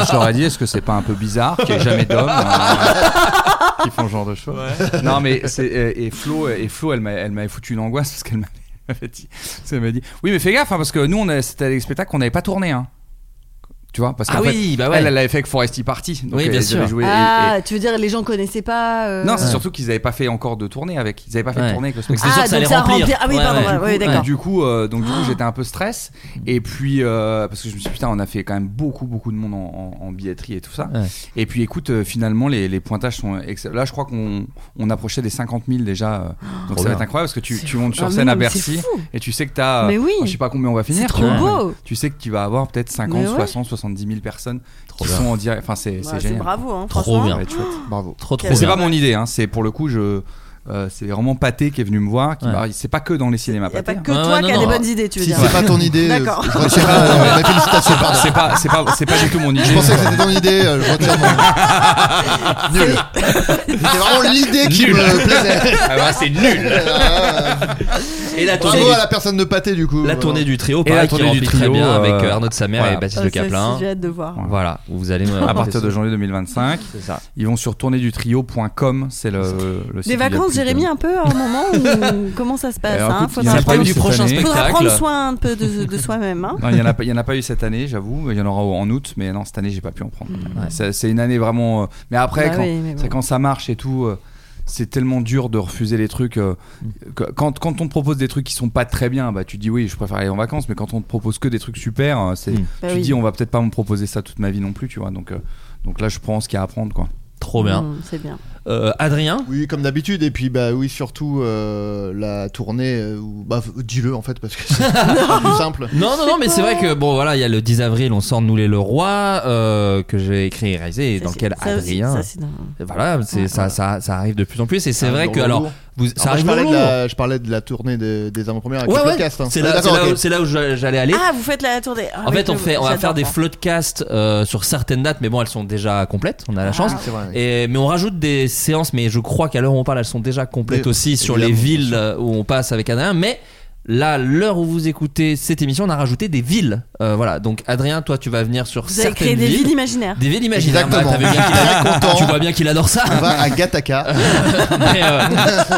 Speaker 8: ai- je leur ai dit, est-ce que c'est pas un peu bizarre qu'il n'y ait jamais d'hommes euh, qui font ce genre de choses Non, mais c'est, et, et Flo, et Flo, elle m'a- elle m'avait foutu une angoisse parce qu'elle m'avait- m'avait dit, parce qu'elle m'avait dit, oui, mais fais gaffe, hein, parce que nous, on a- c'était des spectacles qu'on n'avait pas tourné. Hein. Tu vois, parce
Speaker 6: Ah
Speaker 8: qu'en fait,
Speaker 6: oui, bah ouais.
Speaker 8: elle, elle avait fait avec Foresti Party. Donc
Speaker 6: Oui, bien
Speaker 8: elle
Speaker 6: sûr.
Speaker 8: avait joué et-
Speaker 10: Ah, tu veux dire, les gens connaissaient pas. euh,
Speaker 8: et- non, c'est
Speaker 6: Ouais.
Speaker 8: surtout qu'ils n'avaient pas fait encore de tournée avec. Ils n'avaient pas fait
Speaker 6: Ouais.
Speaker 8: de tournée avec le
Speaker 6: Donc
Speaker 8: spectacle.
Speaker 6: c'est sûr
Speaker 10: Ah,
Speaker 6: que ça
Speaker 10: donc
Speaker 6: allait
Speaker 10: ça
Speaker 6: remplir.
Speaker 10: remplir. Ah oui, pardon, ouais, ouais,
Speaker 6: Du coup,
Speaker 10: d'accord. Ah.
Speaker 8: Et du coup, euh, donc du coup, j'étais un peu stress. Et puis, euh, parce que je me suis dit, putain, on a fait quand même beaucoup, beaucoup de monde en, en- en billetterie et tout ça.
Speaker 6: Ouais.
Speaker 8: Et puis, écoute, euh, finalement, les, les pointages sont. ex- Là, je crois qu'on on approchait des 50 000 déjà. euh, donc,
Speaker 6: Trop
Speaker 8: ça va
Speaker 6: bien.
Speaker 8: être incroyable parce que tu, tu montes
Speaker 10: Ah,
Speaker 8: sur
Speaker 10: mais
Speaker 8: scène
Speaker 10: non,
Speaker 8: à
Speaker 10: mais c'est
Speaker 8: Bercy
Speaker 10: fou.
Speaker 8: et tu sais que t'as.
Speaker 10: Mais oui.
Speaker 8: euh, Je sais pas combien on va finir.
Speaker 10: C'est
Speaker 8: tu
Speaker 10: trop
Speaker 8: vois.
Speaker 10: beau.
Speaker 8: Tu sais que tu vas avoir peut-être 50,
Speaker 10: Mais ouais.
Speaker 8: 60, 70 000 personnes qui
Speaker 6: bien.
Speaker 8: sont en direct. Enfin, c'est
Speaker 10: Bah,
Speaker 8: c'est
Speaker 10: c'est
Speaker 8: génial.
Speaker 10: bravo, hein,
Speaker 6: Trop
Speaker 10: franchement.
Speaker 6: bien.
Speaker 8: Ça va être chouette.
Speaker 7: Bravo.
Speaker 6: Trop trop
Speaker 8: Mais C'est
Speaker 6: bien.
Speaker 8: pas mon idée, hein. c'est pour le coup, je, euh, c'est vraiment Pâté qui est venu me voir. qui
Speaker 6: Ouais.
Speaker 8: m'a- C'est pas que dans les cinémas
Speaker 10: Il n'y a
Speaker 8: Pâté.
Speaker 10: pas
Speaker 8: hein.
Speaker 10: que
Speaker 6: Ouais,
Speaker 10: toi
Speaker 6: ouais,
Speaker 10: qui as
Speaker 6: non,
Speaker 10: des
Speaker 6: non.
Speaker 10: bonnes idées, tu veux
Speaker 7: Si
Speaker 10: dire.
Speaker 7: c'est pas ton idée, euh,
Speaker 10: D'accord.
Speaker 7: je retirerai euh, ma félicitation.
Speaker 8: C'est pas, pas, c'est pas, c'est pas du tout mon idée.
Speaker 7: Je pensais que c'était ton idée, euh, je retire mon. Nul. C'était vraiment l'idée qui
Speaker 6: Nul.
Speaker 7: me plaisait.
Speaker 6: Ah bah, c'est nul. Et la tournée,
Speaker 7: Bravo
Speaker 6: du,
Speaker 7: à la personne de pâté du coup.
Speaker 6: la tournée du trio,
Speaker 8: Et
Speaker 6: pareil,
Speaker 8: la
Speaker 6: qui
Speaker 8: tournée
Speaker 6: remplit
Speaker 8: du
Speaker 6: très
Speaker 8: trio,
Speaker 6: bien
Speaker 8: euh,
Speaker 6: avec euh, Arnaud de Samer
Speaker 8: voilà.
Speaker 6: et Baptiste
Speaker 10: Ça
Speaker 6: Le
Speaker 10: aussi,
Speaker 6: Caplin.
Speaker 10: J'ai hâte de voir.
Speaker 6: Voilà, vous allez me
Speaker 8: À
Speaker 6: raconter
Speaker 8: partir
Speaker 6: ça.
Speaker 8: de janvier 2025,
Speaker 6: C'est ça.
Speaker 8: ils vont sur tournedutrio.com, c'est le, le site. où il
Speaker 10: Des
Speaker 8: y a
Speaker 10: vacances,
Speaker 8: plus de-
Speaker 10: Jérémy, un peu à un moment ou Comment ça se passe
Speaker 8: Alors,
Speaker 10: hein
Speaker 8: écoute,
Speaker 10: Faudra
Speaker 8: il y en a
Speaker 6: pas
Speaker 8: eu
Speaker 6: du
Speaker 8: cette
Speaker 6: prochain
Speaker 8: année.
Speaker 10: faudra
Speaker 6: spectacle.
Speaker 10: prendre soin un peu de, de soi-même. hein.
Speaker 8: Non, il n'y en, a pas- il y en a pas eu cette année, j'avoue. Il y en aura en août, mais non, cette année, j'ai pas pu en prendre. C'est c'est une année vraiment. euh, Mais après,
Speaker 10: Bah
Speaker 8: quand,
Speaker 10: oui, mais bon.
Speaker 8: c'est quand ça marche et tout. euh, C'est tellement dur de refuser les trucs. euh, que- Quand, quand on te propose des trucs qui sont pas très bien, bah tu dis oui, je préfère aller en vacances. Mais quand on te propose que des trucs super, euh, c'est,
Speaker 6: Mm.
Speaker 8: tu
Speaker 10: Bah
Speaker 8: te
Speaker 10: oui.
Speaker 8: dis on va peut-être pas me proposer ça toute ma vie non plus, tu vois. Donc, euh, donc là, je prends ce qu'il y a à prendre, quoi.
Speaker 6: Trop bien.
Speaker 10: Mm, C'est bien.
Speaker 6: Euh, Adrien
Speaker 7: Oui, comme d'habitude, et puis bah oui, surtout euh, la tournée. euh, où- bah, f- dis-le en fait, parce que c'est pas plus simple.
Speaker 6: non, non, non, mais c'est vrai que bon, voilà, il y a le 10 avril, on sort Nous les le roi, euh, que j'ai écrit et réalisé, et
Speaker 10: Ça,
Speaker 6: dans
Speaker 10: c'est-
Speaker 6: lequel
Speaker 10: ça aussi,
Speaker 6: Adrien.
Speaker 10: ça, c'est dans-
Speaker 6: voilà, c'est,
Speaker 10: Ouais.
Speaker 6: ça, ça, ça arrive de plus en plus, et c'est
Speaker 7: Ah,
Speaker 6: vrai
Speaker 7: dans
Speaker 6: que,
Speaker 7: le
Speaker 6: alors,
Speaker 7: lourd.
Speaker 6: vous, ça
Speaker 7: Alors,
Speaker 6: arrive
Speaker 7: moi, je,
Speaker 6: dans
Speaker 7: parlais
Speaker 6: le
Speaker 7: de
Speaker 6: lourd.
Speaker 7: la, je parlais de la tournée de- des avant-premières avec
Speaker 6: Ouais,
Speaker 7: le
Speaker 6: ouais.
Speaker 7: podcast. hein.
Speaker 6: C'est
Speaker 7: Ah,
Speaker 6: là,
Speaker 7: d'accord,
Speaker 6: c'est là
Speaker 7: ok.
Speaker 6: où- c'est là où j'a- j'allais aller.
Speaker 10: Ah, vous faites la tournée. Ah,
Speaker 6: En
Speaker 10: oui,
Speaker 6: fait, on,
Speaker 10: je-
Speaker 6: fait, on va
Speaker 10: j'adore
Speaker 6: faire des
Speaker 10: ça.
Speaker 6: floodcasts euh, sur certaines dates, mais bon, elles sont déjà complètes, on a
Speaker 10: Ah.
Speaker 6: la chance.
Speaker 7: C'est vrai.
Speaker 6: Et, mais on rajoute des séances, mais je crois qu'à l'heure où on parle, elles sont déjà complètes
Speaker 7: Mais-
Speaker 6: aussi sur les
Speaker 7: évidemment,
Speaker 6: villes euh, où on passe avec Adrien. Mais là, l'heure où vous écoutez cette émission, on a rajouté des villes. Euh, voilà, donc Adrien, toi, tu vas venir sur
Speaker 10: Vous avez
Speaker 6: certaines
Speaker 10: créé des villes imaginaires.
Speaker 6: Des villes imaginaires.
Speaker 7: Exactement.
Speaker 6: Bah, t'as vu bien qu'il a-
Speaker 7: Très content.
Speaker 6: tu vois bien qu'il adore ça.
Speaker 7: On va à Gataka.
Speaker 6: Mais, euh,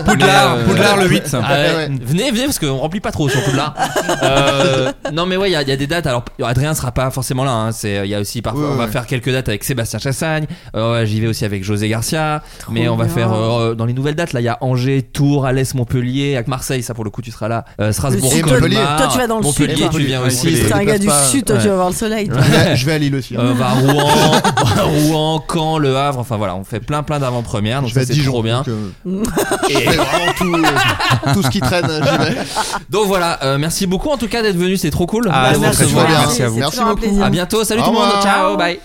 Speaker 8: Poudlard,
Speaker 6: mais, euh,
Speaker 8: Poudlard le 8.
Speaker 6: Ah ouais.
Speaker 7: Ouais.
Speaker 6: Venez, venez, parce qu'on remplit pas trop sur Poudlard. Euh, non, mais ouais, il y, a- il y a des dates. Alors, Adrien sera pas forcément là. hein. C'est, il y a aussi parfois,
Speaker 7: Ouais,
Speaker 6: on va
Speaker 7: ouais.
Speaker 6: faire quelques dates avec Sébastien Chassagne. Euh, ouais, J'y vais aussi avec José Garcia. mais on va
Speaker 10: bien.
Speaker 6: faire euh, dans les nouvelles dates. Là, il y a Angers, Tours, Alès, Montpellier, avec Marseille. Ça, pour le coup, tu seras là. Euh, Strasbourg,
Speaker 7: Le sud,
Speaker 6: Colmar.
Speaker 7: Montpellier.
Speaker 10: Toi, tu vas dans le sud, toi.
Speaker 6: Montpellier, tu viens aussi.
Speaker 7: Montpellier.
Speaker 10: T'es un
Speaker 7: Déplace
Speaker 10: gars du
Speaker 7: pas.
Speaker 10: sud, toi, tu vas voir le soleil. toi.
Speaker 7: Je vais- je vais à Lille aussi. hein.
Speaker 6: Euh, va à Rouen, à Rouen, Caen, Le Havre. Enfin voilà, on fait plein plein d'avant-premières. Donc
Speaker 7: je vais
Speaker 6: ça
Speaker 7: à
Speaker 6: c'est
Speaker 7: Dijon.
Speaker 6: trop bien.
Speaker 7: donc, euh,
Speaker 6: Et-
Speaker 7: je fais vraiment tout, euh, tout ce qui traîne. j'y vais.
Speaker 6: Donc voilà, euh, merci beaucoup en tout cas d'être venu, c'est trop cool.
Speaker 8: Ah,
Speaker 6: Merci
Speaker 8: c'est
Speaker 6: de
Speaker 8: très
Speaker 6: recevoir.
Speaker 8: bien. Merci
Speaker 10: c'est
Speaker 8: à vous.
Speaker 10: toujours
Speaker 7: Merci
Speaker 10: un
Speaker 7: beaucoup.
Speaker 10: plaisir.
Speaker 6: À bientôt, salut
Speaker 7: Au
Speaker 6: tout le monde,
Speaker 7: revoir.
Speaker 6: ciao, bye.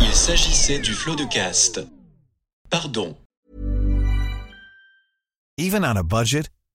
Speaker 2: Il s'agissait du flot de cast. Pardon.
Speaker 1: Even on a budget,